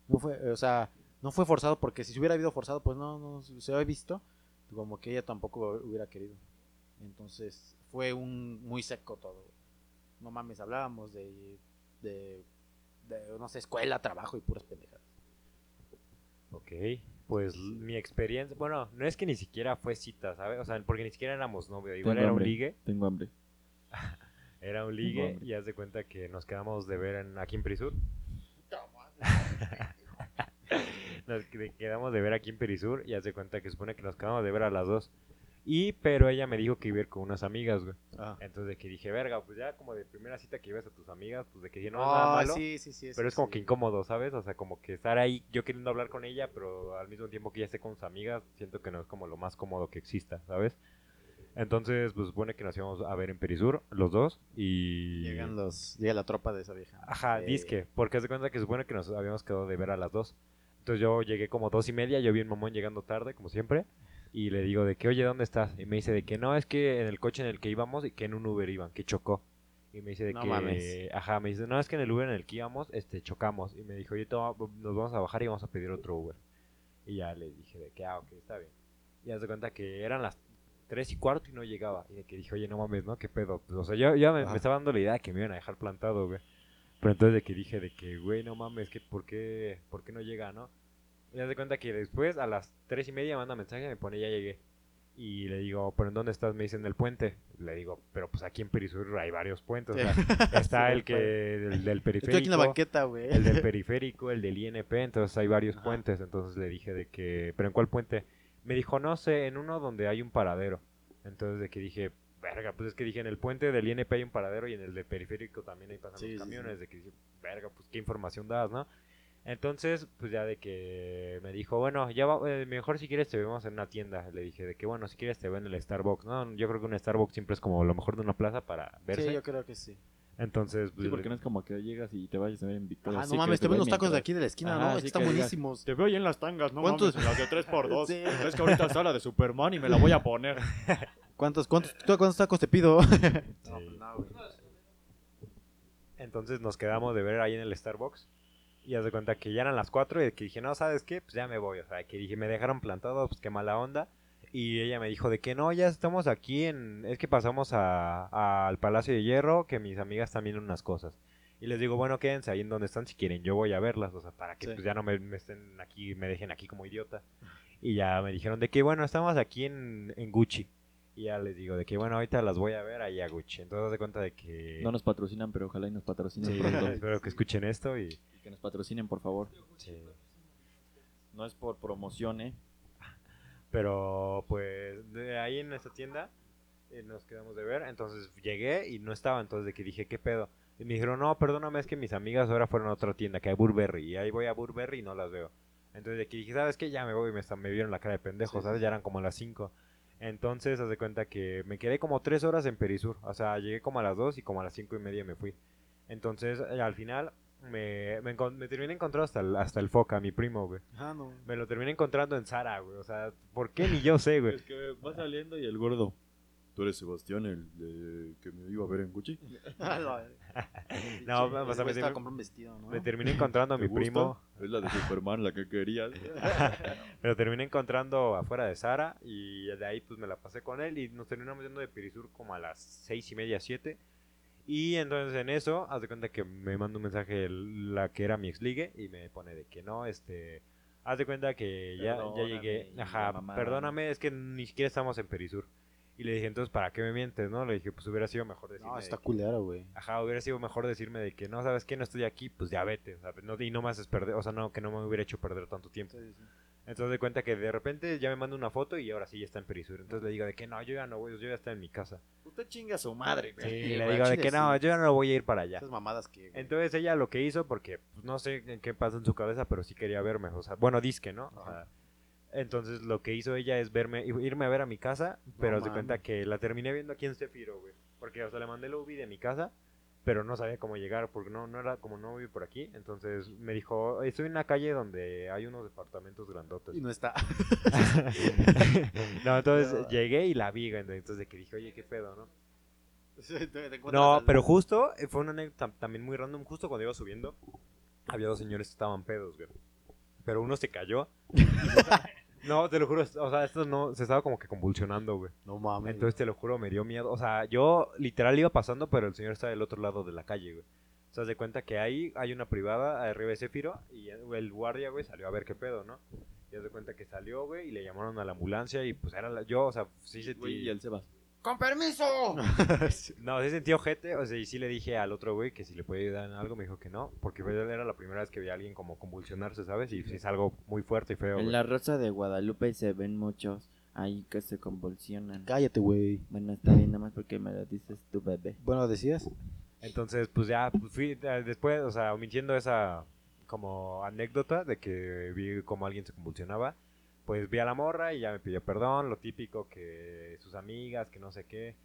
Speaker 2: no fue, eh, o sea, no fue forzado porque si se hubiera habido forzado, pues no, no se hubiera visto como que ella tampoco hubiera querido. Entonces, fue un muy seco todo. güey. No mames, hablábamos de de, de, no sé, escuela, trabajo y puras pendejadas.
Speaker 3: Ok, pues l- mi experiencia, bueno, no es que ni siquiera fue cita, ¿sabes? O sea, porque ni siquiera éramos novio, igual
Speaker 1: Tengo
Speaker 3: era
Speaker 1: hambre.
Speaker 3: un ligue,
Speaker 1: Tengo hambre.
Speaker 3: era un ligue
Speaker 1: hambre.
Speaker 3: y haz de cuenta que nos quedamos de ver en, aquí en Perisur. nos que- quedamos de ver aquí en Perisur y haz de cuenta que supone que nos quedamos de ver a las dos. Y, pero ella me dijo que iba a ir con unas amigas, güey. Entonces de que dije, verga, pues ya como de primera cita que ibas a tus amigas, pues de que dije, no, es nada
Speaker 2: Ah,
Speaker 3: malo.
Speaker 2: sí, sí, sí,
Speaker 3: Pero
Speaker 2: sí,
Speaker 3: es como
Speaker 2: sí.
Speaker 3: que incómodo, ¿sabes? O sea, como que estar ahí, yo queriendo hablar con ella, pero al mismo tiempo que ella esté con sus amigas, siento que no es como lo más cómodo que exista, ¿sabes? Entonces, pues supone que nos íbamos a ver en Perisur, los dos, y...
Speaker 2: Llegan los, llega la tropa de esa vieja.
Speaker 3: Ajá,
Speaker 2: Eh,
Speaker 3: disque, porque hace cuenta que supone que nos habíamos quedado de ver a las dos. Entonces yo llegué como dos y media, yo vi un mamón llegando tarde, como siempre, y le digo de que, oye, ¿dónde estás? Y me dice de que no, es que en el coche en el que íbamos y que en un Uber iban, que chocó. Y me dice de
Speaker 2: No
Speaker 3: que,
Speaker 2: mames.
Speaker 3: ajá, me dice, no, es que en el Uber en el que íbamos, este, chocamos. Y me dijo, oye, toma, nos vamos a bajar y vamos a pedir otro Uber. Y ya le dije de que, ah, ok, está bien. Y hace cuenta que eran las tres y cuarto y no llegaba. Y de que dije, oye, no mames, ¿no? ¿Qué pedo? Pues, o sea, yo, yo me, me
Speaker 2: Ajá.
Speaker 3: estaba dando la idea de que me iban a dejar plantado, güey. Pero entonces de que dije de que, güey, no mames, que por qué, por qué no llega, ¿no? Y haz de cuenta que después a las tres y media manda mensaje, me pone ya llegué. Y le digo, ¿pero en dónde estás? Me dice en el puente. Le digo, pero pues aquí en Perisur hay varios puentes. o sea, está
Speaker 2: Sí,
Speaker 3: el que del, del
Speaker 2: Estoy aquí en
Speaker 3: periférico,
Speaker 2: la banqueta, güey.
Speaker 3: el del periférico, el del INP, entonces hay varios
Speaker 2: Ajá.
Speaker 3: puentes. Entonces le dije de que, ¿pero en cuál puente? Me dijo, no sé, en uno donde hay un paradero. Entonces de que dije, verga, pues es que dije, en el puente del INP hay un paradero y en el del periférico también ahí pasan
Speaker 2: Sí, sí,
Speaker 3: los camiones. De que dije, verga, pues qué información das, ¿no? Entonces, pues ya de que me dijo, bueno, ya va- eh, mejor si quieres te vemos en una tienda. Le dije de que, bueno, si quieres te veo en el Starbucks, ¿no? Yo creo que un Starbucks siempre es como lo mejor de una plaza para verse.
Speaker 2: Sí, yo creo que sí.
Speaker 3: Entonces, pues,
Speaker 1: Sí, porque
Speaker 3: le-
Speaker 1: no es como que llegas y te vayas a ver en Victoria.
Speaker 2: Ah, no mames, te ven los tacos de aquí de la esquina,
Speaker 1: Ajá,
Speaker 2: ¿no?
Speaker 1: sí
Speaker 2: Están
Speaker 1: que digas,
Speaker 2: buenísimos.
Speaker 6: Te veo ahí en las tangas, no
Speaker 2: ¿Cuántos?
Speaker 6: mames, en las de 3x2.
Speaker 2: Sí.
Speaker 6: Es que ahorita está la de Superman y me la voy a poner.
Speaker 2: ¿Cuántos, cuántos, tú- cuántos tacos te pido?
Speaker 3: No, pues
Speaker 2: Ah,
Speaker 3: no, güey. Entonces nos quedamos de ver ahí en el Starbucks. Y haz de cuenta que ya eran las 4 y que dije, no, ¿sabes qué? Pues ya me voy. O sea, que dije, me dejaron plantado, pues qué mala onda. Y ella me dijo de que no, ya estamos aquí en... Es que pasamos a- a- al Palacio de Hierro, que mis amigas también unas cosas. Y les digo, bueno, quédense ahí en donde están si quieren, yo voy a verlas, o sea, para que
Speaker 2: Sí.
Speaker 3: pues, ya no me, me estén aquí, me dejen aquí como idiota. Y ya me dijeron de que, bueno, estamos aquí en, en Gucci. Y ya les digo de que, bueno, ahorita las voy a ver ahí a Gucci. Entonces de cuenta de que...
Speaker 1: No nos patrocinan, pero ojalá y nos patrocinen
Speaker 3: Sí,
Speaker 1: pronto.
Speaker 3: espero que escuchen esto y...
Speaker 1: Que nos patrocinen, por favor.
Speaker 3: sí.
Speaker 1: No es por promoción, ¿eh?
Speaker 3: Pero pues de ahí en esa tienda eh, nos quedamos de ver. Entonces llegué y no estaba. Entonces de que dije, ¿qué pedo? Y me dijeron, no, perdóname, es que mis amigas ahora fueron a otra tienda que hay Burberry. Y ahí voy a Burberry y no las veo. Entonces de aquí dije, ¿sabes qué? Ya me voy. Me, está- me vieron la cara de pendejo, ¿sabes? Ya eran como las 5. Entonces, haz de cuenta que me quedé como 3 horas en Perisur. O sea, llegué como a las 2 y como a las 5 y media me fui. Entonces, eh, al final, me, me, encon- me terminé encontrando hasta el, hasta el Foca, mi primo, güey.
Speaker 2: Ah, no.
Speaker 3: Me lo terminé encontrando en Zara, güey. O sea, ¿por qué ni yo sé, güey?
Speaker 6: Es que va saliendo y el gordo. Tú eres Sebastián, el de- que me iba a ver en Gucci.
Speaker 2: Ah,
Speaker 3: No, o sea, me
Speaker 2: me
Speaker 3: terminé-
Speaker 2: comprar un vestido, ¿no?
Speaker 3: Me terminé encontrando a
Speaker 6: ¿Te
Speaker 3: mi
Speaker 6: gusta?
Speaker 3: primo.
Speaker 6: Es la de Superman, la que querías.
Speaker 3: Me lo terminé encontrando afuera de Sara. Y de ahí, pues me la pasé con él. Y nos terminamos yendo de Perisur como a las seis y media, siete. Y entonces en eso, haz de cuenta que me manda un mensaje el- la que era mi exligue. Y me pone de que no, este. Haz de cuenta que ya, ya
Speaker 1: Perdóname,
Speaker 3: llegué.
Speaker 1: y la
Speaker 3: Ajá,
Speaker 1: mamada,
Speaker 3: perdóname, es que ni siquiera estamos en Perisur. Y le dije, entonces, ¿para qué me mientes, no? Le dije, pues hubiera sido mejor decirme
Speaker 2: No,
Speaker 3: de
Speaker 2: está
Speaker 3: que-
Speaker 2: culero, güey.
Speaker 3: Ajá, hubiera sido mejor decirme de que no, ¿sabes qué? No estoy aquí, pues ya vete. o sea, no, y no me haces perder, o sea, no, que no me hubiera hecho perder tanto tiempo. Entonces de cuenta que de repente ya me manda una foto y ahora sí ya está en Perisur. Entonces le digo de que no, yo ya no voy, yo ya estoy en mi casa.
Speaker 1: Usted chinga a su madre, güey.
Speaker 3: Y le
Speaker 2: güey,
Speaker 3: digo
Speaker 2: al
Speaker 3: de
Speaker 2: chile
Speaker 3: que no,
Speaker 2: sí.
Speaker 3: yo ya no voy a ir para allá.
Speaker 2: Esas mamadas que. güey.
Speaker 3: Entonces ella lo que hizo, porque pues, no sé en qué pasa en su cabeza, pero sí quería verme. O sea, bueno, disque, ¿no? O sea, entonces lo que hizo ella es verme, irme a ver a mi casa, pero se
Speaker 2: mames.
Speaker 3: cuenta que la terminé viendo aquí en Cefiro, güey. Porque, o sea, le mandé el UV de mi casa, pero no sabía cómo llegar, porque no, no era como no vive por aquí. Entonces me dijo, estoy en una calle donde hay unos departamentos grandotes.
Speaker 2: Y no está.
Speaker 3: no, entonces
Speaker 2: No.
Speaker 3: llegué y la vi, güey. Entonces de que dije, oye, qué pedo, ¿no?
Speaker 2: Te- te encuentras
Speaker 3: No,
Speaker 2: al-
Speaker 3: pero justo, eh, fue una anécdota también muy random. Justo cuando iba subiendo, había dos señores que estaban pedos, güey. Pero uno se cayó. no, te lo juro, o sea, esto no, se estaba como que convulsionando, güey.
Speaker 2: No mames.
Speaker 3: Entonces te lo juro, me dio miedo. O sea, yo literal iba pasando, pero el señor estaba del otro lado de la calle, güey. O sea, haz de cuenta que ahí hay una privada arriba de Céfiro y el guardia, güey, salió a ver qué pedo, ¿no? Y haz de cuenta que salió, güey, y le llamaron a la ambulancia y pues era la- yo, o sea, sí se
Speaker 1: Güey, y el Sebas.
Speaker 5: ¡Con permiso!
Speaker 3: no, sí sentí ojete, o sea, y sí le dije al otro güey que si le podía ayudar en algo, me dijo que no, porque pues, era la primera vez que vi a alguien como convulsionarse, ¿sabes? Y sí es algo muy fuerte y feo,
Speaker 7: En
Speaker 3: güey.
Speaker 7: la Rosa de Guadalupe se ven muchos ahí que se convulsionan.
Speaker 2: Cállate, güey.
Speaker 7: Bueno, está bien, nada más porque me lo dices tu bebé.
Speaker 2: Bueno, decías.
Speaker 3: Entonces, pues ya pues, fui eh, después, o sea, omitiendo esa como anécdota de que vi cómo alguien se convulsionaba, pues vi a la morra y ya me pidió perdón, lo típico que sus amigas, que no sé qué,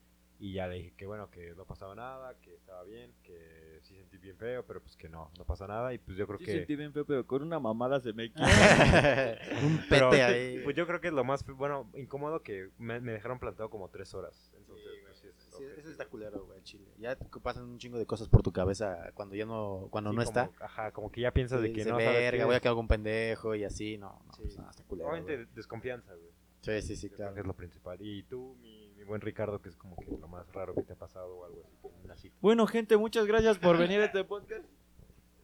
Speaker 3: y ya le dije que bueno, que no pasaba nada, que estaba bien, que sí sentí bien feo, pero pues que no, no pasa nada, y pues yo creo
Speaker 1: Sí
Speaker 3: que...
Speaker 1: sentí bien feo, pero con una mamada se me quita.
Speaker 2: un pete
Speaker 3: Pero,
Speaker 2: ahí.
Speaker 3: Pues yo creo que es lo más, bueno, incómodo que me, me dejaron plantado como tres horas. Entonces, pues, sí, es
Speaker 2: Sí, eso
Speaker 3: ojete,
Speaker 2: está
Speaker 3: güey.
Speaker 2: culero, güey, al chile. Ya te pasan un chingo de cosas por tu cabeza cuando ya no, cuando
Speaker 3: Sí,
Speaker 2: no
Speaker 3: como-
Speaker 2: está.
Speaker 3: Ajá, como que ya piensas de
Speaker 2: Sí,
Speaker 3: que
Speaker 2: dice,
Speaker 3: no. ¿sabes
Speaker 2: verga,
Speaker 3: qué?
Speaker 2: voy a quedar con un pendejo y así, no, no,
Speaker 3: Sí.
Speaker 2: pues, no, está culero.
Speaker 3: Obviamente,
Speaker 2: güey.
Speaker 3: de- desconfianza, güey.
Speaker 2: Sí, sí,
Speaker 3: Yo
Speaker 2: sí,
Speaker 3: creo
Speaker 2: claro.
Speaker 3: que es lo principal. Y tú, mi, mi buen Ricardo, que es como que lo más raro que te ha pasado o algo así. que en una cita.
Speaker 1: Bueno, gente, muchas gracias por venir a este podcast.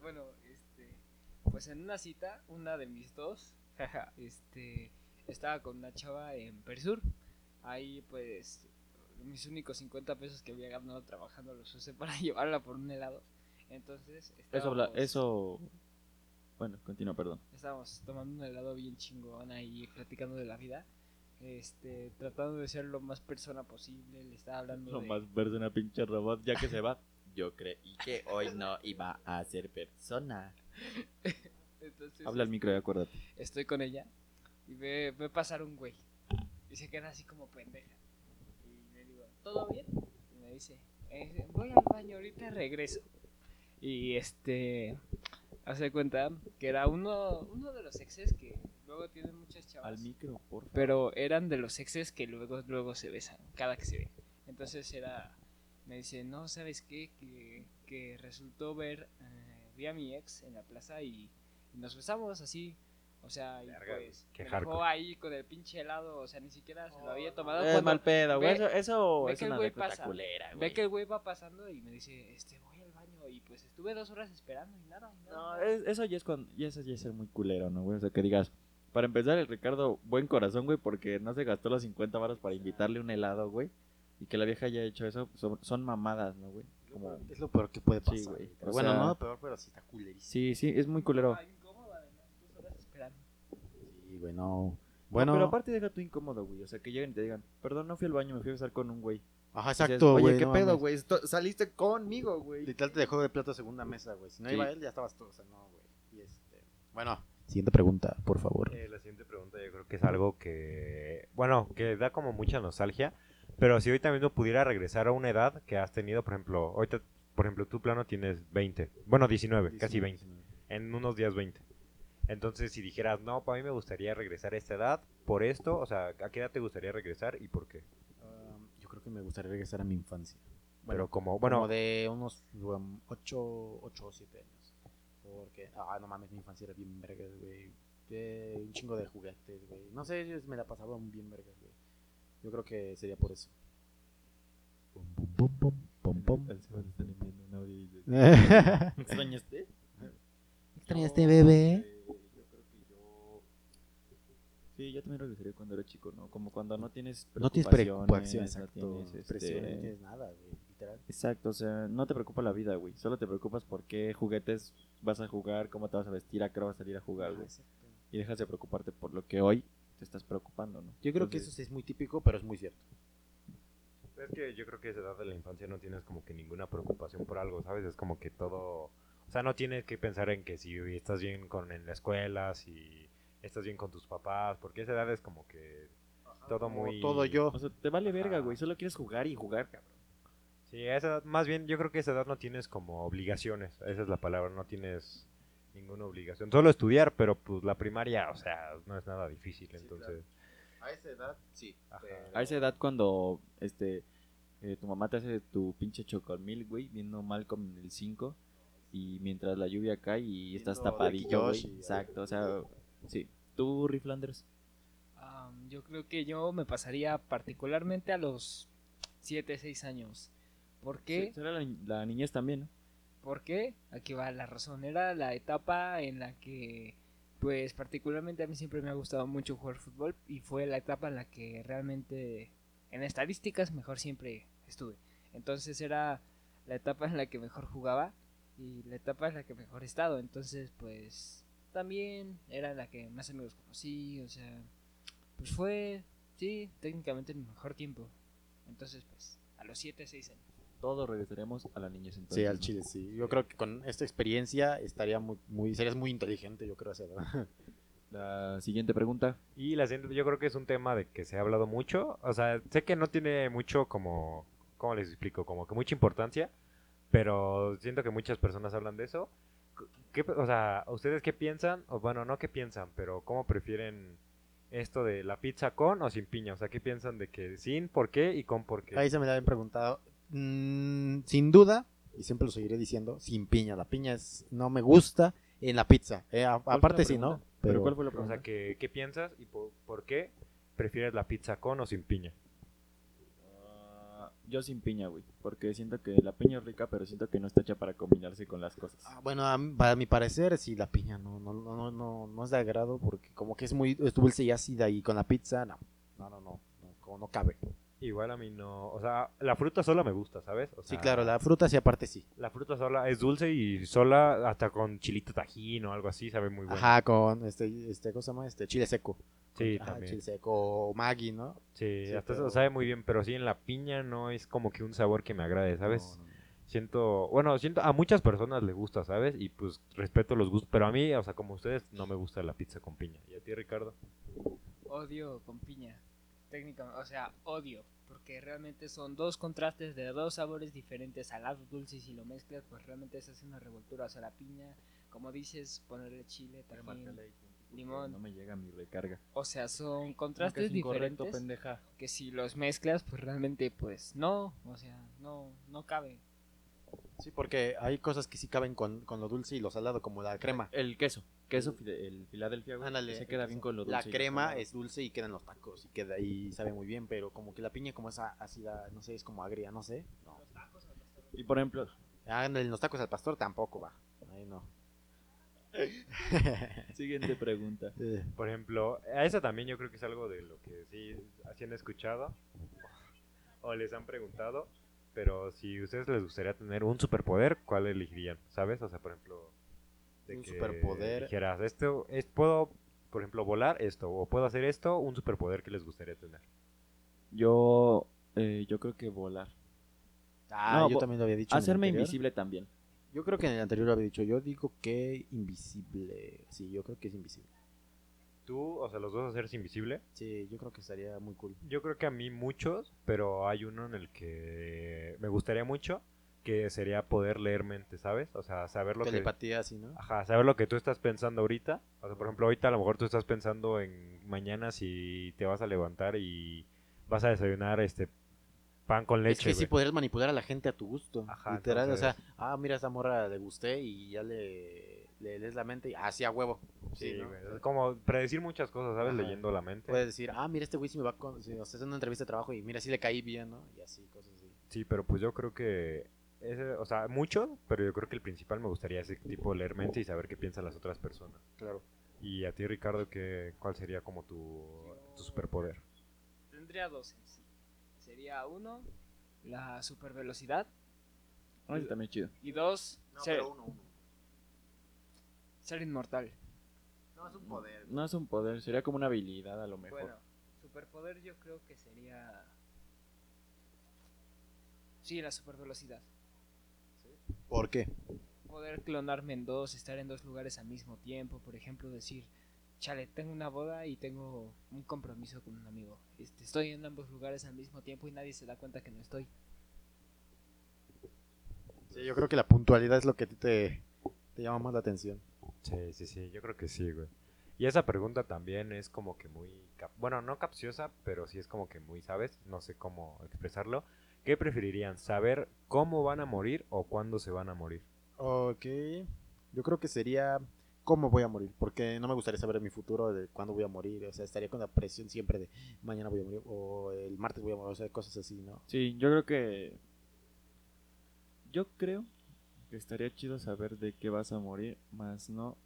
Speaker 4: Bueno, este, pues en una cita, una de mis dos, jaja, este, estaba con una chava en Perisur. Ahí, pues, mis únicos 50 pesos que había ganado trabajando los usé para llevarla por un helado. Entonces,
Speaker 1: Eso, habla-
Speaker 4: estábamos-
Speaker 1: eso. Bueno, continúa, perdón.
Speaker 4: estábamos tomando un helado bien chingón ahí, platicando de la vida. Este, tratando de ser lo más persona posible, le estaba hablando de...
Speaker 1: Nomás verse una pinche robot ya que se va.
Speaker 7: Yo creí que hoy no iba a ser persona.
Speaker 4: Entonces,
Speaker 1: Habla al micro y acuérdate.
Speaker 4: estoy con ella y ve, ve pasar un güey. Y se queda así como pendeja. Y le digo, ¿todo bien? Y me dice, "Eh, voy al baño, ahorita regreso. Y este, hace cuenta que era uno, uno de los exes que luego tienen muchas chavas.
Speaker 1: Al micro, por favor.
Speaker 4: pero eran de los exes que luego, luego se besan, cada que se ven. Entonces era, me dice, no, ¿sabes qué? Que, que resultó ver, eh, vi a mi ex en la plaza y, y nos besamos así. O sea, y
Speaker 3: Verga,
Speaker 4: pues
Speaker 3: qué
Speaker 4: me dejó
Speaker 3: hardcore.
Speaker 4: ahí con el pinche helado, o sea, ni siquiera se lo había tomado.
Speaker 7: Es
Speaker 4: cuando
Speaker 7: mal pedo, güey.
Speaker 4: ve-
Speaker 7: Eso, eso
Speaker 4: ve
Speaker 7: es
Speaker 4: que el
Speaker 7: una
Speaker 4: güey
Speaker 7: anécdota
Speaker 4: pasa.
Speaker 7: culera, güey.
Speaker 4: Ve que el güey va pasando y me dice, este, voy al baño y pues estuve dos horas esperando y nada. y nada,
Speaker 1: No,
Speaker 4: nada.
Speaker 1: es- eso ya es cuando, ya eso ya es ser muy culero, ¿no, güey? O sea, que digas, para empezar, el Ricardo, buen corazón, güey, porque no se gastó las 50 varas para invitarle un helado, güey. Y que la vieja haya hecho eso, son, son mamadas, ¿no, güey? Como,
Speaker 2: Es lo peor que puede
Speaker 1: Sí,
Speaker 2: pasar.
Speaker 1: güey.
Speaker 2: güey. Pero
Speaker 1: O
Speaker 2: bueno,
Speaker 1: sea-
Speaker 2: no lo peor, pero sí está culerísimo.
Speaker 1: sí, sí, es muy culero.
Speaker 4: Ay, incómodo, además, dos horas esperando.
Speaker 2: Sí, güey, no.
Speaker 1: Bueno.
Speaker 2: Bueno,
Speaker 1: pero aparte deja tu incómodo, güey. O sea, que lleguen y te digan, perdón, no fui al baño, me fui a besar con un güey.
Speaker 2: ajá,
Speaker 1: Dices,
Speaker 2: exacto, güey.
Speaker 1: Oye, ¿qué
Speaker 2: no
Speaker 1: pedo,
Speaker 2: mames.
Speaker 1: güey? Esto- Saliste conmigo, güey.
Speaker 2: Literal te dejó de plato a segunda mesa, güey. Si no
Speaker 1: Sí.
Speaker 2: iba él, ya estabas tú, o sea, no, güey. Y este, bueno, siguiente pregunta, por favor.
Speaker 3: Eh, la siguiente pregunta yo creo que es algo que, bueno, que da como mucha nostalgia, pero si ahorita mismo pudiera regresar a una edad que has tenido, por ejemplo, ahorita, por ejemplo, tu plano tienes 20, bueno,
Speaker 2: Pues,
Speaker 3: 19, casi 20, en unos días 20. Entonces, si dijeras, no, para mí me gustaría regresar a esta edad por esto, o sea, ¿a qué edad te gustaría regresar y por qué?
Speaker 2: Um, yo creo que me gustaría regresar a mi infancia.
Speaker 3: pero
Speaker 2: Bueno,
Speaker 3: como,
Speaker 2: bueno,
Speaker 3: bueno,
Speaker 2: de unos 8, 8 o 7 años. Porque, ah, no mames, mi infancia era bien vergas, güey. Eh, un chingo de juguetes, güey. No sé, yo me la pasaba bien vergas, güey. Yo creo que sería por eso. Pom, pom, pom,
Speaker 1: ¿Extrañaste?
Speaker 7: Extrañaste, bebé.
Speaker 1: Yo creo que yo. Sí, yo también regresaría cuando era chico, ¿no? Como cuando no tienes
Speaker 2: No tienes preocupación,
Speaker 1: preocupaciones, no
Speaker 2: exacto.
Speaker 1: tienes, este,
Speaker 2: Presión, no tienes nada, güey, literal.
Speaker 1: Exacto, o sea, no te preocupa la vida, güey. Solo te preocupas por qué juguetes vas a jugar, cómo te vas a vestir, a qué hora vas a salir a jugar,
Speaker 2: Ajá,
Speaker 1: güey.
Speaker 2: exacto.
Speaker 1: Y dejas de preocuparte por lo que hoy te estás preocupando, ¿no?
Speaker 2: Yo creo que eso sí es muy típico, pero es muy cierto.
Speaker 3: Es que yo creo que a esa edad de la infancia no tienes como que ninguna preocupación por algo, ¿sabes? Es como que todo... O sea, no tienes que pensar en que si estás bien con, en la escuela, si estás bien con tus papás, porque a esa edad es como que todo
Speaker 2: Como
Speaker 3: muy...
Speaker 2: Todo yo.
Speaker 1: O sea, te vale verga,
Speaker 3: Ajá.
Speaker 1: güey. Solo quieres jugar y jugar, cabrón.
Speaker 3: Sí, a esa edad, más bien yo creo que a esa edad no tienes como obligaciones, esa es la palabra, no tienes ninguna obligación. Solo estudiar, pero pues la primaria, o sea, no es nada difícil, entonces...
Speaker 2: A esa edad, sí.
Speaker 3: Ajá.
Speaker 1: A esa edad cuando este eh, tu mamá te hace tu pinche chocomil, güey, viendo Malcolm en el 5 y mientras la lluvia cae y estás
Speaker 2: Viendo
Speaker 1: tapadillo,
Speaker 2: Drake y
Speaker 1: güey.
Speaker 2: Josh y-
Speaker 1: Exacto, o sea, sí. Tú, Riflanders.
Speaker 4: Am, yo creo que yo me pasaría particularmente a los 7, 6 años. ¿Por qué?
Speaker 1: Será la, ni- la niñez también, ¿no?
Speaker 4: ¿Por qué? Aquí va la razón. Era la etapa en la que, pues particularmente a mí siempre me ha gustado mucho jugar fútbol y fue la etapa en la que realmente en estadísticas mejor siempre estuve. Entonces era la etapa en la que mejor jugaba y la etapa en la que mejor he estado. Entonces, pues también era la que más amigos conocí, o sea, pues fue, sí, técnicamente mi mejor tiempo. Entonces, pues a los 7, 6 años.
Speaker 1: Todos regresaremos a la niñez entonces.
Speaker 2: Sí, al
Speaker 1: ¿no?
Speaker 2: chile, sí. Yo creo que con esta experiencia estaría muy, muy, serías muy inteligente, yo creo, a esa edad.
Speaker 1: La siguiente pregunta.
Speaker 3: Y la siguiente, yo creo que es un tema de que se ha hablado mucho. O sea, sé que no tiene mucho como, ¿cómo les explico? Como que mucha importancia, pero siento que muchas personas hablan de eso. ¿Qué, o sea, ¿ustedes qué piensan? O bueno, no qué piensan, pero ¿cómo prefieren esto de la pizza con o sin piña? O sea, ¿qué piensan de que sin, por qué y con por qué?
Speaker 2: Ahí se me la habían preguntado. Mm, sin duda, y siempre lo seguiré diciendo, sin piña. La piña es, no me gusta en la pizza. Eh, a-
Speaker 1: fue la
Speaker 2: aparte sí, ¿no?
Speaker 1: pregunta? ¿Pero, cuál fue la
Speaker 3: O
Speaker 1: pregunta?
Speaker 3: sea, que- ¿qué piensas y por, por qué prefieres la pizza con o sin piña?
Speaker 1: Ah, Yo sin piña, güey, porque siento que la piña es rica, pero siento que no está hecha para combinarse con las cosas.
Speaker 2: Ah, Bueno, a, m- para mi parecer, sí, la piña no, no, no, no, no, no es de agrado porque como que es muy es dulce y ácida y con la pizza, no, no, no, no, no, como no cabe.
Speaker 3: Igual a mí no. O sea, la fruta sola me gusta, ¿sabes? O
Speaker 2: Sí,
Speaker 3: sea,
Speaker 2: claro, la fruta sí, aparte sí.
Speaker 3: La fruta sola es dulce y sola hasta con chilito tajín o algo así, sabe muy bueno.
Speaker 2: Ajá, con este, este, ¿cómo se llama? Este, chile seco.
Speaker 3: Sí,
Speaker 2: Ajá,
Speaker 3: también.
Speaker 2: chile seco o Maggi, ¿no?
Speaker 3: Sí,
Speaker 2: Sí,
Speaker 3: hasta eso
Speaker 2: pero-
Speaker 3: sabe muy bien, pero sí en la piña no es como que un sabor que me agrade, ¿sabes? Siento, bueno, siento a muchas personas le gusta, ¿sabes? Y pues respeto los gustos, pero a mí, o sea, como ustedes no me gusta la pizza con piña. ¿Y a ti, Ricardo?
Speaker 4: odio con piña. Técnicamente, o sea, odio. Porque realmente son dos contrastes de dos sabores diferentes, salado, dulce, y si lo mezclas, pues realmente se hace una revoltura. O sea, la piña, como dices, ponerle chile, tajín, limón.
Speaker 1: No me llega mi recarga.
Speaker 4: O sea, son
Speaker 1: Nunca
Speaker 4: contrastes
Speaker 1: es incorrecto,
Speaker 4: diferentes
Speaker 1: pendeja.
Speaker 4: que si los mezclas, pues realmente, pues no, o sea, no, no cabe.
Speaker 2: Sí, porque hay cosas que sí caben con, con lo dulce y lo salado, como la crema.
Speaker 1: El queso. Queso, fil- el Filadelfia, güey.
Speaker 2: Ándale,
Speaker 1: se queda bien con lo dulce.
Speaker 2: La
Speaker 1: y lo
Speaker 2: crema
Speaker 1: salado.
Speaker 2: es dulce y quedan los tacos y queda y sabe muy bien, pero como que la piña como esa ácida, no sé, es como agria, no sé. No.
Speaker 1: Y por ejemplo,
Speaker 2: Ándale, Ah, los tacos al pastor tampoco va. Ahí no.
Speaker 1: siguiente pregunta.
Speaker 2: Eh,
Speaker 3: Por ejemplo, a eso también yo creo que es algo de lo que sí, así han escuchado o les han preguntado, pero si ustedes les gustaría tener un superpoder, ¿cuál elegirían? ¿Sabes? O sea, por ejemplo,
Speaker 2: Un superpoder.
Speaker 3: dijeras, esto es, puedo por ejemplo, volar esto, o puedo hacer esto, un superpoder que les gustaría tener.
Speaker 1: Yo, eh, yo creo que volar.
Speaker 2: Ah,
Speaker 1: No,
Speaker 2: yo
Speaker 1: bo-
Speaker 2: también lo había dicho. en el
Speaker 1: Hacerme
Speaker 2: anterior.
Speaker 1: invisible también.
Speaker 2: Yo creo que en el anterior lo había dicho. Yo digo que invisible. Sí, yo creo que es invisible.
Speaker 3: Tú, o sea, los dos hacerse invisible.
Speaker 2: Sí, yo creo que estaría muy cool.
Speaker 3: Yo creo que a mí muchos, pero hay uno en el que me gustaría mucho, que sería poder leer mente, ¿sabes? O sea, saber lo que...
Speaker 2: Telepatía, así, ¿no?
Speaker 3: Ajá, saber lo que tú estás pensando ahorita. O sea, por ejemplo, ahorita a lo mejor tú estás pensando en mañana si te vas a levantar y vas a desayunar este pan con
Speaker 2: Es
Speaker 3: leche.
Speaker 2: que pues, si
Speaker 3: güey.
Speaker 2: podrías manipular a la gente a tu gusto.
Speaker 3: Ajá,
Speaker 2: literal, o
Speaker 3: entonces-
Speaker 2: sea, ah, mira, esa morra le gusté y ya le, le lees la mente y así a huevo.
Speaker 3: Sí,
Speaker 2: ¿no?
Speaker 3: güey. Es como predecir muchas cosas, ¿sabes?
Speaker 2: Ajá.
Speaker 3: Leyendo la mente.
Speaker 2: Puedes decir, ah, mira, este güey si me va con... Si nos hace una entrevista de trabajo y mira, si le caí bien, ¿no? Y así, cosas así.
Speaker 3: Sí, pero pues yo creo que... ese- o sea, muchos, pero yo creo que el principal me gustaría ese tipo leer mente y saber qué piensan las otras personas.
Speaker 2: Claro.
Speaker 3: Y a ti, Ricardo, ¿qué, ¿cuál sería como tu, tu superpoder?
Speaker 4: Tendría dos en sí. Sería uno, la super velocidad.
Speaker 1: Ah, ese también es chido.
Speaker 4: Y dos, ser,
Speaker 5: uno, uno.
Speaker 4: ser inmortal.
Speaker 5: No, es un poder.
Speaker 1: No es un poder, sería como una habilidad a lo mejor.
Speaker 4: Bueno, superpoder yo creo que sería... Sí, la super velocidad.
Speaker 2: ¿Por qué?
Speaker 4: Poder clonarme en dos, estar en dos lugares al mismo tiempo, por ejemplo, decir, chale, tengo una boda y tengo un compromiso con un amigo. Este, estoy en ambos lugares al mismo tiempo y nadie se da cuenta que no estoy.
Speaker 2: Sí, yo creo que la puntualidad es lo que a ti te, te llama más la atención.
Speaker 3: Sí, sí, sí, yo creo que sí, güey. Y esa pregunta también es como que muy, cap- bueno, no capciosa, pero sí es como que muy, ¿sabes? No sé cómo expresarlo. ¿Qué preferirían? ¿Saber cómo van a morir o cuándo se van a morir?
Speaker 2: Ok. Yo creo que sería cómo voy a morir, porque no me gustaría saber mi futuro, de cuándo voy a morir, o sea, estaría con la presión siempre de mañana voy a morir o el martes voy a morir, o sea, cosas así, ¿no?
Speaker 1: Sí, yo creo que. Yo creo que estaría chido saber de qué vas a morir, más no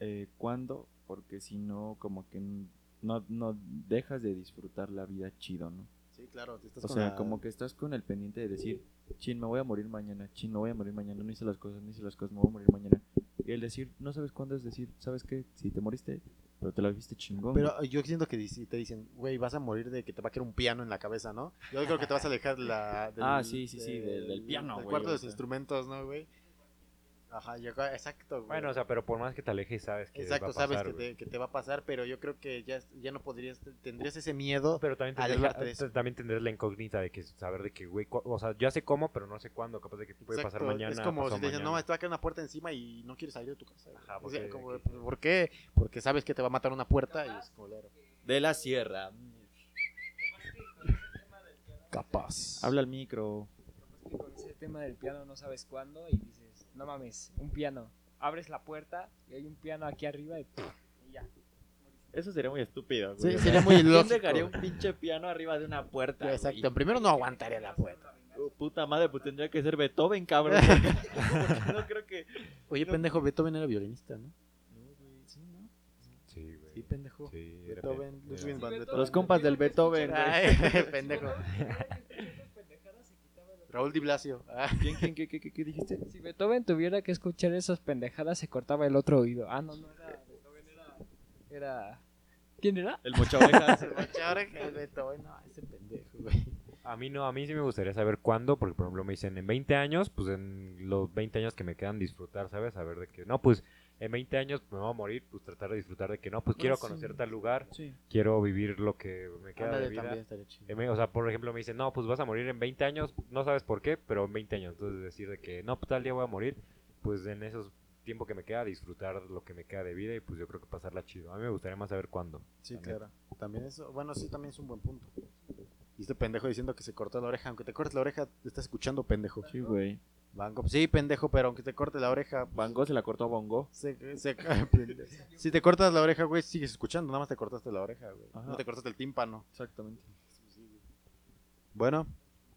Speaker 1: eh, cuándo, porque si no, como que n- no, no dejas de disfrutar la vida chido, ¿no?
Speaker 2: Sí, claro, te estás
Speaker 1: O
Speaker 2: con
Speaker 1: sea,
Speaker 2: la-
Speaker 1: como que estás con el pendiente de decir, chin, me voy a morir mañana, chin, me voy a morir mañana, no hice las cosas, no hice las cosas, me voy a morir mañana. Y el decir, no sabes cuándo es decir, ¿sabes qué? Si te moriste, pero te la viste chingón. güey.
Speaker 2: Pero yo siento que dici- te dicen, güey, vas a morir de que te va a caer un piano en la cabeza, ¿no? Yo creo que te vas a alejar la, del,
Speaker 1: Ah, sí, sí, sí, del- del piano,
Speaker 2: Del
Speaker 1: güey,
Speaker 2: cuarto
Speaker 1: o
Speaker 2: de los
Speaker 1: sea.
Speaker 2: instrumentos, ¿no, güey? Ajá, yo, creo- exacto, güey.
Speaker 3: Bueno, o sea, pero por más que te alejes, sabes que
Speaker 2: exacto,
Speaker 3: va a
Speaker 2: sabes
Speaker 3: pasar,
Speaker 2: que
Speaker 3: güey.
Speaker 2: te, que te va a pasar, pero yo creo que ya, ya no podrías, tendrías ese miedo.
Speaker 3: Pero también tendrás, la,
Speaker 2: alejarte de eso.
Speaker 3: también tendrás la incógnita de que saber de que, güey, cu- o sea, ya sé cómo, pero no sé cuándo, capaz de que puede pasar
Speaker 2: Exacto,
Speaker 3: mañana.
Speaker 2: Es como
Speaker 3: pasó
Speaker 2: si te dicen, no,
Speaker 3: mañana".
Speaker 2: te va a caer una puerta encima y no quieres salir de tu casa. güey.
Speaker 3: Ajá,
Speaker 2: O sea,
Speaker 3: porque-
Speaker 2: como, pues, ¿Por qué? Porque sabes que te va a matar una puerta y es colero.
Speaker 5: De la sierra.
Speaker 2: Capaz.
Speaker 1: Habla al micro.
Speaker 4: Capaz que con ese tema del piano no sabes cuándo y dices, no mames, un piano. Abres la puerta y hay un piano aquí arriba y, y ya.
Speaker 1: Eso sería muy estúpido, güey.
Speaker 2: Sí,
Speaker 1: o sea,
Speaker 2: sería muy
Speaker 5: ¿Quién
Speaker 2: ilógico.
Speaker 5: dejaría un pinche piano arriba de una puerta?
Speaker 2: Exacto, primero no aguantaría la puerta.
Speaker 5: güey? Oh, puta madre, pues tendría que ser Beethoven, cabrón. porque no creo que.
Speaker 2: Oye, pendejo, Beethoven era violinista, ¿no? Sí, ¿no?
Speaker 3: Sí, güey.
Speaker 2: Sí, pendejo.
Speaker 3: Sí, era-
Speaker 2: Beethoven,
Speaker 3: era-
Speaker 2: Ludwig van Beethoven.
Speaker 1: Los compas del Beethoven, güey.
Speaker 2: Ay, pendejo. Raúl Di Blasio. Ah,
Speaker 1: ¿Quién, quién, qué, qué, qué, qué dijiste?
Speaker 4: Si Beethoven tuviera que escuchar esas pendejadas, se cortaba el otro oído. Ah, no, no era Beethoven, era. era... ¿Quién era?
Speaker 1: El mocha orejas.
Speaker 2: se mocha oreja el Beethoven. No, ese pendejo, güey.
Speaker 3: A mí no, a mí sí me gustaría saber cuándo, porque por ejemplo me dicen en 20 años, pues en los 20 años que me quedan disfrutar, ¿sabes? Saber de que no, pues en 20 años me voy a morir, pues tratar de disfrutar de que no, pues
Speaker 2: Ah,
Speaker 3: quiero
Speaker 1: sí.
Speaker 3: conocer tal lugar,
Speaker 1: Sí.
Speaker 3: quiero vivir lo que me queda
Speaker 2: Ándale,
Speaker 3: de vida.
Speaker 2: también estaría chido.
Speaker 3: En vez- O sea, por ejemplo, me dicen, no, pues vas a morir en 20 años, no sabes por qué, pero en 20 años. Entonces decir de que no, pues tal día voy a morir, pues en esos tiempo que me queda disfrutar lo que me queda de vida y pues yo creo que pasarla chido. A mí me gustaría más saber cuándo.
Speaker 2: Sí,
Speaker 3: También.
Speaker 2: claro. También eso, bueno, sí, también es un buen punto. Y este pendejo diciendo que se cortó la oreja, aunque te cortes la oreja, te estás escuchando, pendejo.
Speaker 1: Sí, güey.
Speaker 2: Van Gogh, sí, pendejo, pero aunque te corte la oreja,
Speaker 1: Van Gogh se la cortó a Bongo.
Speaker 2: se- se- si te cortas la oreja, güey, sigues escuchando, nada más te cortaste la oreja, güey.
Speaker 1: Ajá.
Speaker 2: No te cortaste el tímpano.
Speaker 1: Exactamente.
Speaker 2: Bueno,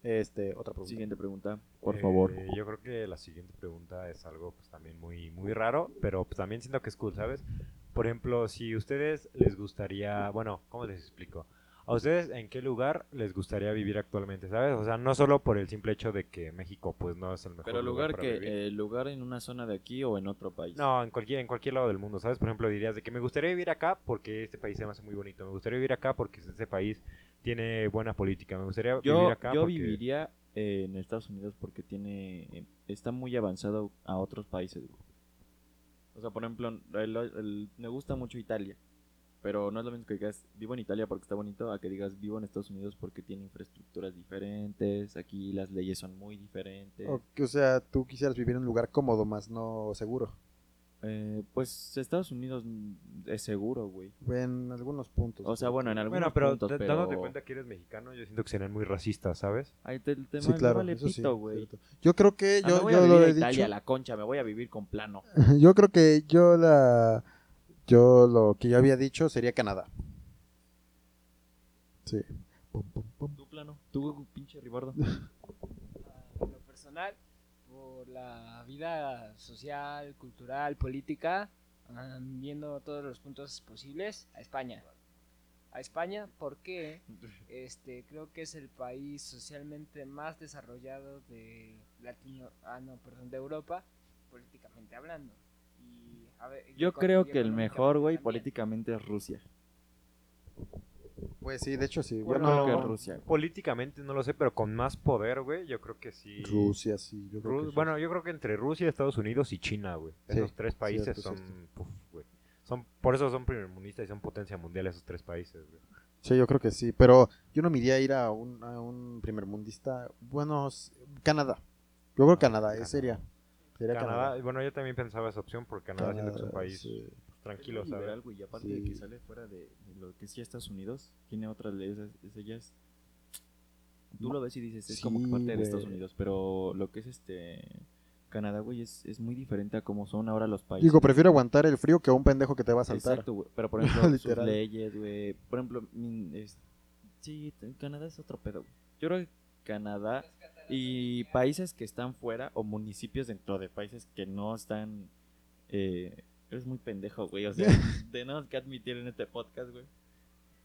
Speaker 2: este, otra pregunta.
Speaker 1: Siguiente pregunta, por
Speaker 3: Eh,
Speaker 1: favor.
Speaker 3: Yo creo que la siguiente pregunta es algo pues también muy muy raro, pero pues, también siento que es cool, ¿sabes? Por ejemplo, si ustedes les gustaría, bueno, ¿cómo les explico? ¿A ustedes en qué lugar les gustaría vivir actualmente, sabes? O sea, no solo por el simple hecho de que México, pues, no es el mejor
Speaker 1: Pero lugar
Speaker 3: para
Speaker 1: que,
Speaker 3: vivir.
Speaker 1: eh, lugar en una zona de aquí o en otro país.
Speaker 3: No, en cualquier, en cualquier lado del mundo, ¿sabes? Por ejemplo, dirías de que me gustaría vivir acá porque este país se me hace muy bonito. Me gustaría vivir acá porque este país tiene buena política. Me gustaría
Speaker 1: Yo,
Speaker 3: vivir acá
Speaker 1: yo
Speaker 3: porque...
Speaker 1: viviría eh, en Estados Unidos porque tiene eh, está muy avanzado a otros países. güey. O sea, por ejemplo, el- el- me gusta mucho Italia, pero no es lo mismo que digas vivo en Italia porque está bonito a que digas vivo en Estados Unidos porque tiene infraestructuras diferentes, aquí las leyes son muy diferentes.
Speaker 2: O, que, Eh, o sea, tú quisieras vivir en un lugar cómodo, más no seguro.
Speaker 1: Eh, pues Estados Unidos mm, es seguro, güey.
Speaker 2: En algunos puntos.
Speaker 1: O sea, bueno, en algunos
Speaker 3: Bueno, pero
Speaker 1: puntos,
Speaker 3: da-
Speaker 1: pero
Speaker 3: dándote cuenta que eres mexicano, yo siento que serán muy racistas, ¿sabes?
Speaker 1: ahí te- el tema
Speaker 2: Sí,
Speaker 1: me
Speaker 2: claro,
Speaker 1: vale
Speaker 2: eso sí,
Speaker 1: pito, güey.
Speaker 2: cierto. Yo creo que
Speaker 1: Ah,
Speaker 2: yo,
Speaker 1: me voy
Speaker 2: yo
Speaker 1: a
Speaker 2: lo
Speaker 1: vivir a
Speaker 2: he
Speaker 1: Italia,
Speaker 2: dicho.
Speaker 1: a la concha, me voy a vivir con plano.
Speaker 2: Yo creo que yo la yo lo que yo había dicho sería Canadá. Sí. Pum, pum, pum.
Speaker 1: Tú plano, tú pinche Ribardo.
Speaker 4: a lo personal, por la vida social, cultural, política, ah, viendo todos los puntos posibles, a España. A España porque este, creo que es el país socialmente más desarrollado de Latino, ah, no, perdón, de Europa, políticamente hablando. Y, a ver, y
Speaker 1: Yo
Speaker 4: eco-
Speaker 1: creo
Speaker 4: y
Speaker 1: que el mejor, güey,
Speaker 4: económicamente
Speaker 1: políticamente es Rusia.
Speaker 2: Pues sí, de hecho sí.
Speaker 1: Yo
Speaker 3: Bueno,
Speaker 2: Bueno,
Speaker 1: creo que
Speaker 3: no.
Speaker 1: es Rusia, güey.
Speaker 3: Políticamente no lo sé, pero con más poder, güey, yo creo que sí.
Speaker 2: Rusia sí, yo creo
Speaker 3: Ru-
Speaker 2: que sí.
Speaker 3: bueno, yo creo que entre Rusia, Estados Unidos y China, güey.
Speaker 2: Sí,
Speaker 3: Esos tres países
Speaker 2: cierto,
Speaker 3: son,
Speaker 2: cierto.
Speaker 3: puf, güey. son... Por eso son primermundistas y son potencia mundial esos tres países, güey.
Speaker 2: Sí, yo creo que sí, pero yo no me iría a ir a un, a un primer mundista. Bueno, s- Canadá. Yo creo Canadá, eh,
Speaker 3: Canadá.
Speaker 2: sería. Sería
Speaker 3: Canadá,
Speaker 2: Canadá.
Speaker 3: bueno, yo también pensaba esa opción porque Canadá, siendo que es un
Speaker 2: Canadá,
Speaker 3: país
Speaker 2: sí.
Speaker 3: tranquilo,
Speaker 1: Es liberal,
Speaker 3: ¿sabes?
Speaker 1: güey, y aparte
Speaker 2: Sí.
Speaker 1: de que sale fuera de, de lo que sí Estados Unidos, tiene otras leyes, es- es- ella es- Tú lo ves y dices, es como que
Speaker 2: Sí,
Speaker 1: parte de
Speaker 2: güey.
Speaker 1: Estados Unidos, pero lo que es este... Canadá, güey, es, es muy diferente a cómo son ahora los países.
Speaker 2: Digo, prefiero aguantar el frío que a un pendejo que te va a saltar.
Speaker 1: Exacto, güey, pero por ejemplo, sus
Speaker 2: Literal.
Speaker 1: leyes, güey, por ejemplo, mm, es- sí, t- Canadá es otro pedo, güey. Yo creo que Canadá y países que están fuera o municipios dentro de países que no están. Eh, eres muy pendejo, güey. O sea, tenemos que admitir en este podcast, güey,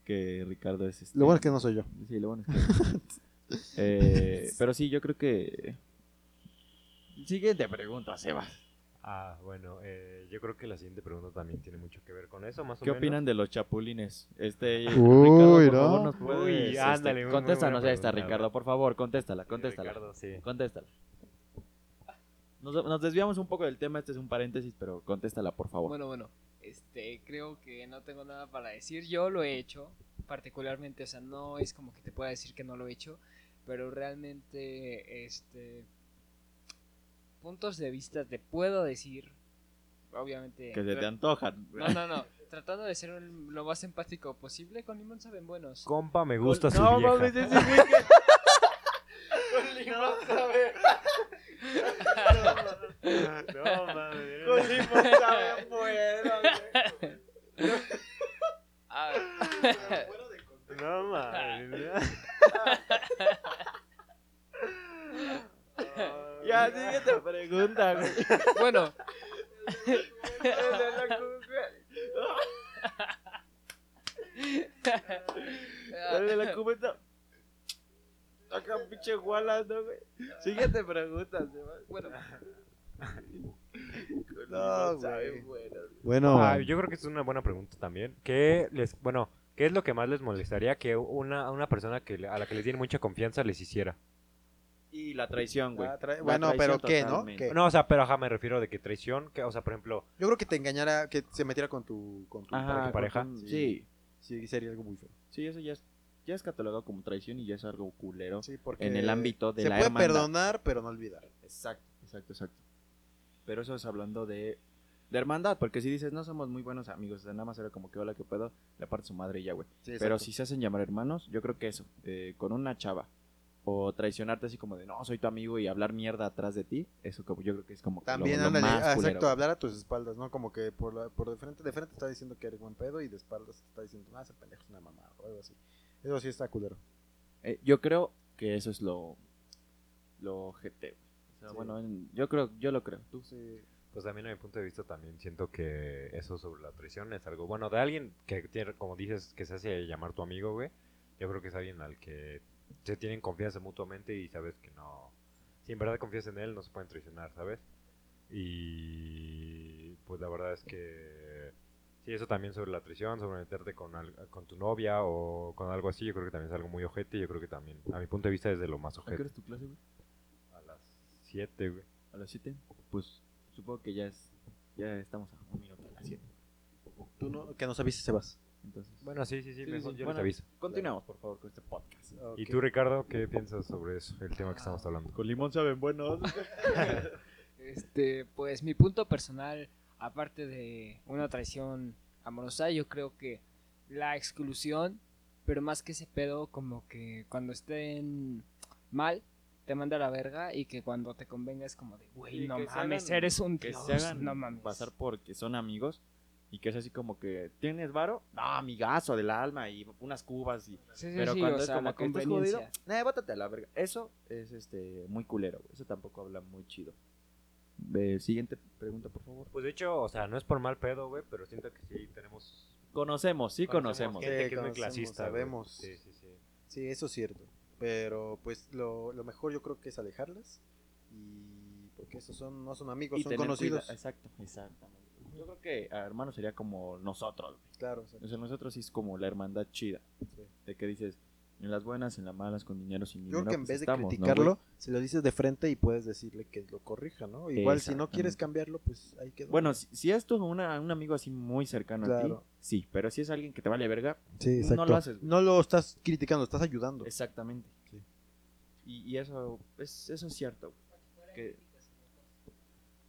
Speaker 1: que Ricardo es. Este,
Speaker 2: Lo bueno es que no soy yo.
Speaker 1: Sí, lo bueno es que. Eh, pero sí, yo creo que. Siguiente pregunta, Sebas.
Speaker 3: Ah, bueno, eh, yo creo que la siguiente pregunta también tiene mucho que ver con eso, más o
Speaker 1: ¿Qué
Speaker 3: menos.
Speaker 1: opinan de los chapulines? Este, Ricardo,
Speaker 2: Uy,
Speaker 1: por
Speaker 2: ¿no?
Speaker 1: favor, nos
Speaker 3: Uy,
Speaker 1: puedes, este,
Speaker 3: ándale, muy- muy
Speaker 1: contéstanos
Speaker 3: buena
Speaker 1: esta,
Speaker 3: pregunta,
Speaker 1: Ricardo,
Speaker 3: güey.
Speaker 1: por favor, contéstala,
Speaker 3: Sí,
Speaker 1: contéstala.
Speaker 3: Eh, Ricardo, sí.
Speaker 1: Contéstala. Nos, nos desviamos un poco del tema, este es un paréntesis, pero contéstala, por favor.
Speaker 4: Bueno, bueno, este, creo que no tengo nada para decir. Yo lo he hecho, particularmente, o sea, no es como que te pueda decir que no lo he hecho, pero realmente, este, puntos de vista te puedo decir, obviamente.
Speaker 1: que se
Speaker 4: tra-
Speaker 1: te antojan.
Speaker 4: No, no, no, tratando de ser el- lo más empático posible, con limón saben buenos.
Speaker 3: Compa, me gusta su
Speaker 1: no
Speaker 3: vieja.
Speaker 1: mames, ese
Speaker 3: No
Speaker 1: Pues,
Speaker 3: mames.
Speaker 4: Ah,
Speaker 3: No mames.
Speaker 1: Ya, siguiente pregunta, güey.
Speaker 4: bueno,
Speaker 1: El de la cubeta. Acá pinche gualas, ¿no, güey? Siguiente pregunta, Sebas.
Speaker 4: bueno,
Speaker 2: No,
Speaker 1: Sabe,
Speaker 2: güey.
Speaker 1: bueno.
Speaker 2: Bueno,
Speaker 3: Ah, yo creo que es una buena pregunta también. ¿Qué les, bueno, qué es lo que más les molestaría que una, una persona que, le- a la que les tiene mucha confianza les hiciera?
Speaker 1: Y la traición, güey.
Speaker 2: la tra-
Speaker 1: La
Speaker 2: bueno,
Speaker 1: traición
Speaker 2: pero ¿qué,
Speaker 1: totalmente.
Speaker 2: no? ¿Qué?
Speaker 3: No, o sea, pero ajá, me refiero de que traición, que, o sea, por ejemplo,
Speaker 2: Yo creo que te engañara, que se metiera con tu, con tu
Speaker 1: Ajá,
Speaker 3: pareja.
Speaker 1: con-
Speaker 2: Sí.
Speaker 1: Sí,
Speaker 2: Sí, sería algo muy feo.
Speaker 1: sí, eso ya es, ya es catalogado como traición y ya es algo culero.
Speaker 2: Sí, porque
Speaker 1: En el ámbito de
Speaker 2: se
Speaker 1: la
Speaker 2: puede
Speaker 1: hermandad.
Speaker 2: perdonar, pero no olvidar.
Speaker 1: Exacto, exacto, exacto. Pero eso es hablando de, de hermandad, porque si dices, no somos muy buenos amigos, o sea, nada más era como que hola, que pedo, le parte su madre y ya, güey. Pero si se hacen llamar hermanos, yo creo que eso, eh, con una chava, o traicionarte así como de, no, soy tu amigo y hablar mierda atrás de ti, eso como yo creo que es como que lo-
Speaker 2: También
Speaker 1: lo,
Speaker 2: ándale,
Speaker 1: más
Speaker 2: ah,
Speaker 1: culero,
Speaker 2: exacto,
Speaker 1: güey.
Speaker 2: hablar a tus espaldas, ¿no? Como que por, la- por de frente, de frente está diciendo que eres buen pedo y de espaldas está diciendo, ah, ese pendejo es una mamada o algo así. Eso sí está culero.
Speaker 1: Eh, yo creo que eso es lo, lo GT, güey. O sea,
Speaker 2: Sí.
Speaker 1: bueno, en- yo creo, yo lo creo. Tú
Speaker 3: Pues también a mi punto de vista también siento que eso sobre la traición es algo bueno de alguien que tiene, como dices, que se hace llamar tu amigo, güey. Yo creo que es alguien al que se tienen confianza mutuamente y sabes que no. Si en verdad confías en él, no se pueden traicionar, ¿sabes? Y pues la verdad es que. Sí, eso también sobre la traición, sobre meterte con, al- con tu novia o con algo así, yo creo que también es algo muy ojete. Yo creo que también, a mi punto de vista, es de lo más
Speaker 1: ¿A qué hora
Speaker 3: ojete.
Speaker 1: es tu clase, güey?
Speaker 3: A las 7, güey.
Speaker 1: ¿A las 7? Pues supongo que ya es. Ya estamos a un minuto a las 7.
Speaker 2: Tú no, que nos avises, Sebas.
Speaker 1: Entonces.
Speaker 3: Bueno, sí, sí, sí,
Speaker 1: Sí,
Speaker 3: mejor
Speaker 1: sí,
Speaker 3: yo les
Speaker 1: bueno.
Speaker 3: aviso.
Speaker 1: Continuamos, por favor, con este podcast.
Speaker 3: ¿Y tú, Ricardo, qué piensas sobre eso, el tema que estamos hablando?
Speaker 6: Con limón saben buenos.
Speaker 4: Este, pues mi punto personal, aparte de una traición amorosa, yo creo que la exclusión, pero más que ese pedo, como que cuando estén mal, te manda a la verga y que cuando te convenga es como de, güey,
Speaker 1: Y
Speaker 4: no
Speaker 1: que se
Speaker 4: mames,
Speaker 1: hagan-
Speaker 4: eres un
Speaker 1: Que
Speaker 4: dios,
Speaker 1: se hagan
Speaker 4: no mames.
Speaker 1: pasar porque son amigos y que es así como que tienes varo, no, amigazo del alma y unas cubas y
Speaker 4: Sí, sí,
Speaker 1: pero
Speaker 4: sí,
Speaker 1: cuando
Speaker 4: o
Speaker 1: es
Speaker 4: sea,
Speaker 1: como
Speaker 4: la
Speaker 1: que estás
Speaker 4: conveniencia.
Speaker 1: jodido, "Nah, bótate a la verga. Eso es este muy culero, güey. Eso tampoco habla muy chido. Ve, siguiente pregunta, por favor.
Speaker 3: Pues de hecho, o sea, no es por mal pedo, güey, pero siento que sí tenemos
Speaker 1: Conocemos, sí conocemos.
Speaker 3: gente
Speaker 2: Sí,
Speaker 3: que es muy
Speaker 2: conocemos,
Speaker 3: clasista. güey.
Speaker 2: sabemos.
Speaker 3: Sí, sí, sí.
Speaker 2: Sí, eso es cierto. Pero pues lo, lo mejor yo creo que es alejarlas. Y porque esos son, no son amigos,
Speaker 1: Y
Speaker 2: son
Speaker 1: tener
Speaker 2: conocidos.
Speaker 1: cuida- Exacto, exactamente. Yo creo que a hermano sería como nosotros, güey.
Speaker 2: Claro, o sea,
Speaker 1: O sea, nosotros sí es como la hermandad chida.
Speaker 2: sí.
Speaker 1: De que dices, en las buenas, en las malas, con dinero, sin
Speaker 2: Yo
Speaker 1: dinero.
Speaker 2: creo que en
Speaker 1: pues
Speaker 2: vez de
Speaker 1: estamos, ¿no, güey?
Speaker 2: criticarlo, se lo dices de frente y puedes decirle que lo corrija, ¿no? Igual si no
Speaker 1: Exactamente.
Speaker 2: quieres cambiarlo, pues ahí quedó.
Speaker 1: Bueno, si, si es tu una- un amigo así muy cercano a
Speaker 2: Claro.
Speaker 1: ti, sí, pero si es alguien que te vale verga,
Speaker 2: Sí,
Speaker 1: no lo
Speaker 2: exacto.
Speaker 1: haces, güey.
Speaker 2: No lo estás criticando, estás ayudando.
Speaker 1: exactamente.
Speaker 2: Sí.
Speaker 1: Y, y eso, es, eso es cierto. güey, que-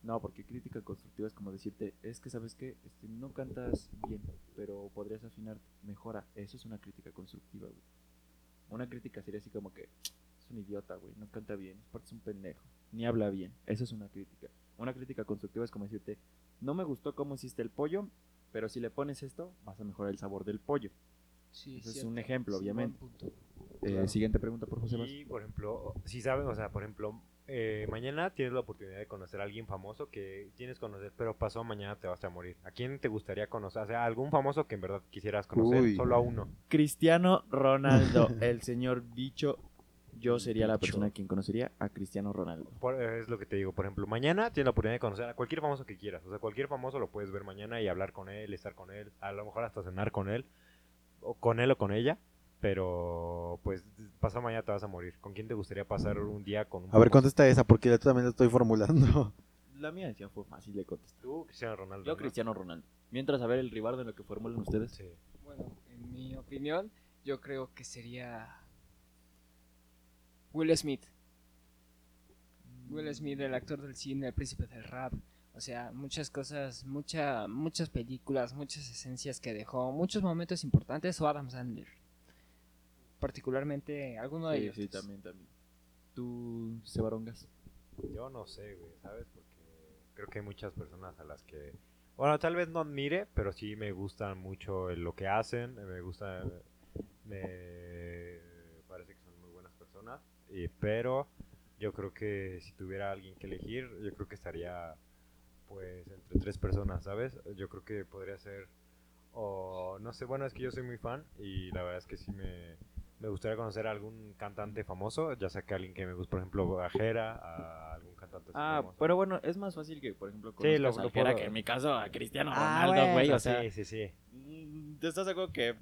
Speaker 1: No, porque crítica constructiva es como decirte, es que sabes que no cantas bien, pero podrías afinar, mejora. Eso es una crítica constructiva, güey. Una crítica sería así como que es un idiota, güey, no canta bien, aparte es un pendejo, ni habla bien. Eso es una crítica. Una crítica constructiva es como decirte, no me gustó cómo hiciste el pollo, pero si le pones esto, vas a mejorar el sabor del pollo.
Speaker 4: Sí,
Speaker 1: Ese pues es
Speaker 4: cierto,
Speaker 1: un ejemplo,
Speaker 4: sí, buen
Speaker 1: obviamente.
Speaker 4: punto.
Speaker 1: Eh, Siguiente pregunta, por José
Speaker 3: Y, por ejemplo, si saben, o sea, por ejemplo, eh, mañana tienes la oportunidad de conocer a alguien famoso que tienes que conocer, pero pasó mañana te vas a morir. ¿A quién te gustaría conocer? O sea, algún famoso que en verdad quisieras conocer,
Speaker 2: Uy.
Speaker 3: solo a uno.
Speaker 1: Cristiano Ronaldo, el señor bicho. Yo sería la persona quien conocería a Cristiano Ronaldo.
Speaker 3: Por- eh, es lo que te digo, por ejemplo, mañana tienes la oportunidad de conocer a cualquier famoso que quieras. O sea, cualquier famoso lo puedes ver mañana y hablar con él, estar con él, a lo mejor hasta cenar con él, o con él o con ella. Pero, pues, pasado mañana te vas a morir. ¿Con quién te gustaría pasar un día con un
Speaker 2: A ver,
Speaker 3: famoso?
Speaker 2: contesta esa, porque yo también la estoy formulando.
Speaker 1: La mía ya fue fácil de contestar.
Speaker 3: Tú, Cristiano Ronaldo.
Speaker 1: Yo,
Speaker 3: ¿no?
Speaker 1: Cristiano Ronaldo. Mientras, a ver el rival de lo que formulan ustedes.
Speaker 3: Sí.
Speaker 4: Bueno, en mi opinión, yo creo que sería Will Smith. Will Smith, el actor del cine, el príncipe del rap. O sea, muchas cosas, mucha, muchas películas, muchas esencias que dejó, muchos momentos importantes, o Adam Sandler. Particularmente alguno de
Speaker 1: Sí,
Speaker 4: ellos.
Speaker 1: sí,
Speaker 4: dos.
Speaker 1: también, también. Tú, Sebarongas. Pues,
Speaker 3: Yo no sé, güey, ¿sabes? Porque creo que hay muchas personas a las que... Bueno, tal vez no admire, pero sí me gusta mucho el- lo que hacen, me gusta... Me parece que son muy buenas personas, y- pero yo creo que si tuviera alguien que elegir, yo creo que estaría pues entre tres personas, ¿sabes? Yo creo que podría ser... O no sé, bueno, es que yo soy muy fan y la verdad es que sí me, me gustaría conocer a algún cantante famoso, ya sea que alguien que me guste, por ejemplo, a Jera, a algún cantante así
Speaker 1: Ah,
Speaker 3: famoso.
Speaker 1: pero bueno, es más fácil que, por ejemplo,
Speaker 3: Sí, lo-
Speaker 1: conozcas a
Speaker 3: lo
Speaker 1: Jera,
Speaker 3: puedo-
Speaker 1: que en mi caso a Cristiano
Speaker 5: Ah,
Speaker 1: Ronaldo, güey.
Speaker 5: bueno,
Speaker 1: o sea,
Speaker 3: sí, sí, sí.
Speaker 1: mm, te estás de acuerdo que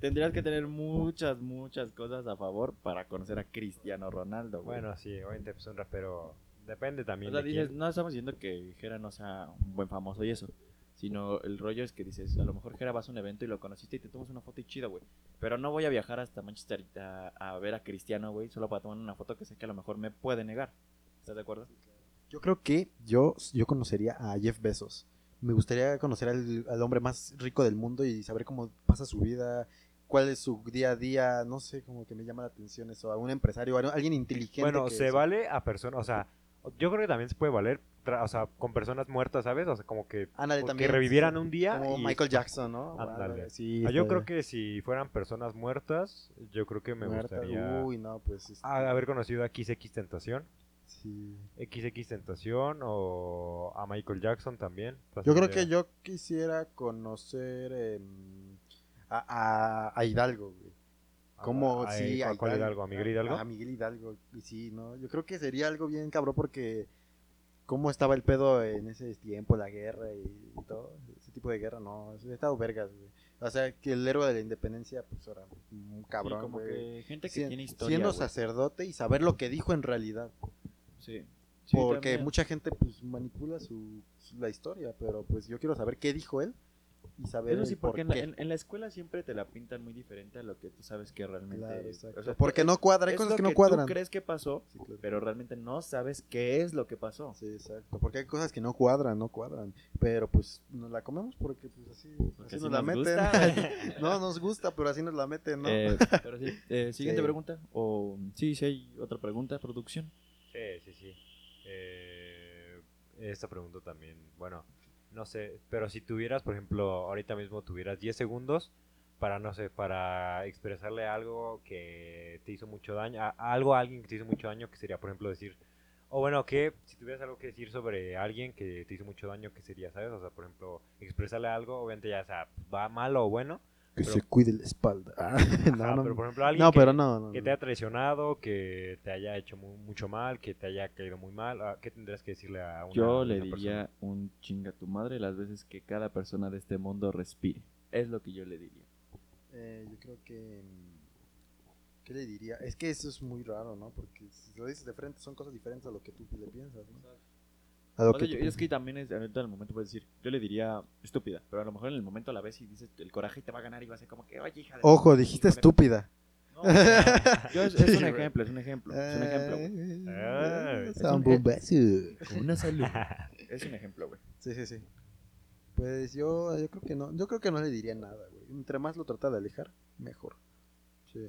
Speaker 1: tendrías que tener muchas, muchas cosas a favor para conocer a Cristiano Ronaldo, güey.
Speaker 3: Bueno, sí, obviamente pues, un rapero. Depende también.
Speaker 1: O sea,
Speaker 3: de quién.
Speaker 1: dices, no estamos diciendo que Jera no sea un buen famoso y eso. Sino el rollo es que dices, a lo mejor Jera vas a un evento y lo conociste y te tomas una foto y chida, güey. Pero no voy a viajar hasta Manchester a, a ver a Cristiano, güey, solo para tomar una foto que sé que a lo mejor me puede negar. ¿Estás de acuerdo?
Speaker 2: Yo creo que yo, yo conocería a Jeff Bezos. Me gustaría conocer al, al hombre más rico del mundo y saber cómo pasa su vida, cuál es su día a día, no sé, como que me llama la atención eso, a un empresario, a alguien inteligente.
Speaker 3: Bueno,
Speaker 2: que
Speaker 3: se
Speaker 2: es-
Speaker 3: vale a personas, o sea, yo creo que también se puede valer, tra- o sea, con personas muertas, ¿sabes? O sea, como que,
Speaker 2: Ándale,
Speaker 3: o que
Speaker 2: también.
Speaker 3: revivieran un día.
Speaker 2: Como
Speaker 3: y-
Speaker 2: Michael Jackson, ¿no?
Speaker 3: Ándale.
Speaker 2: Sí,
Speaker 3: Ah, yo
Speaker 2: está-
Speaker 3: creo que si fueran personas muertas, yo creo que me
Speaker 2: Marta,
Speaker 3: gustaría
Speaker 2: Uy, no, pues. este,
Speaker 3: a- haber conocido a XX Tentación,
Speaker 2: sí.
Speaker 3: XX Tentación o a Michael Jackson también.
Speaker 2: Yo creo que yo quisiera conocer em, a, a- a Hidalgo, güey.
Speaker 5: ¿Cómo?
Speaker 3: Ah,
Speaker 5: sí,
Speaker 3: ¿cuál-
Speaker 5: a
Speaker 3: cuál Hidalgo? ¿A Miguel Hidalgo?
Speaker 5: A Ah, Miguel Hidalgo, y sí, ¿no? Yo creo que sería algo bien cabrón porque cómo estaba el pedo en ese tiempo, la guerra y, y todo, ese tipo de guerra, no, eso ha estado vergas, güey. O sea, que el héroe de la independencia, pues era un cabrón,
Speaker 1: como
Speaker 5: güey.
Speaker 1: que gente que
Speaker 5: Sien-
Speaker 1: tiene historia.
Speaker 5: siendo
Speaker 1: güey.
Speaker 5: sacerdote y saber lo que dijo en realidad.
Speaker 1: Sí. Sí,
Speaker 5: porque
Speaker 1: también.
Speaker 5: mucha gente pues manipula su, su- la historia, pero pues yo quiero saber qué dijo él y saber
Speaker 1: Eso sí,
Speaker 5: el por
Speaker 1: porque
Speaker 5: qué.
Speaker 1: en la, en- en la escuela siempre te la pintan muy diferente a lo que tú sabes que realmente.
Speaker 5: Claro,
Speaker 1: o
Speaker 5: exacto.
Speaker 1: sea,
Speaker 5: porque no cuadra, hay
Speaker 1: es
Speaker 5: cosas
Speaker 1: lo
Speaker 5: que no
Speaker 1: tú
Speaker 5: cuadran.
Speaker 1: crees que pasó,
Speaker 5: Sí, claro.
Speaker 1: pero realmente no sabes qué es lo que pasó.
Speaker 5: Sí, exacto. Porque hay cosas que no cuadran, no cuadran. Pero pues nos la comemos porque pues así, así
Speaker 1: así
Speaker 5: nos la
Speaker 1: nos
Speaker 5: meten.
Speaker 1: gusta.
Speaker 5: no nos gusta, pero así nos la meten, ¿no?
Speaker 1: Eh, pero sí, eh, siguiente
Speaker 5: Sí.
Speaker 1: pregunta. O sí, sí hay otra pregunta, producción.
Speaker 3: Sí, sí, sí. Eh, esta pregunta también, bueno, no sé, pero si tuvieras, por ejemplo, ahorita mismo tuvieras 10 segundos para, no sé, para expresarle algo que te hizo mucho daño, a- a algo a alguien que te hizo mucho daño, que sería, por ejemplo, decir, o bueno, que si tuvieras algo que decir sobre alguien que te hizo mucho daño, que sería, ¿sabes? O sea, por ejemplo, expresarle algo, obviamente ya sea, va malo o bueno,
Speaker 5: que
Speaker 3: pero-
Speaker 5: se cuide la espalda. no,
Speaker 3: ajá,
Speaker 5: no,
Speaker 3: pero
Speaker 5: no,
Speaker 3: por ejemplo, alguien que-
Speaker 5: pero no, no,
Speaker 3: que
Speaker 5: no.
Speaker 3: te haya traicionado, que te haya hecho mu- mucho mal, que te haya caído muy mal. ah, ¿Qué tendrías que decirle a una
Speaker 1: Yo
Speaker 3: a
Speaker 1: le
Speaker 3: esa persona?
Speaker 1: diría un chinga tu madre las veces que cada persona de este mundo respire. Es lo que yo le diría.
Speaker 5: Eh, yo creo que... mm, ¿Qué le diría? Es que eso es muy raro, ¿no? Porque si lo dices de frente son cosas diferentes a lo que tú le piensas, ¿no? A lo
Speaker 1: O sea,
Speaker 5: que
Speaker 1: yo-
Speaker 5: tú-
Speaker 1: es que también es, ahorita en el momento puedes decir, yo le diría estúpida, pero a lo mejor en el momento a la vez y dices el coraje te va a ganar y va a ser como que, oye, hija de
Speaker 5: Ojo,
Speaker 1: puta,
Speaker 5: dijiste
Speaker 1: hijo de puta".
Speaker 5: estúpida.
Speaker 1: No, no, Oh, yo es, es
Speaker 5: Sí,
Speaker 1: un
Speaker 5: güey.
Speaker 1: ejemplo, es un ejemplo, es un ejemplo, Eh. güey.
Speaker 3: Ah,
Speaker 5: Eh,
Speaker 3: es
Speaker 5: San
Speaker 1: un-
Speaker 5: Bombazo.
Speaker 1: Una salud. Es un ejemplo, güey.
Speaker 5: Sí, sí, sí. Pues yo, yo creo que no, yo creo que no le diría nada, güey. Entre más lo trata de alejar, mejor. Sí.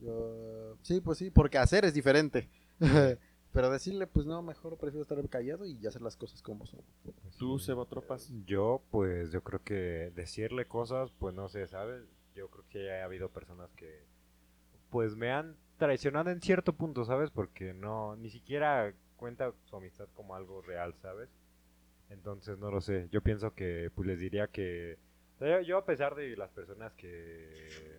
Speaker 5: Yo- sí, pues sí, porque hacer es diferente. Pero decirle, pues no, mejor prefiero estar callado y hacer las cosas como son.
Speaker 3: Pues,
Speaker 1: Tú,
Speaker 3: sí.
Speaker 1: Seba Tropas.
Speaker 3: Yo, pues, yo creo que decirle cosas, pues no sé, ¿sabes? Yo creo que ha habido personas que, pues, me han traicionado en cierto punto, ¿sabes? Porque no, ni siquiera cuenta su amistad como algo real, ¿sabes? Entonces, no lo sé. Yo pienso que, pues, les diría que. o sea, yo, yo a pesar de las personas que.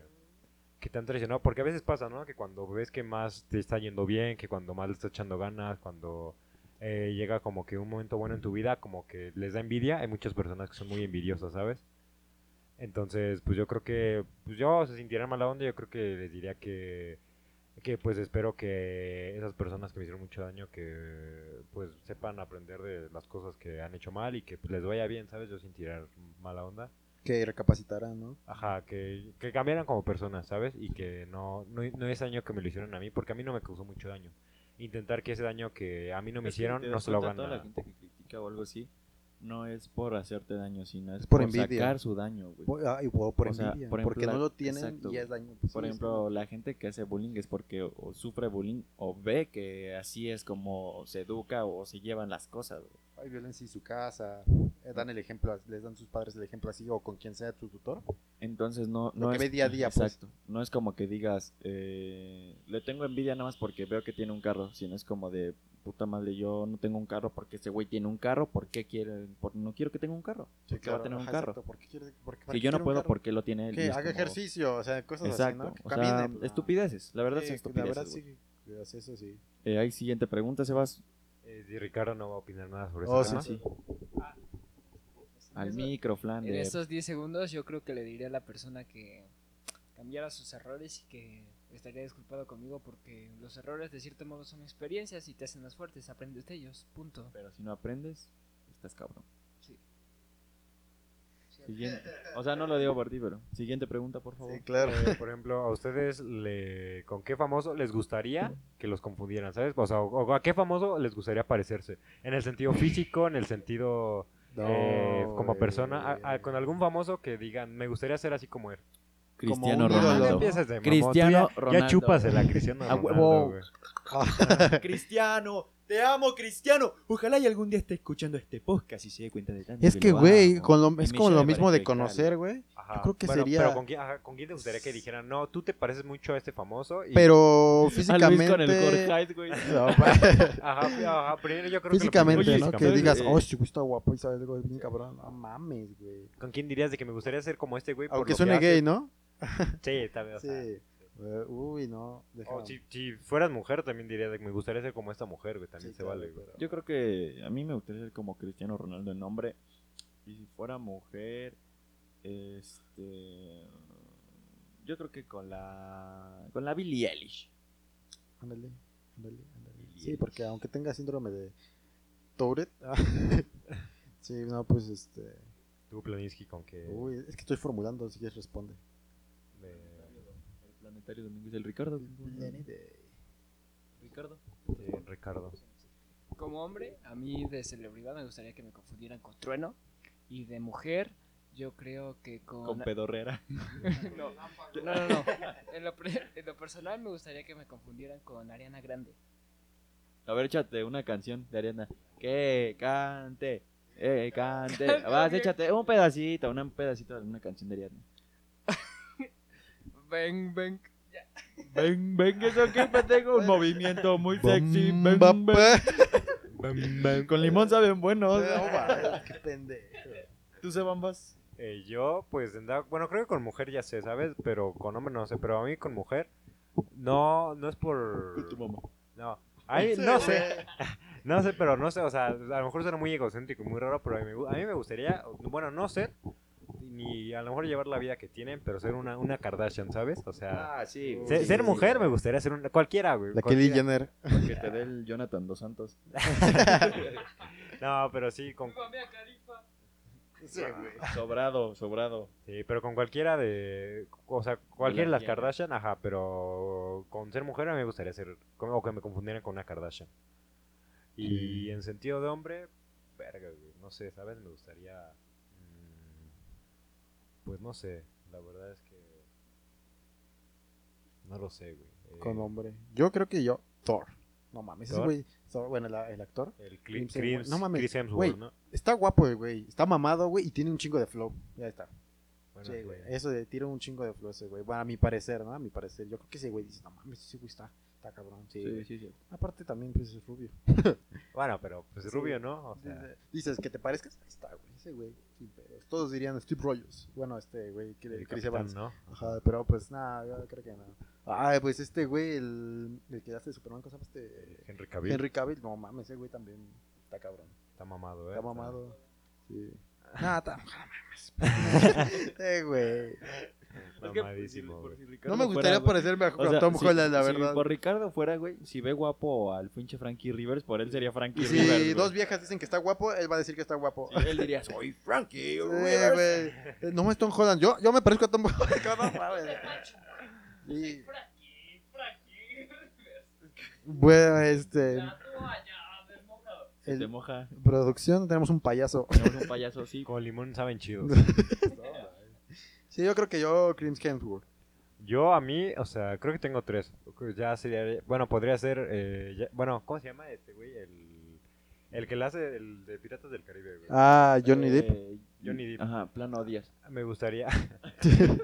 Speaker 3: que te han traicionado, porque a veces pasa, ¿no? Que cuando ves que más te está yendo bien, que cuando más le estás echando ganas, cuando eh, llega como que un momento bueno en tu vida, como que les da envidia. Hay muchas personas que son muy envidiosas, ¿sabes? Entonces, pues yo creo que, pues yo se sintieran mala onda, yo creo que les diría que, que pues espero que esas personas que me hicieron mucho daño, que pues sepan aprender de las cosas que han hecho mal y que pues, les vaya bien, ¿sabes? Yo sin tirar mala onda.
Speaker 5: Que recapacitarán, ¿no?
Speaker 3: Ajá, que, que cambiaran como personas, ¿sabes? Y que no, no, no es daño que me lo hicieron a mí, porque a mí no me causó mucho daño. Intentar que ese daño que a mí no me
Speaker 1: Es que
Speaker 3: hicieron
Speaker 1: te
Speaker 3: no
Speaker 1: das
Speaker 3: se lo
Speaker 1: cuenta,
Speaker 3: hagan
Speaker 1: Toda
Speaker 3: a...
Speaker 1: la gente que critica o algo así, no es por hacerte daño, sino es,
Speaker 5: Es por
Speaker 1: por,
Speaker 5: envidia.
Speaker 1: sacar su daño, güey.
Speaker 5: Por, ay, güey, ah, por
Speaker 1: O sea,
Speaker 5: envidia,
Speaker 1: por
Speaker 5: porque
Speaker 1: ejemplo,
Speaker 5: no lo tienen
Speaker 1: exacto,
Speaker 5: y
Speaker 1: güey.
Speaker 5: ya es daño. pues,
Speaker 1: Por
Speaker 5: sí,
Speaker 1: ejemplo, la gente que hace bullying es porque o, o sufre bullying o ve que así es como se educa o se llevan las cosas. güey.
Speaker 5: sí. Hay violencia en su casa, eh, dan el ejemplo, les dan sus padres el ejemplo así o con quien sea tu tutor.
Speaker 1: Entonces no,
Speaker 5: Lo
Speaker 1: no
Speaker 5: que
Speaker 1: es
Speaker 5: ve día a día, pues.
Speaker 1: exacto. No es como que digas eh, le tengo envidia nada más porque veo que tiene un carro, sino es como de puta madre yo no tengo un carro porque ese güey tiene un carro, ¿por qué quiere? por- no quiero que tenga un carro,
Speaker 5: Sí,
Speaker 1: ¿por qué va a tener un
Speaker 5: ajá,
Speaker 1: carro.
Speaker 5: Ah, exacto, porque quiere- porque-
Speaker 1: Si
Speaker 5: porque
Speaker 1: yo
Speaker 5: quiere
Speaker 1: no
Speaker 5: un
Speaker 1: puedo,
Speaker 5: carro.
Speaker 1: ¿por qué lo tiene él? Y
Speaker 5: que
Speaker 1: es
Speaker 5: haga
Speaker 1: como-
Speaker 5: ejercicio, o sea, cosas
Speaker 1: Exacto.
Speaker 5: así, ¿no? Que
Speaker 1: o
Speaker 5: camine,
Speaker 1: sea,
Speaker 5: pues, ah.
Speaker 1: estupideces. La verdad
Speaker 5: Sí,
Speaker 1: son
Speaker 5: la
Speaker 1: estupideces.
Speaker 5: verdad
Speaker 1: güey.
Speaker 5: sí, que hace eso sí.
Speaker 1: Eh, hay siguiente pregunta, Sebas.
Speaker 3: Eh, sí, Ricardo no va a opinar nada sobre
Speaker 5: Oh,
Speaker 1: pues,
Speaker 3: eso.
Speaker 5: sí,
Speaker 3: ¿no?
Speaker 5: sí.
Speaker 1: Al
Speaker 4: Eso-
Speaker 1: micro, flan
Speaker 4: En
Speaker 1: de-
Speaker 4: estos 10 segundos yo creo que le diría a la persona que cambiara sus errores y que estaría disculpado conmigo porque los errores de cierto modo son experiencias y te hacen más fuertes, aprendes de ellos, punto.
Speaker 1: Pero si no aprendes, estás cabrón.
Speaker 4: Sí.
Speaker 1: Siguiente. O sea, no lo digo por ti, pero. Siguiente pregunta, por favor.
Speaker 5: Sí, claro.
Speaker 3: Eh, por ejemplo, a ustedes, le, ¿con qué famoso les gustaría que los confundieran? ¿Sabes? O sea, o- o ¿a qué famoso les gustaría parecerse? En el sentido físico, en el sentido eh, como persona, a- a- con algún famoso que digan, me gustaría ser así como él.
Speaker 1: Cristiano
Speaker 5: un ídolo.
Speaker 3: No le
Speaker 1: Ronaldo.
Speaker 3: empieces de mamón, tú
Speaker 1: Cristiano
Speaker 3: ya,
Speaker 1: Ronaldo.
Speaker 3: Ya chúpasela, Cristiano
Speaker 1: A
Speaker 3: Ronaldo.
Speaker 1: huevo.
Speaker 3: güey.
Speaker 1: Cristiano, te amo, Cristiano. Ojalá y algún día esté escuchando este podcast y se dé cuenta de tanto.
Speaker 5: Es que,
Speaker 1: lo
Speaker 5: güey,
Speaker 1: amo.
Speaker 5: con lo- es
Speaker 1: Y
Speaker 5: como
Speaker 1: Michelle
Speaker 5: lo mismo de
Speaker 1: Parejo,
Speaker 5: conocer, güey.
Speaker 3: Ajá.
Speaker 5: Yo creo que
Speaker 3: Bueno,
Speaker 5: sería-
Speaker 3: Pero ¿con quién, ajá, ¿con quién te gustaría que dijeran, no, tú te pareces mucho a este famoso? y-
Speaker 5: Pero
Speaker 1: A Ah, Luis
Speaker 5: físicamente...
Speaker 1: con el Jorge Hyde, güey.
Speaker 5: No, pa-
Speaker 3: Ajá, ajá, primero yo creo que lo
Speaker 5: físicamente,
Speaker 3: primero-
Speaker 5: ¿no?
Speaker 3: Oye,
Speaker 5: Que
Speaker 1: físicamente.
Speaker 5: digas,
Speaker 1: Eh,
Speaker 5: oh, si está guapo y sabe algo bien cabrón. No mames, güey.
Speaker 3: ¿Con quién dirías de que me gustaría ser como este güey? por
Speaker 5: Aunque
Speaker 3: lo que
Speaker 5: suene
Speaker 3: hace?
Speaker 5: gay, ¿no?
Speaker 3: Sí, también. o sea,
Speaker 5: Sí. Eh, uy, no.
Speaker 1: Oh,
Speaker 5: deja-
Speaker 3: O si, si fueras mujer, también diría de que me gustaría ser como esta mujer, güey. También
Speaker 5: Sí,
Speaker 3: se
Speaker 5: claro,
Speaker 3: vale, güey.
Speaker 5: pero-
Speaker 1: Yo creo que a mí me gustaría ser como Cristiano Ronaldo en nombre. Y si fuera mujer, este. Yo creo que con la. Con la Billie Eilish.
Speaker 5: Ándale, ándale, ándale. Sí, porque aunque tenga síndrome de Tourette. ah, sí, no, pues este.
Speaker 3: Tú, Planiski, con que.
Speaker 5: Uy, es que estoy formulando, si quieres responde.
Speaker 3: de-
Speaker 1: El planetario Domingo es el Ricardo.
Speaker 4: Ricardo.
Speaker 3: de eh, Ricardo.
Speaker 4: Como hombre, a mí de celebridad me gustaría que me confundieran con Trueno. Y de mujer, yo creo que con.
Speaker 1: Con pedorrera.
Speaker 4: no, no, no, no. En lo, pre- en lo personal, me gustaría que me confundieran con Ariana Grande.
Speaker 1: A ver, échate una canción de Ariana. Que cante. Eh, cante. Vas, échate un pedacito, una- un pedacito de una canción de Ariana.
Speaker 4: Ven, ven.
Speaker 1: Ven, ven, que yo que tengo un movimiento muy sexy.
Speaker 5: Bom,
Speaker 1: Ven,
Speaker 5: bam,
Speaker 1: ven.
Speaker 5: pa.
Speaker 1: Con limón saben buenos.
Speaker 5: No, Eh, oh, va, Qué pendejo.
Speaker 1: ¿Tú se bambas?
Speaker 3: Eh, yo, pues, andaba- bueno, creo que con mujer ya sé, ¿sabes? Pero con hombre no sé. Pero a mí con mujer, no, no es por.
Speaker 1: Tu mamá.
Speaker 3: No. Ay, no sé. No sé, pero no sé. O sea, a lo mejor suena muy egocéntrico y muy raro, pero a mí, me gu- a mí me gustaría, bueno, no ser, ni a lo mejor llevar la vida que tienen, pero ser una, una Kardashian, ¿sabes? O sea,
Speaker 1: Ah, sí.
Speaker 3: se- ser,
Speaker 1: sí,
Speaker 3: mujer me gustaría ser una, cualquiera, güey.
Speaker 5: La Kelly
Speaker 3: cualquiera.
Speaker 5: Jenner.
Speaker 1: sí, Que te dé el Jonathan Dos Santos.
Speaker 3: No, pero sí, con,
Speaker 1: Sobrado, sobrado.
Speaker 3: sí, pero con cualquiera de. O sea, cualquiera de
Speaker 1: Las
Speaker 3: las
Speaker 1: Jenner.
Speaker 3: Kardashian, ajá, pero con ser mujer a mí me gustaría ser. con- O que me confundieran con una Kardashian. Y en sentido de hombre, verga, güey, No sé, ¿sabes? Me gustaría. mm, Pues no sé, la verdad es que. No lo sé, güey. Eh,
Speaker 5: Con hombre. Yo creo que yo, Thor. No mames, ese
Speaker 3: Thor.
Speaker 5: güey. Thor, bueno, la- el actor.
Speaker 3: El Cli-
Speaker 5: Chris
Speaker 3: Chris,
Speaker 5: Hemsworth. No mames,
Speaker 3: Chris Hemsworth,
Speaker 5: güey.
Speaker 3: ¿no?
Speaker 5: Está guapo, el güey. Está mamado, güey, y tiene un chingo de flow. Ya está.
Speaker 3: Bueno,
Speaker 5: Sí, güey.
Speaker 3: eh,
Speaker 5: Eso de tiro un chingo de flow ese, güey. Bueno, a mi parecer, ¿no? A mi parecer. Yo creo que ese güey dice, no mames, ese güey está, está cabrón. Sí, güey.
Speaker 1: sí, sí.
Speaker 5: Aparte también, pues, es rubio.
Speaker 3: Bueno, pero pues
Speaker 5: Sí.
Speaker 3: rubio, ¿no? O sea,
Speaker 5: Dices, que te parezcas, ahí está, güey. Ese güey, sin pedos. Todos dirían Steve Rogers. Bueno, este güey, que
Speaker 3: el
Speaker 5: Chris
Speaker 3: capitán,
Speaker 5: Evans.
Speaker 3: ¿no?
Speaker 5: Ajá, pero pues nada, yo creo que nada. Ay, pues este güey, el, el que hace Superman, ¿cómo se llama este?
Speaker 3: Henry Cavill.
Speaker 5: Henry Cavill, no mames, ese güey también está cabrón.
Speaker 3: Está mamado, ¿eh?
Speaker 5: Está mamado. Sí. Nada, está. Eh, güey.
Speaker 3: Mamadísimo, güey.
Speaker 5: No me gustaría parecerme a
Speaker 1: O sea,
Speaker 5: Tom
Speaker 1: si-
Speaker 5: Holland, la
Speaker 1: si
Speaker 5: verdad.
Speaker 1: por Ricardo fuera, güey, si ve guapo al pinche Frankie Rivers, por él sería Frankie
Speaker 5: Y si
Speaker 1: Rivers. güey.
Speaker 5: dos viejas dicen que está guapo, él va a decir que está guapo.
Speaker 1: Sí, él diría, soy Frankie
Speaker 5: Sí,
Speaker 1: Rivers.
Speaker 5: güey. Eh, No es Tom Holland. Yo, yo me parezco a Tom Holland. No, no mames. Y, bueno, este.
Speaker 1: Se te
Speaker 5: En
Speaker 1: moja.
Speaker 5: producción tenemos un payaso.
Speaker 1: Tenemos un payaso, sí.
Speaker 3: Con limón saben chido.
Speaker 5: Sí, yo creo que yo, Crims Hemsworth.
Speaker 3: Yo a mí, o sea, creo que tengo tres. Ya sería, bueno, podría ser, eh, ya- bueno, ¿cómo se llama este güey? El, el que le hace el de Piratas del Caribe, güey.
Speaker 5: Ah, Johnny Depp.
Speaker 1: Eh,
Speaker 3: Johnny Depp.
Speaker 1: Ajá, plano Díaz.
Speaker 3: Me gustaría,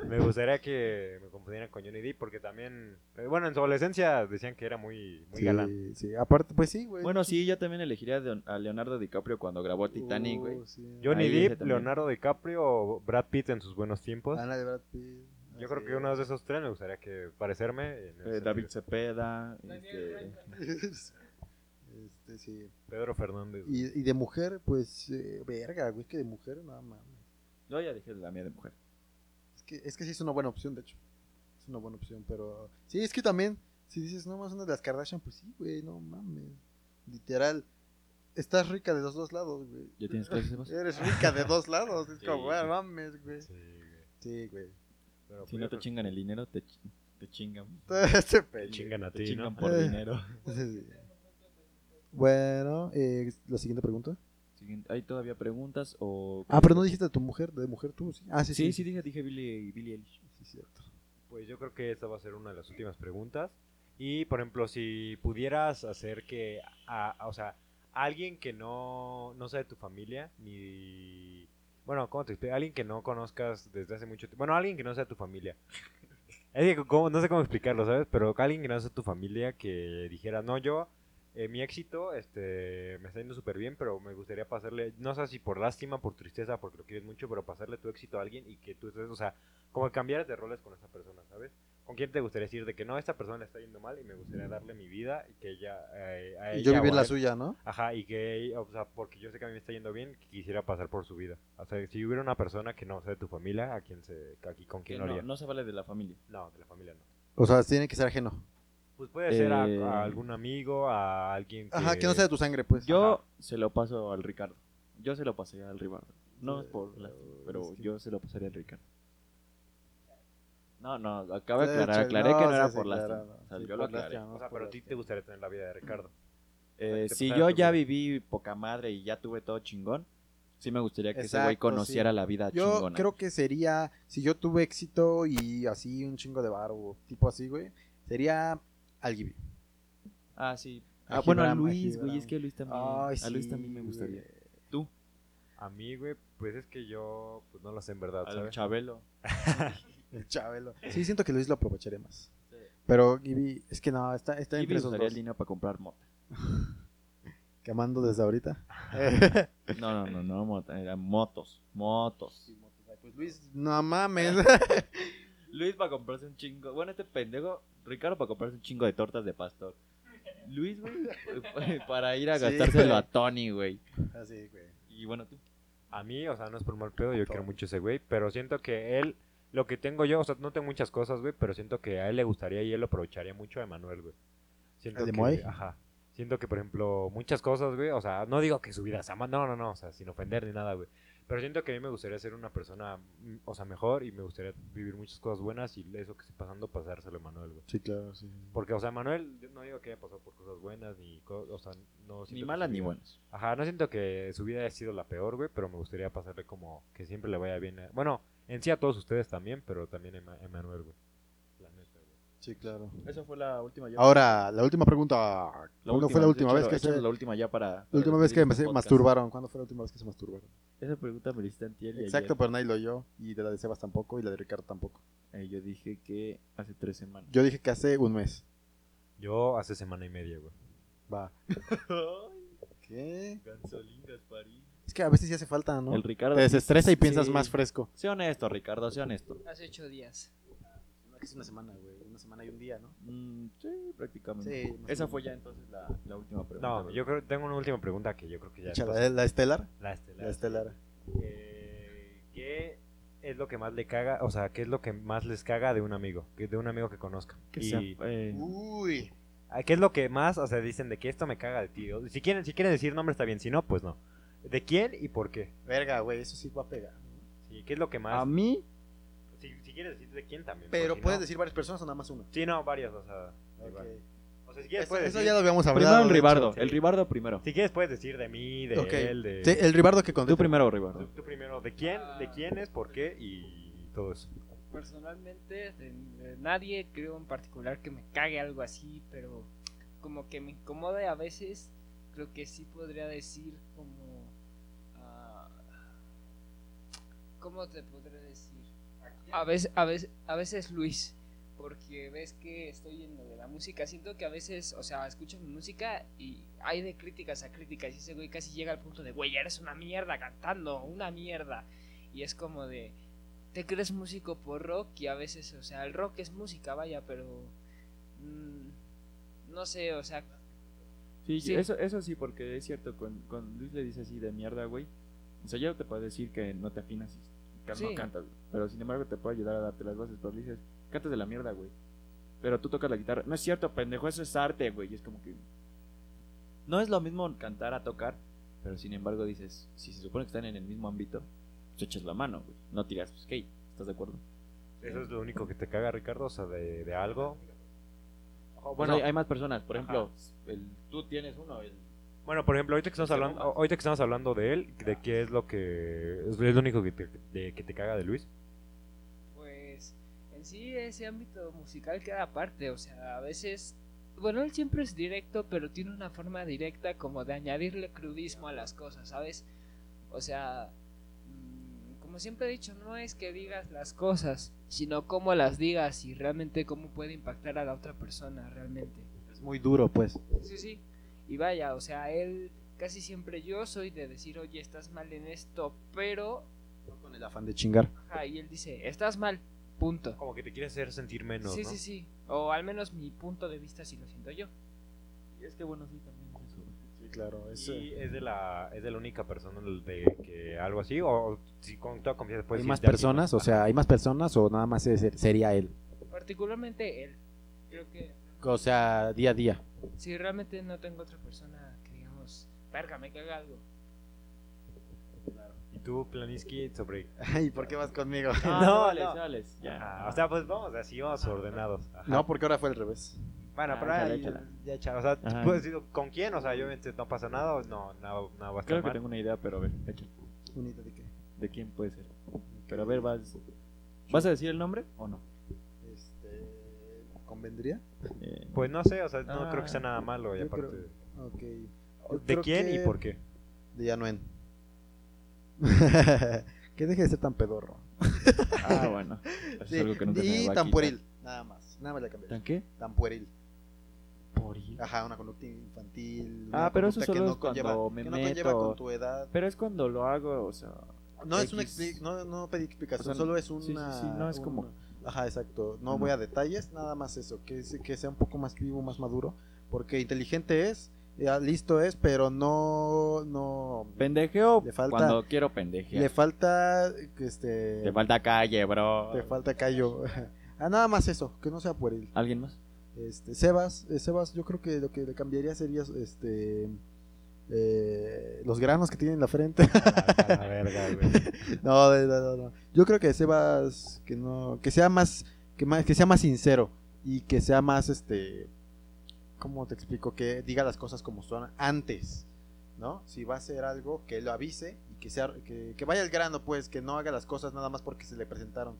Speaker 3: me gustaría que me confundieran con Johnny Depp porque también, eh, bueno, en su adolescencia decían que era muy, muy galán.
Speaker 5: Sí, sí. Aparte, pues sí, güey.
Speaker 1: Bueno, sí, yo también elegiría a Leon- a Leonardo DiCaprio cuando grabó Titanic,
Speaker 5: Uh,
Speaker 1: güey.
Speaker 5: sí.
Speaker 3: Johnny
Speaker 1: Ahí ese
Speaker 3: Depp,
Speaker 1: también.
Speaker 3: Leonardo DiCaprio, Brad Pitt en sus buenos tiempos.
Speaker 5: Ana de Brad Pitt.
Speaker 3: Yo creo que uno de esos tres me gustaría que parecerme. en ese
Speaker 1: Eh, David
Speaker 3: sentido.
Speaker 1: Cepeda.
Speaker 4: Daniel
Speaker 1: este,
Speaker 5: Este, sí.
Speaker 3: Pedro Fernández. güey.
Speaker 5: Y, y de mujer, pues, eh, verga, güey, es que de mujer, nada más.
Speaker 1: No, ya dije la mía de mujer.
Speaker 5: Es que, es que sí es una buena opción, de hecho. Es una buena opción, pero... Sí, es que también, si dices, no más una de las Kardashian, pues sí, güey, no mames. Literal, estás rica de los dos lados, güey.
Speaker 1: ¿Ya tienes clases de voz?
Speaker 5: Eres rica de dos lados, es como,
Speaker 1: Sí.
Speaker 5: güey, mames, güey.
Speaker 3: Sí, güey.
Speaker 5: Sí, güey.
Speaker 3: Pero
Speaker 1: Si no
Speaker 3: pues yo
Speaker 1: te
Speaker 3: creo que
Speaker 1: chingan el dinero, te, ch- te chingan.
Speaker 5: Todo este
Speaker 3: te
Speaker 5: pendejo.
Speaker 3: chingan a
Speaker 1: Te
Speaker 3: ti, ¿no?
Speaker 1: chingan por
Speaker 5: Eh.
Speaker 1: dinero.
Speaker 5: Sí. Bueno, eh, la siguiente pregunta.
Speaker 1: Siguiente, ¿Hay todavía preguntas o...?
Speaker 5: Ah, pero no dijiste de tu mujer, de mujer tú, sí. Ah, sí,
Speaker 1: Sí,
Speaker 5: sí.
Speaker 1: sí, dije, dije Billy, Billy Eilish.
Speaker 5: Sí, cierto.
Speaker 3: Pues yo creo que esta va a ser una de las últimas preguntas. Y, por ejemplo, si pudieras hacer que, a- a- o sea, alguien que no, no sea de tu familia, ni... Bueno, ¿cómo te explico? Alguien que no conozcas desde hace mucho tiempo. Bueno, alguien que no sea de tu familia. Es que ¿cómo? no sé cómo explicarlo, ¿sabes? Pero alguien que no sea de tu familia que dijera, no, yo, eh, mi éxito este, me está yendo súper bien, pero me gustaría pasarle, no sé si por lástima, por tristeza, porque lo quieres mucho, pero pasarle tu éxito a alguien y que tú estés, o sea, como que cambiar de roles con esa persona, ¿sabes? ¿Con quién te gustaría decir de que no, esta persona está yendo mal y me gustaría darle mi vida y que ella... eh, a
Speaker 2: Y yo
Speaker 3: ella
Speaker 2: viví
Speaker 3: o a
Speaker 2: la
Speaker 3: él-
Speaker 2: suya, ¿no?
Speaker 3: Ajá, y que, o sea, porque yo sé que a mí me está yendo bien, que quisiera pasar por su vida. O sea, si hubiera una persona que no sea de tu familia, ¿a quién se, a qui- ¿con
Speaker 1: Que
Speaker 3: quién lo
Speaker 1: no,
Speaker 3: haría? No,
Speaker 1: no se vale de la familia.
Speaker 3: de la familia no.
Speaker 2: O sea, tiene que ser ajeno.
Speaker 3: Pues puede ser a,
Speaker 1: Eh,
Speaker 3: a algún amigo, a alguien que...
Speaker 2: Ajá, que no sea de tu sangre, pues.
Speaker 1: Yo
Speaker 3: Ajá.
Speaker 1: se lo paso al Ricardo. Yo se lo pasé al Ricardo. No es por lástima, pero
Speaker 2: es que-
Speaker 1: yo se lo pasaría al Ricardo. No, no, acabo de
Speaker 2: Sí,
Speaker 1: aclarar.
Speaker 2: chale,
Speaker 1: Aclaré
Speaker 2: no,
Speaker 1: que no
Speaker 2: sí,
Speaker 1: era
Speaker 2: sí,
Speaker 1: por
Speaker 2: claro,
Speaker 1: lástima.
Speaker 2: no,
Speaker 1: O sea,
Speaker 2: sí,
Speaker 1: yo lo
Speaker 2: por
Speaker 1: aclaré.
Speaker 2: lástima, no,
Speaker 3: O sea,
Speaker 2: por
Speaker 3: pero a ti
Speaker 2: lástima.
Speaker 3: te gustaría tener la vida de Ricardo.
Speaker 1: Eh,
Speaker 3: Ay, te
Speaker 1: si
Speaker 3: pasaba
Speaker 1: yo
Speaker 3: tu
Speaker 1: ya
Speaker 3: vida.
Speaker 1: viví poca madre y ya tuve todo chingón, sí me gustaría que ese güey
Speaker 2: Exacto, sí.
Speaker 1: conociera la vida
Speaker 2: Yo
Speaker 1: chingona.
Speaker 2: creo que sería, si yo tuve éxito y así un chingo de bar o tipo así, güey, sería al Gibi.
Speaker 1: Ah, sí.
Speaker 2: A
Speaker 1: Ah, bueno, a
Speaker 2: Gibran, a
Speaker 1: Luis, güey,
Speaker 2: Gibran.
Speaker 1: es que a Luis también.
Speaker 2: Ay,
Speaker 1: a Luis
Speaker 2: sí,
Speaker 1: también me gustaría.
Speaker 2: güey.
Speaker 3: A mí, güey, pues es que yo, pues no lo sé en verdad,
Speaker 1: Al
Speaker 3: ¿sabes?
Speaker 1: Chabelo.
Speaker 2: El Chabelo. Sí, siento que Luis lo aprovecharé más. Pero Gibi, es que no, está, está
Speaker 1: Y me
Speaker 2: entre esos
Speaker 1: gustaría el
Speaker 2: dos.
Speaker 1: dinero para comprar mota.
Speaker 2: Quemando desde ahorita.
Speaker 1: No, no, no, no, mota, eran motos, motos.
Speaker 2: pues Luis, no mames.
Speaker 1: Luis para comprarse un chingo. Bueno, este pendejo, Ricardo para comprarse un chingo de tortas de pastor. Luis, güey, para ir a
Speaker 2: Sí,
Speaker 1: gastárselo
Speaker 2: güey.
Speaker 1: a Tony, güey.
Speaker 2: así, güey.
Speaker 1: Y bueno, tú.
Speaker 3: A mí, o sea, no es por mal pedo, yo quiero
Speaker 2: Todo.
Speaker 3: mucho a ese güey, pero siento que él, lo que tengo yo, o sea, no tengo muchas cosas, güey, pero siento que a él le gustaría y él lo aprovecharía mucho a Emanuel, güey. Siento
Speaker 2: ¿El de
Speaker 3: que,
Speaker 2: Moai?
Speaker 3: ajá. Siento que, por ejemplo, muchas cosas, güey, o sea, no digo que su vida sea ma- no, no, no, o sea, sin ofender ni nada, güey. Pero siento que a mí me gustaría ser una persona, mm, o sea, mejor y me gustaría vivir muchas cosas buenas y eso que esté pasando, pasárselo a Emanuel, güey.
Speaker 2: Sí, claro, sí.
Speaker 3: Porque, o sea, Manuel, yo no digo que haya pasado por cosas buenas ni co- o sea, no siento
Speaker 1: Ni
Speaker 3: que
Speaker 1: malas
Speaker 3: su
Speaker 1: ni
Speaker 3: vida-
Speaker 1: buenas.
Speaker 3: Ajá, no siento que su vida haya sido la peor, güey, pero me gustaría pasarle como que siempre le vaya bien. a- Bueno, en sí a todos ustedes también, pero también a Ema- a Manuel, güey. La neta, güey.
Speaker 2: Sí, claro.
Speaker 1: Esa fue la última ya.
Speaker 2: Ahora, la última pregunta.
Speaker 1: La
Speaker 2: ¿Cuándo
Speaker 1: última,
Speaker 2: fue la última
Speaker 1: échalo,
Speaker 2: vez que se,
Speaker 1: échalo la última ya para.
Speaker 2: la
Speaker 1: para
Speaker 2: última vez que
Speaker 1: despedir
Speaker 2: se
Speaker 1: este podcast.
Speaker 2: masturbaron? ¿Cuándo fue la última vez que se masturbaron?
Speaker 1: Esa pregunta me la hiciste antier y
Speaker 2: Exacto,
Speaker 1: ayer.
Speaker 2: pero nadie lo oyó. Y de la de Sebas tampoco y la de Ricardo tampoco.
Speaker 1: Eh, yo dije que hace tres semanas.
Speaker 2: Yo dije que hace un mes.
Speaker 3: Yo hace semana y media, güey.
Speaker 2: Va. ¿Qué?
Speaker 1: Gansolín, Gasparín.
Speaker 2: Es que a veces sí hace falta, ¿no?
Speaker 1: El Ricardo.
Speaker 2: Te desestresa y piensas
Speaker 1: Sí.
Speaker 2: más fresco.
Speaker 1: Sé honesto, Ricardo, sé honesto.
Speaker 4: Hace ocho días.
Speaker 2: Es una semana, güey. Una semana y un día, ¿no?
Speaker 1: Mm, sí, prácticamente.
Speaker 2: Sí, más o
Speaker 1: Esa
Speaker 2: menos.
Speaker 1: fue ya entonces la, la última pregunta.
Speaker 3: No,
Speaker 1: ¿verdad?
Speaker 3: yo creo tengo una última pregunta que yo creo que ya... es
Speaker 2: la, la estelar.
Speaker 5: eh.
Speaker 3: La estelar.
Speaker 2: La estelar.
Speaker 3: Eh, ¿Qué es lo que más le caga, o sea, qué es lo que más les caga de un amigo? Que- De un amigo que conozca.
Speaker 1: Que
Speaker 3: Y-
Speaker 1: sea, eh,
Speaker 2: Uy.
Speaker 3: Ah, ¿Qué es lo que más, o sea, dicen de que esto me caga de ti? O- Si quieren, si quieren decir nombre está bien, si no, pues no. ¿De quién y por qué?
Speaker 2: Verga, güey. Eso sí va a pegar.
Speaker 3: Sí, ¿Qué es lo que más?
Speaker 1: a mí,
Speaker 3: Si, si quieres decir de quién también.
Speaker 2: Pero
Speaker 3: por si
Speaker 2: puedes
Speaker 3: no.
Speaker 2: decir varias personas o nada más una.
Speaker 3: Sí, no, varias, o sea. igual.
Speaker 2: Ok.
Speaker 3: O sea, si quieres,
Speaker 2: Eso,
Speaker 3: puedes
Speaker 2: eso
Speaker 3: decir,
Speaker 2: ya lo habíamos hablado.
Speaker 1: primero el
Speaker 2: de hecho.
Speaker 1: Ribardo.
Speaker 3: sí.
Speaker 1: El Ribardo primero.
Speaker 3: si quieres puedes decir de mí, de
Speaker 2: Ok.
Speaker 3: él, de...
Speaker 2: Sí, el Ribardo que
Speaker 1: Tú
Speaker 2: contó.
Speaker 1: primero,
Speaker 3: Tú,
Speaker 1: Ribardo.
Speaker 3: tú primero, ¿de quién? ¿De
Speaker 4: Ah.
Speaker 3: quién es? ¿Por qué? Y todo eso.
Speaker 4: Personalmente, de- de nadie creo en particular que me cague algo así, pero como que me incomode a veces. Creo que sí podría decir como. ah, ¿Cómo te podré decir? A veces, a veces, a veces Luis, porque ves que estoy en lo de la música. Siento que a veces, o sea, escucho mi música y hay de críticas a críticas. Y ese güey casi llega al punto de, güey, eres una mierda cantando, una mierda. Y es como de, te crees músico por rock y a veces, o sea, el rock es música, vaya, pero. mm, no sé, o sea,
Speaker 1: Sí,
Speaker 4: Sí.
Speaker 1: Eso, eso sí, porque es cierto, con, con Luis le dice así de mierda, güey. O sea, yo te puedo decir que no te afinas y que
Speaker 4: Sí.
Speaker 1: no cantas, güey. pero sin embargo te puedo ayudar a darte las bases, pero le dices, cantas de la mierda, güey. Pero tú tocas la guitarra. No es cierto, pendejo, eso es arte, güey. Y es como que... No es lo mismo cantar a tocar, pero sin embargo dices, si se supone que están en el mismo ámbito, te echas la mano, güey. No tiras skate, ¿estás de acuerdo?
Speaker 3: ¿Eso es lo único que te caga, Ricardo? O sea, de, de algo.
Speaker 1: Bueno,
Speaker 3: O, bueno,
Speaker 1: hay, hay más personas, por
Speaker 3: Ajá.
Speaker 1: ejemplo, el, tú tienes uno, el...
Speaker 3: bueno, por ejemplo, ahorita que estamos
Speaker 1: Te
Speaker 3: hablando,
Speaker 1: bombas.
Speaker 3: ahorita que estamos hablando de él, ¿de qué es lo que... Es lo único que te, de- que te caga de Luis?
Speaker 4: pues en sí ese ámbito musical queda aparte, o sea, a veces, bueno, él siempre es directo, pero tiene una forma directa como de añadirle crudismo a las cosas, ¿sabes? O sea, mm, como siempre he dicho, no es que digas las cosas, sino cómo las digas y realmente cómo puede impactar a la otra persona, realmente.
Speaker 2: Es muy duro, pues.
Speaker 4: Sí, sí. Y vaya, o sea, él casi siempre yo soy de decir, oye, estás mal en esto, pero
Speaker 2: Con el afán de chingar.
Speaker 4: Ajá, y él dice, estás mal, punto.
Speaker 3: Como que te quiere hacer sentir menos,
Speaker 4: sí,
Speaker 3: ¿no?
Speaker 4: sí, sí. O al menos mi punto de vista si lo siento yo.
Speaker 1: Y es que bueno, sí, también es eso.
Speaker 5: Sí, claro. Es,
Speaker 3: Y es eh, de la es de la única persona de que algo así o si con toda confianza puedes
Speaker 5: ¿Hay
Speaker 3: decir
Speaker 5: más
Speaker 3: de alguien
Speaker 5: personas? O
Speaker 3: Ajá.
Speaker 5: sea, ¿hay más personas o nada más es- sería él?
Speaker 4: Particularmente él. Creo que
Speaker 5: O sea, día a día.
Speaker 4: si realmente no tengo otra persona que digamos, verga, me caga algo.
Speaker 3: Y tú Planiski sobre
Speaker 5: ¿Y por qué vas conmigo?
Speaker 3: No,
Speaker 1: Alex,
Speaker 3: no.
Speaker 1: Alex, Ah, ya.
Speaker 3: Ah, o sea, pues vamos así, vamos ordenados. Ajá.
Speaker 5: No, porque ahora fue al revés.
Speaker 3: Bueno,
Speaker 1: Ah,
Speaker 3: pero
Speaker 1: échala,
Speaker 3: ahí-
Speaker 1: échala.
Speaker 3: ya échala. O sea, tú
Speaker 1: Ajá.
Speaker 3: puedes decir con quién, o sea, yo obviamente no pasa nada, o no, nada, nada va a estar
Speaker 1: Creo que
Speaker 3: mal.
Speaker 1: tengo una idea, pero a ver, échale.
Speaker 5: ¿Unidad de qué?
Speaker 1: ¿De quién puede ser? Pero a ver, vas. ¿Vas a decir el nombre o no?
Speaker 5: Este, ¿Convendría?
Speaker 1: Eh,
Speaker 3: Pues no sé, o sea, no
Speaker 1: Ah.
Speaker 3: creo que sea nada malo y
Speaker 5: Yo
Speaker 3: aparte.
Speaker 5: Ok.
Speaker 3: ¿De quién y por qué?
Speaker 5: De Yanuen. que deje de ser tan pedorro.
Speaker 1: ah, bueno. Eso
Speaker 5: Sí,
Speaker 1: Es algo que no se me
Speaker 5: y
Speaker 1: va a
Speaker 5: tan
Speaker 1: quitar.
Speaker 5: pueril. Nada más. Nada más la cambié.
Speaker 1: ¿Tan qué?
Speaker 5: Tan pueril.
Speaker 1: Pueril.
Speaker 5: Ajá, una conducta infantil.
Speaker 1: Ah,
Speaker 5: una
Speaker 1: pero eso
Speaker 5: conducta que
Speaker 1: solo
Speaker 5: no
Speaker 1: es cuando
Speaker 5: conlleva-
Speaker 1: me
Speaker 5: que no conlleva
Speaker 1: meto.
Speaker 5: con tu edad.
Speaker 1: Pero es cuando lo hago, o sea.
Speaker 5: No es una
Speaker 1: X.
Speaker 5: expli- no, no pedí explicación,
Speaker 1: O sea,
Speaker 5: solo es
Speaker 1: sí,
Speaker 5: una.
Speaker 1: sí, sí, no es
Speaker 5: una-
Speaker 1: como-
Speaker 5: Ajá, exacto. No
Speaker 1: Ujú.
Speaker 5: voy a detalles, nada más eso. Que, se- que sea un poco más vivo, más maduro. Porque inteligente es, ya listo es, pero no. no
Speaker 1: Pendejeo
Speaker 5: Le falta-
Speaker 1: cuando quiero pendejear.
Speaker 5: le falta. Este,
Speaker 1: Te falta calle, bro.
Speaker 5: te falta callo. ah, nada más eso, que no sea pueril.
Speaker 1: ¿Alguien más?
Speaker 5: Este, Sebas, eh, Sebas, yo creo que lo que le cambiaría sería este eh, los granos que tiene en la frente.
Speaker 3: A la, a la verga, güey.
Speaker 5: no, no, no, no. Yo creo que Sebas que no que sea más que más que sea más sincero y que sea más este ¿cómo te explico? Que diga las cosas como son antes, ¿no? Si va a hacer algo que lo avise y que sea que, que vaya al grano, pues, que no haga las cosas nada más porque se le presentaron.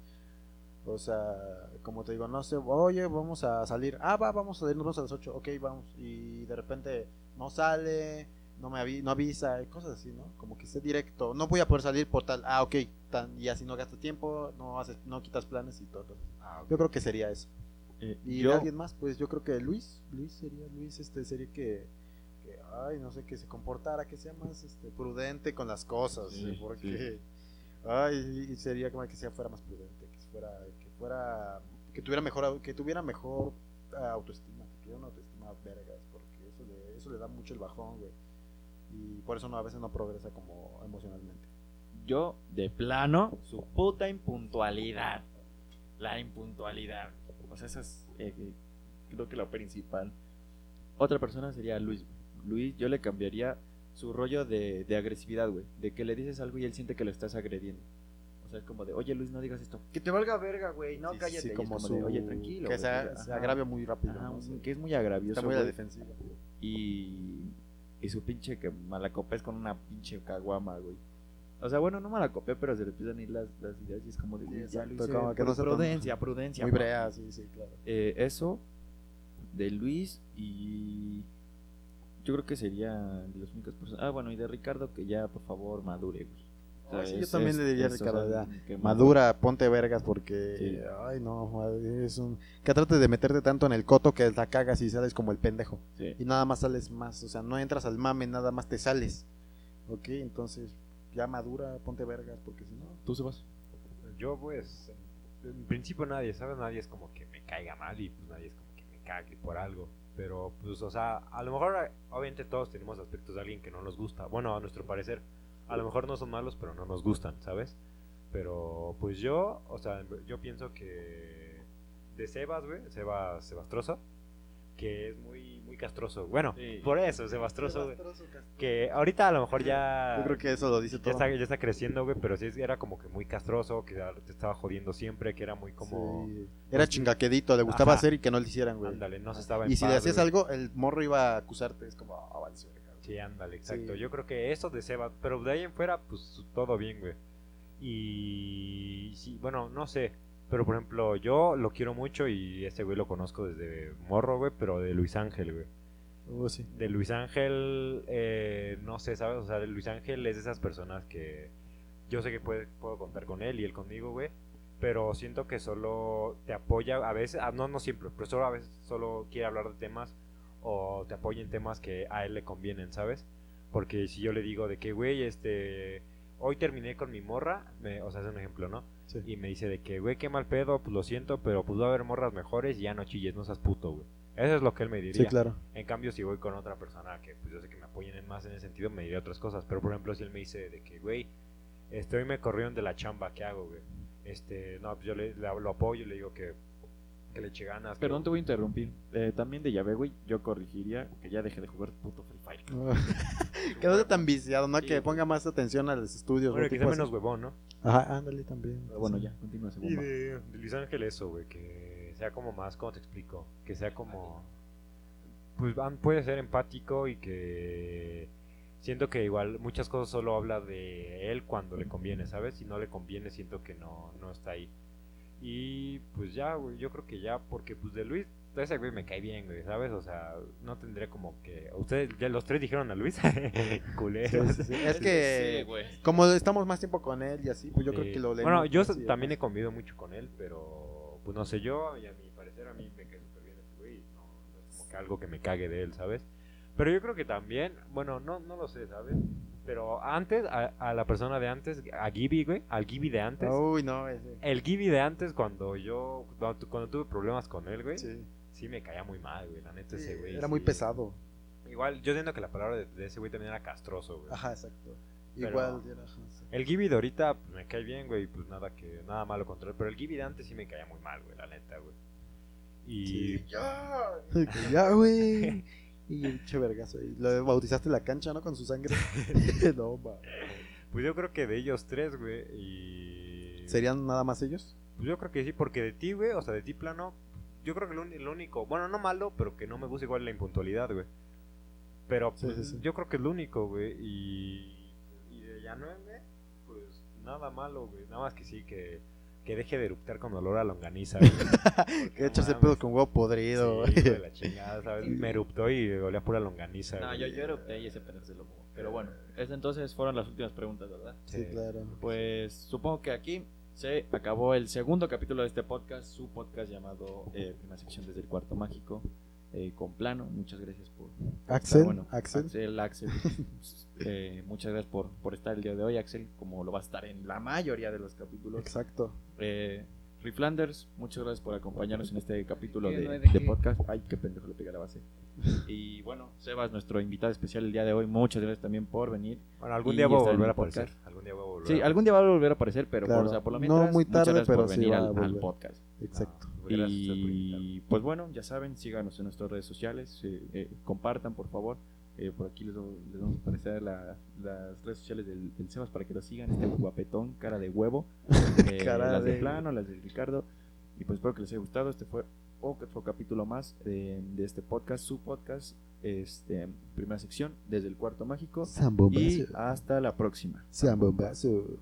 Speaker 5: O sea, como te digo, no sé, oye, vamos a salir. Ah, va, vamos a salir, nos vamos a las 8. Ok, vamos. Y de repente no sale, no me avi- no avisa, y cosas así, ¿no? Como que esté directo. No voy a poder salir por tal. Ah, ok. Tan, y así no gasta tiempo, no haces, no quitas planes y todo. todo. Yo creo que sería eso.
Speaker 1: Ah, Eh,
Speaker 5: Y de
Speaker 1: yo.
Speaker 5: alguien más, pues yo creo que Luis, Luis sería, Luis este sería que, que, ay, no sé, que se comportara, que sea más este, prudente con las cosas,
Speaker 1: Sí,
Speaker 5: eh, porque, ay, y sería como que sea fuera más prudente, que fuera, que fuera, que tuviera mejor, au- que tuviera mejor ah, autoestima, que tuviera una autoestima vergas, porque eso le, eso le da mucho el bajón, güey, y por eso no, a veces no progresa como emocionalmente.
Speaker 1: Yo, de plano, su puta impuntualidad. La impuntualidad. O sea, esa es, eh, eh, creo que la principal. Otra persona sería Luis. güey. Luis, yo le cambiaría su rollo de, de agresividad, güey. De que le dices algo y él siente que lo estás agrediendo. O sea, es como de, oye Luis, no digas esto. Que te valga verga, güey. No,
Speaker 5: Sí, sí,
Speaker 1: cállate.
Speaker 5: sí,
Speaker 1: Y es
Speaker 5: como
Speaker 1: de,
Speaker 5: su-
Speaker 1: oye, tranquilo.
Speaker 5: que
Speaker 1: güey,
Speaker 5: se,
Speaker 1: tranquilo".
Speaker 5: se
Speaker 1: Ajá.
Speaker 5: agravia muy rápido,
Speaker 1: Ajá,
Speaker 5: ¿no?
Speaker 1: un-
Speaker 5: Sí.
Speaker 1: que es muy agravioso.
Speaker 5: está muy a la
Speaker 1: güey.
Speaker 5: defensiva.
Speaker 1: y, y su pinche que malacopés con una pinche caguama, güey. O sea, bueno, no malacopé, pero se le empiezan a ir las, las ideas y es como de,
Speaker 5: Sí,
Speaker 1: "Uy, ya lo
Speaker 5: exacto,
Speaker 1: hice,
Speaker 5: como que
Speaker 1: pru-
Speaker 5: no se toma-
Speaker 1: prudencia, prudencia.
Speaker 5: Muy
Speaker 1: pa".
Speaker 5: brea, sí, sí, claro.
Speaker 1: Eh, eso de Luis y yo creo que sería de las únicas personas. Ah, bueno, y de Ricardo que ya, por favor, madure, güey. O sea,
Speaker 5: Ay, Ah, sí, yo
Speaker 1: es-
Speaker 5: también
Speaker 1: es-
Speaker 5: le diría a
Speaker 1: es, o sea,
Speaker 5: Ricardo, ya,
Speaker 1: que
Speaker 5: Madura, ponte vergas porque,
Speaker 1: Sí.
Speaker 5: ay no, madre, es un... Que trates de meterte tanto en el coto que la cagas y sales como el pendejo.
Speaker 1: Sí.
Speaker 5: Y nada más sales más, o sea, no entras al mame, nada más te sales. Ok, entonces ya madura, ponte vergas porque si no...
Speaker 1: Tú se vas.
Speaker 3: Yo, pues, en principio nadie, ¿sabes? Nadie es como que me caiga mal y pues nadie es como que me cague por algo. Pero, pues, o sea, a lo mejor, obviamente todos tenemos aspectos de alguien que no nos gusta. Bueno, a nuestro parecer, a lo mejor no son malos, pero no nos gustan, ¿sabes? Pero, pues yo, o sea, yo pienso que de Sebas, güey, Sebas, Sebastroso, que es muy, muy castroso. Bueno,
Speaker 1: Sí.
Speaker 3: por eso, Sebastroso, güey. Que ahorita a lo mejor ya...
Speaker 5: Yo creo que eso lo dice
Speaker 3: Ya
Speaker 5: todo.
Speaker 3: está, ya está creciendo, güey, pero sí es- era como que muy castroso, que ya te estaba jodiendo siempre, que era muy como... Pues,
Speaker 5: Sí. Era chingaquedito, le gustaba
Speaker 3: Ajá.
Speaker 5: hacer y que no le hicieran, güey.
Speaker 3: Ándale, no se estaba en
Speaker 5: Y si
Speaker 3: paz,
Speaker 5: le hacías
Speaker 3: güey.
Speaker 5: algo, el morro iba a acusarte, es como, ah, vale, sí, verga, güey.
Speaker 3: Sí, ándale, exacto.
Speaker 5: Sí.
Speaker 3: Yo creo que eso de Seba, pero de ahí en fuera, pues todo bien, güey. Y sí, bueno, no sé. Pero por ejemplo, yo lo quiero mucho y este güey lo conozco desde morro, güey, pero de Luis Ángel, güey.
Speaker 5: Oh, sí.
Speaker 3: de Luis Ángel, eh, no sé, ¿sabes? O sea, de Luis Ángel es de esas personas que yo sé que puede- puedo contar con él y él conmigo, güey. Pero siento que solo te apoya, a veces, ah, no, no siempre, pero solo a veces solo quiere hablar de temas o te apoya en temas que a él le convienen, ¿sabes? Porque si yo le digo de que, güey, este, hoy terminé con mi morra, me- o sea, es un ejemplo, ¿no?
Speaker 2: Sí.
Speaker 3: Y me dice de que, güey, qué mal pedo, pues lo siento, pero pues va a haber morras mejores y ya no chilles, no seas puto, güey. Eso es lo que él me diría.
Speaker 2: Sí, claro.
Speaker 3: En cambio, si voy con otra persona que pues yo sé que me apoyen en más en ese sentido, me diría otras cosas. Pero por ejemplo, si él me dice de que, güey, este, hoy me corrieron de la chamba, ¿qué hago, güey? Este, no, pues yo le, le- lo apoyo, le digo que, que le eche ganas. que-
Speaker 1: Perdón, te voy a interrumpir. Eh, también de Yahvé, güey, yo corrigiría que ya deje de jugar puto Free Fire.
Speaker 2: que no sea tan viciado, ¿no?
Speaker 1: Sí,
Speaker 2: que
Speaker 1: güey.
Speaker 2: ponga más atención a los estudios.
Speaker 3: Bueno,
Speaker 2: ¿no?
Speaker 3: quizá
Speaker 2: Tipo
Speaker 3: menos
Speaker 2: así.
Speaker 3: huevón, ¿no?
Speaker 2: Ajá, ándale también.
Speaker 1: Pero bueno, ya, continúa ese
Speaker 3: Y
Speaker 1: bomba.
Speaker 3: de, de Luis Ángel eso, güey, que sea como más, ¿cómo te explico? Que sea como... Pues van, puede ser empático y que... Siento que igual muchas cosas solo habla de él cuando le conviene, ¿sabes? Si no le conviene, siento que no, no está ahí. Y pues ya, güey, yo creo que ya, porque pues de Luis, ese güey me cae bien, güey, ¿sabes? O sea, no tendría como que... Ustedes, ya los tres dijeron a Luis,
Speaker 2: Sí,
Speaker 3: culeros.
Speaker 2: sí, sí. Es que
Speaker 5: güey.
Speaker 2: como estamos más tiempo con él y así, pues yo creo
Speaker 3: Sí.
Speaker 2: que lo leemos.
Speaker 3: Eh, Bueno, yo
Speaker 2: así,
Speaker 3: también he
Speaker 2: además.
Speaker 3: convivido mucho con él, pero pues no sé, yo y a mi parecer a mí me cae súper bien este güey, no, no es como que algo que me cague de él, ¿sabes? Pero yo creo que también, bueno, no, no lo sé, ¿sabes? Pero antes, a, a la persona de antes, a Gibby, güey, al Gibby de antes,
Speaker 2: Uy, no, ese.
Speaker 3: el Gibby de antes cuando yo, cuando, tu- cuando tuve problemas con él, güey, sí.
Speaker 2: Sí.
Speaker 3: me caía muy mal, güey, la neta
Speaker 2: Sí,
Speaker 3: ese güey.
Speaker 2: Era muy
Speaker 3: sí.
Speaker 2: pesado.
Speaker 3: Igual, yo entiendo que la palabra de, de ese güey también era castroso, güey.
Speaker 2: Ajá, exacto.
Speaker 3: Pero-
Speaker 2: Igual, era, ajá, sí.
Speaker 3: El Gibby de ahorita pues, me cae bien, güey, pues nada que nada malo contra él, pero el Gibby de antes sí me caía muy mal, güey, la neta, güey. Y
Speaker 2: Que ya, güey. Y el che vergazo. Y lo bautizaste la cancha, ¿no? Con su sangre. no, va.
Speaker 3: pues yo creo que de ellos tres, güey, y
Speaker 2: ¿Serían nada más ellos?
Speaker 3: Pues yo creo que sí, porque de ti, güey, o sea, de ti plano, yo creo que lo, uni- lo único, bueno, no malo, pero que no me gusta igual la impuntualidad, güey. Pero
Speaker 2: Sí,
Speaker 3: pues,
Speaker 2: sí, sí.
Speaker 3: yo creo que es lo único, güey, y, y de Yanuel, güey, pues nada malo, güey, nada más que sí, que, que deje de eruptar con olor a longaniza, güey. Porque
Speaker 2: Que
Speaker 3: no
Speaker 2: echas el
Speaker 3: mames.
Speaker 2: pedo con huevo
Speaker 3: Sí,
Speaker 2: podrido, güey.
Speaker 3: hijo de la chingada, ¿sabes? Me eruptó y olía pura longaniza.
Speaker 1: No,
Speaker 3: güey.
Speaker 1: yo, yo erupté y ese pendejo se lo fumó. Pero bueno, esas entonces fueron las últimas preguntas, ¿verdad?
Speaker 2: Sí,
Speaker 3: Sí.
Speaker 2: claro.
Speaker 1: Pues supongo que aquí se acabó el segundo capítulo de este podcast, su podcast llamado eh, Primera Sección desde el Cuarto Mágico, eh, con plano. Muchas gracias por...
Speaker 2: Axel,
Speaker 1: bueno,
Speaker 2: Axel.
Speaker 1: Axel, Axel. Eh, muchas gracias por, por estar el día de hoy, Axel, como lo va a estar en la mayoría de los capítulos.
Speaker 2: Exacto.
Speaker 1: Eh, Riflanders, muchas gracias por acompañarnos en este capítulo
Speaker 4: Sí,
Speaker 1: de,
Speaker 4: no hay de
Speaker 1: de
Speaker 4: qué.
Speaker 1: podcast. Ay, qué pendejo le pegué a la base. Y bueno, Sebas, nuestro invitado especial el día de hoy, muchas gracias también por venir.
Speaker 3: Bueno, algún
Speaker 1: Y
Speaker 3: día voy a
Speaker 1: está en
Speaker 3: volver a
Speaker 1: el podcast.
Speaker 3: aparecer. Algún día voy a volver.
Speaker 1: Sí,
Speaker 3: a-
Speaker 1: algún día va a volver a aparecer, pero
Speaker 2: Claro.
Speaker 1: por, o sea, por lo
Speaker 2: No
Speaker 1: menos.
Speaker 2: muy tarde, pero
Speaker 1: por
Speaker 2: sí
Speaker 1: venir
Speaker 2: va
Speaker 1: al-
Speaker 2: a
Speaker 1: al,
Speaker 2: volver.
Speaker 1: podcast.
Speaker 3: No,
Speaker 2: Exacto.
Speaker 3: gracias a ustedes por invitarme.
Speaker 1: Y pues bueno, ya saben, síganos en nuestras redes sociales, eh, eh, compartan por favor. Eh, por aquí les, do- les vamos a aparecer la- las redes sociales del, del Sebas para que lo sigan, este guapetón, cara de huevo, eh,
Speaker 2: Cara
Speaker 1: las de...
Speaker 2: de-
Speaker 1: plano, las de Ricardo. Y pues espero que les haya gustado, este fue otro capítulo más eh, de este podcast, su podcast, este, primera sección, desde el cuarto mágico.
Speaker 2: Sean
Speaker 1: Y
Speaker 2: bombazo.
Speaker 1: hasta la próxima.
Speaker 2: Sean bombazo.